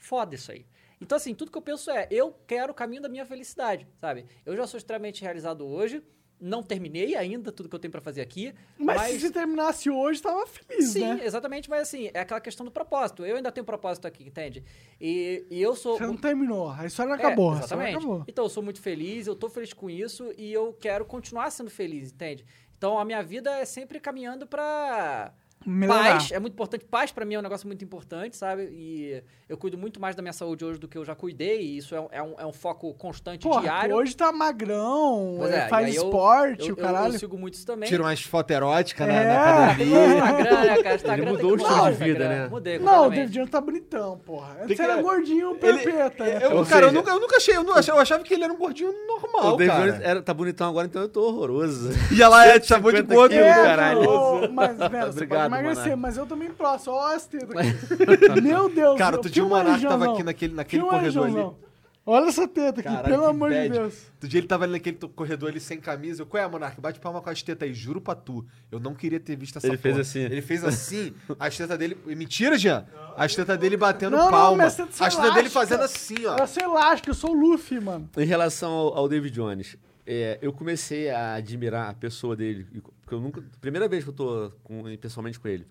foda isso aí. Então, assim, tudo que eu penso é, eu quero o caminho da minha felicidade, sabe? Eu já sou extremamente realizado hoje, não terminei ainda tudo que eu tenho para fazer aqui. Mas, se você terminasse hoje, tava feliz, Sim, né? exatamente, mas assim, é aquela questão do propósito. Eu ainda tenho propósito aqui, entende? E, e eu sou. Você não muito- terminou. A história não É, acabou. a história exatamente. acabou. Então, eu sou muito feliz, eu tô feliz com isso e eu quero continuar sendo feliz, entende? Então, a minha vida é sempre caminhando pra Melhorar. paz. É muito importante. Paz pra mim é um negócio muito importante, sabe? E eu cuido muito mais da minha saúde hoje do que eu já cuidei e isso é um, é um, é um foco constante Porra, diário. hoje tá magrão, Pois é, é, e faz aí eu- esporte, eu, o eu- caralho. eu sigo muito isso também. Tira umas fotos eróticas na, né? É. na padaria. Tem Instagram, né, cara? Instagram tem mudou o que estilo mudar de vida, Instagram. né? não, Mudei, o completamente. David Jones tá bonitão, porra. Antes que- era gordinho, Ele- perpeta. né? Eu, Ou cara, eu seja- nunca, eu nunca achei, eu, não achei, eu achava que ele era um gordinho normal, o David cara. Jones era- tá bonitão agora, então eu tô horroroso. E ela é, te chamou de 150 gordo, quilos, cara. caralho. ô, mas, velho, você pode Obrigado, emagrecer, Monark. mas eu também próximo. Ó, as tetas aqui. Meu Deus, Cara, eu outro dia o filma aí, Monark tava Joãozão. aqui naquele, naquele Filma aí, corredor ali. Joãozão. Olha essa teta aqui, Caralho, pelo que amor de bad. Deus. Outro dia ele tava ali naquele to- corredor ali sem camisa. Eu, qual é, Monark? Bate palma com as tetas aí, juro pra tu. Eu não queria ter visto essa Ele fez porra. assim. Ele fez assim, as tetas dele. Mentira, Jean! As tetas dele batendo Não, não, palma. mas teta as são tetas dele elásticas. fazendo assim, ó. Ela se elástica, eu sou o Luffy, mano. Em relação ao, ao David Jones, é, eu comecei a admirar a pessoa dele, e co- porque eu nunca, primeira vez que eu tô com- pessoalmente com ele,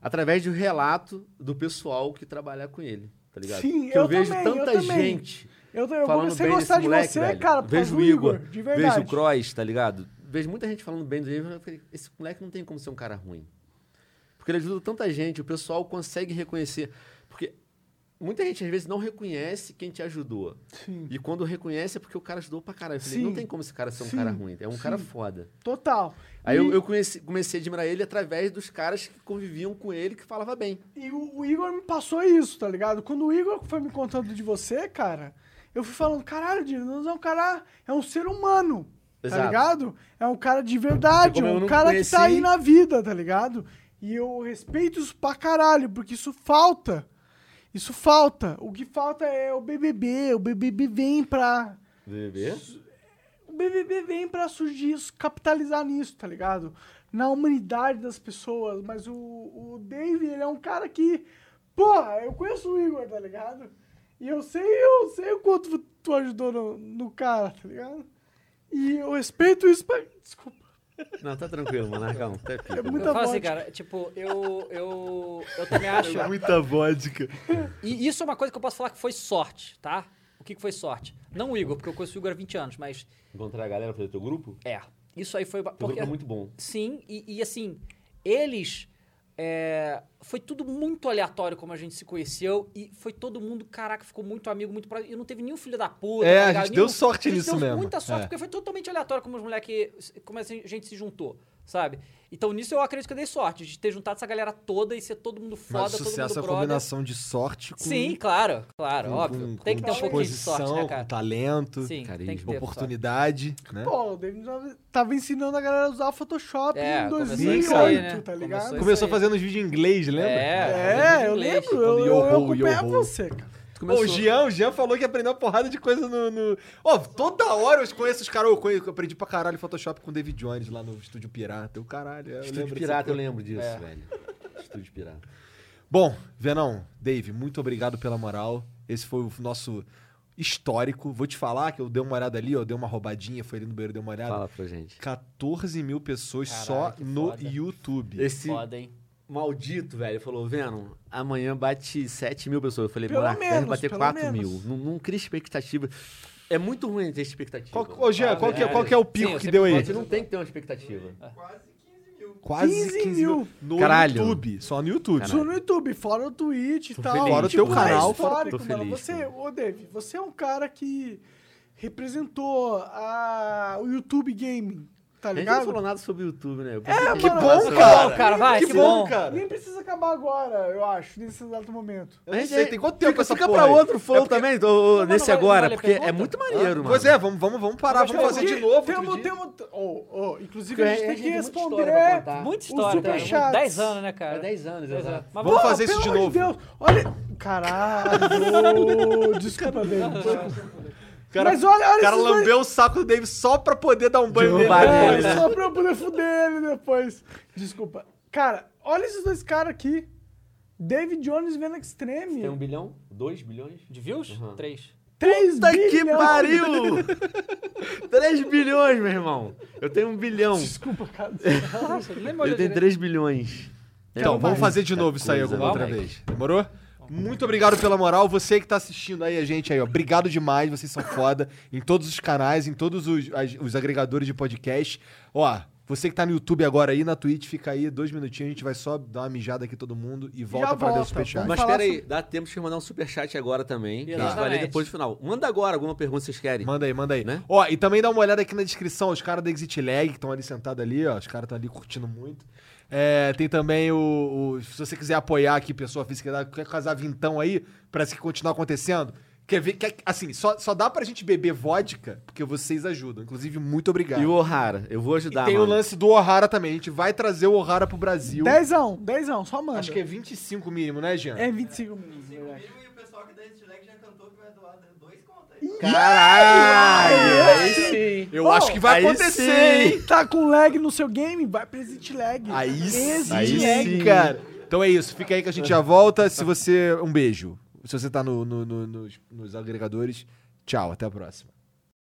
através do relato do pessoal que trabalha com ele, tá ligado? Sim, que eu, eu vejo também, tanta eu também. gente Eu, eu falando comecei a bem gostar desse de moleque, você, velho. cara, por Vejo causa o do Igor, Igor, de verdade. vejo o Cross, tá ligado? Vejo muita gente falando bem do Igor, eu falei, esse moleque não tem como ser um cara ruim. Porque ele ajuda tanta gente, o pessoal consegue reconhecer. Porque muita gente, às vezes, não reconhece quem te ajudou. Sim, E quando reconhece é porque o cara ajudou pra caralho. Eu falei, Sim. não tem como esse cara ser um Sim. cara ruim, é um Sim. cara foda. total. Aí E- eu, eu conheci- comecei a admirar ele através dos caras que conviviam com ele, que falava bem. E o, o Igor me passou isso, tá ligado? Quando o Igor foi me contando de você, cara, eu fui falando, caralho, Dino, não é um cara, é um ser humano. Tá Exato. ligado? É um cara de verdade, Como eu um não cara que tá conheci- aí na vida, tá ligado? E eu respeito isso pra caralho, porque isso falta. Isso falta. O que falta é o BBB, o BBB vem pra Bebê? o BBB vem pra surgir isso, capitalizar nisso, tá ligado? Na humanidade das pessoas, mas o, o Dave, ele é um cara que, porra, eu conheço o Igor, tá ligado? E eu sei, eu sei o quanto tu ajudou no, no cara, tá ligado? E eu respeito isso pra... Desculpa, Não, tá tranquilo, Monarcão. Tá aqui. é Eu muita falo assim, voz. cara, tipo, eu, eu, eu também acho... Muita vodka. E isso é uma coisa que eu posso falar que foi sorte, tá? O que que foi sorte? Não o Igor, porque eu conheço o Igor há 20 anos, mas Encontrar a galera fazer teu grupo? é. Isso aí foi... ba- Teu Porque, grupo é muito bom. Sim, e, e assim, eles... é, foi tudo muito aleatório como a gente se conheceu e foi todo mundo, caraca, ficou muito amigo, muito próximo. E não teve nenhum filho da puta. É, tá a ligado? gente deu Nenhum- sorte a gente nisso deu mesmo. muita sorte, É. porque foi totalmente aleatório como os moleques, como a gente se juntou, sabe? Então nisso eu acredito que eu dei sorte, de ter juntado essa galera toda e ser todo mundo foda, Mas o todo mundo sucesso é a brother. combinação de sorte com. Sim, claro, claro, com- óbvio. com- tem que ter com um pouquinho de sorte, disposição, tá né, Com cara? talento, Sim, tem que carisma, ter sorte. oportunidade, né? Pô, o David tava ensinando a galera a usar Photoshop É, em começou isso 2008, aí, né? tá ligado? Começou Começou aí. fazendo os vídeos em inglês, lembra? É, fazendo eu inglês. lembro, falando eu, eu, yo-ho, eu acompanhava yo-ho. você, cara. Tu Pô, o Jean, o Jean falou que aprendeu uma porrada de coisa no. no- Ó, toda hora eu conheço os caras. Eu, conheço- eu aprendi pra caralho Photoshop com o David Jones lá no Estúdio Pirata. Eu, caralho, é, eu Estúdio lembro É. Pirata, dessa eu coisa. lembro disso, velho. Estúdio Pirata. Bom, Venão, Dave, muito obrigado pela moral. Esse foi o nosso histórico. Vou te falar que eu dei uma olhada ali, ó, dei uma roubadinha, foi ali no banheiro, dei uma olhada. Fala pra gente. 14 mil pessoas Caralho, só que no foda. YouTube. Esse Foda, hein? maldito, velho, falou, Venom, amanhã bate 7 mil pessoas. Eu falei, Pelo Monarca, deve menos, bater pelo 4 mil. menos. Não, não cria expectativa. É muito ruim ter expectativa. Qual, ô, Jean, qual que, é, qual que é o pico Sim, eu que sempre deu aí? Tá Você não tem que ter uma expectativa. Quase 15 mil. Quase 15 mil. No Caralho. YouTube, só no YouTube. Isso no YouTube, fora o Twitch e Tô tal. feliz. Fora o teu é canal, fora- histórico, tô mano. feliz, Você, cara. ô Dave, você é um cara que representou a- o YouTube Gaming, tá A gente não ligado? falou nada sobre o YouTube, né? É, Que mano, bom, você- cara. cara, vai, que, que bom, bom. cara. Nem precisa acabar agora, eu acho, nesse exato momento. Eu não sei, é tem quanto tempo fica, essa fica porra pra aí? outro flow É porque- também, ô, ô, mas nesse não vale- agora, não vale a porque é pergunta? muito maneiro, mano. Pois é, vamos, vamos, vamos parar, Mas vamos fazer aqui de novo. outro Temos, dia. temos, oh, oh, inclusive, Porque a gente tem gente que tem muita história pra responder. contar. Muita Os Tá história, cara. superchats. 10 anos, né, cara? É 10 anos, Dez exato. Mas Vamos vamos Pô, fazer isso pelo de amor novo. Deus, olha. Caralho! Desculpa, Dave. Cara- Mas olha, olha O cara esses dois- lambeu o saco do Dave só pra poder dar um banho nele. Derrubar É. nele, É, só pra eu poder fuder ele depois. Desculpa. Cara, olha esses dois caras aqui. David Jones e Venom Extreme. Tem um bilhão? 2 bilhões? De views? Uhum. Três. 3 Puta que pariu! 3 bilhões, meu irmão. Eu tenho um bilhão. Desculpa, cara. Nossa, nem me olhou Eu tenho direito. 3 bilhões. Então, vamos mais. fazer de novo isso aí Coisa, alguma outra vamos. vez. Demorou? Muito obrigado pela moral. Você que tá assistindo aí a gente aí, ó. Obrigado demais. Vocês são foda. Em todos os canais, em todos os, as- os agregadores de podcast. Ó, você que tá no YouTube agora aí, na Twitch, fica aí dois minutinhos. A gente vai só dar uma mijada aqui todo mundo e volta Já pra ver o volta, superchat. vamos Mas falar pera aí, dá tempo de mandar um superchat agora também. Que a gente vai ler Exatamente. depois do final. Manda agora alguma pergunta que vocês querem. Manda aí, manda aí. Né? Ó, e também dá uma olhada aqui na descrição, os caras da Exit Lag que estão ali sentados ali, ó. Os caras estão ali curtindo muito. É, tem também o, o- Se você quiser apoiar aqui, pessoa física, dá- quer casar vintão aí, pra isso que continuar acontecendo. Quer ver? Quer, assim, só, só dá pra gente beber vodka, porque vocês ajudam. Inclusive, muito obrigado. E o O'Hara, eu vou E ajudar, tem o mano. lance do O'Hara também. A gente vai trazer o O'Hara pro Brasil. 10ão, 10ão, só manda. um Acho que é 25 mínimo, né, Jean? é 25 minutos. 5 mil e o pessoal que da Slack já cantou que vai doar dois contos Caralho! Aí sim. Eu acho que vai aí acontecer, hein? sim. É, Tá com lag no seu game? Vai pra Exit Lag. Aí Exit sim, Lag. aí sim, cara. Então é isso, fica aí que a gente já volta. Se você. Um beijo. Se você tá no- no- no- nos- nos agregadores, tchau, até a próxima.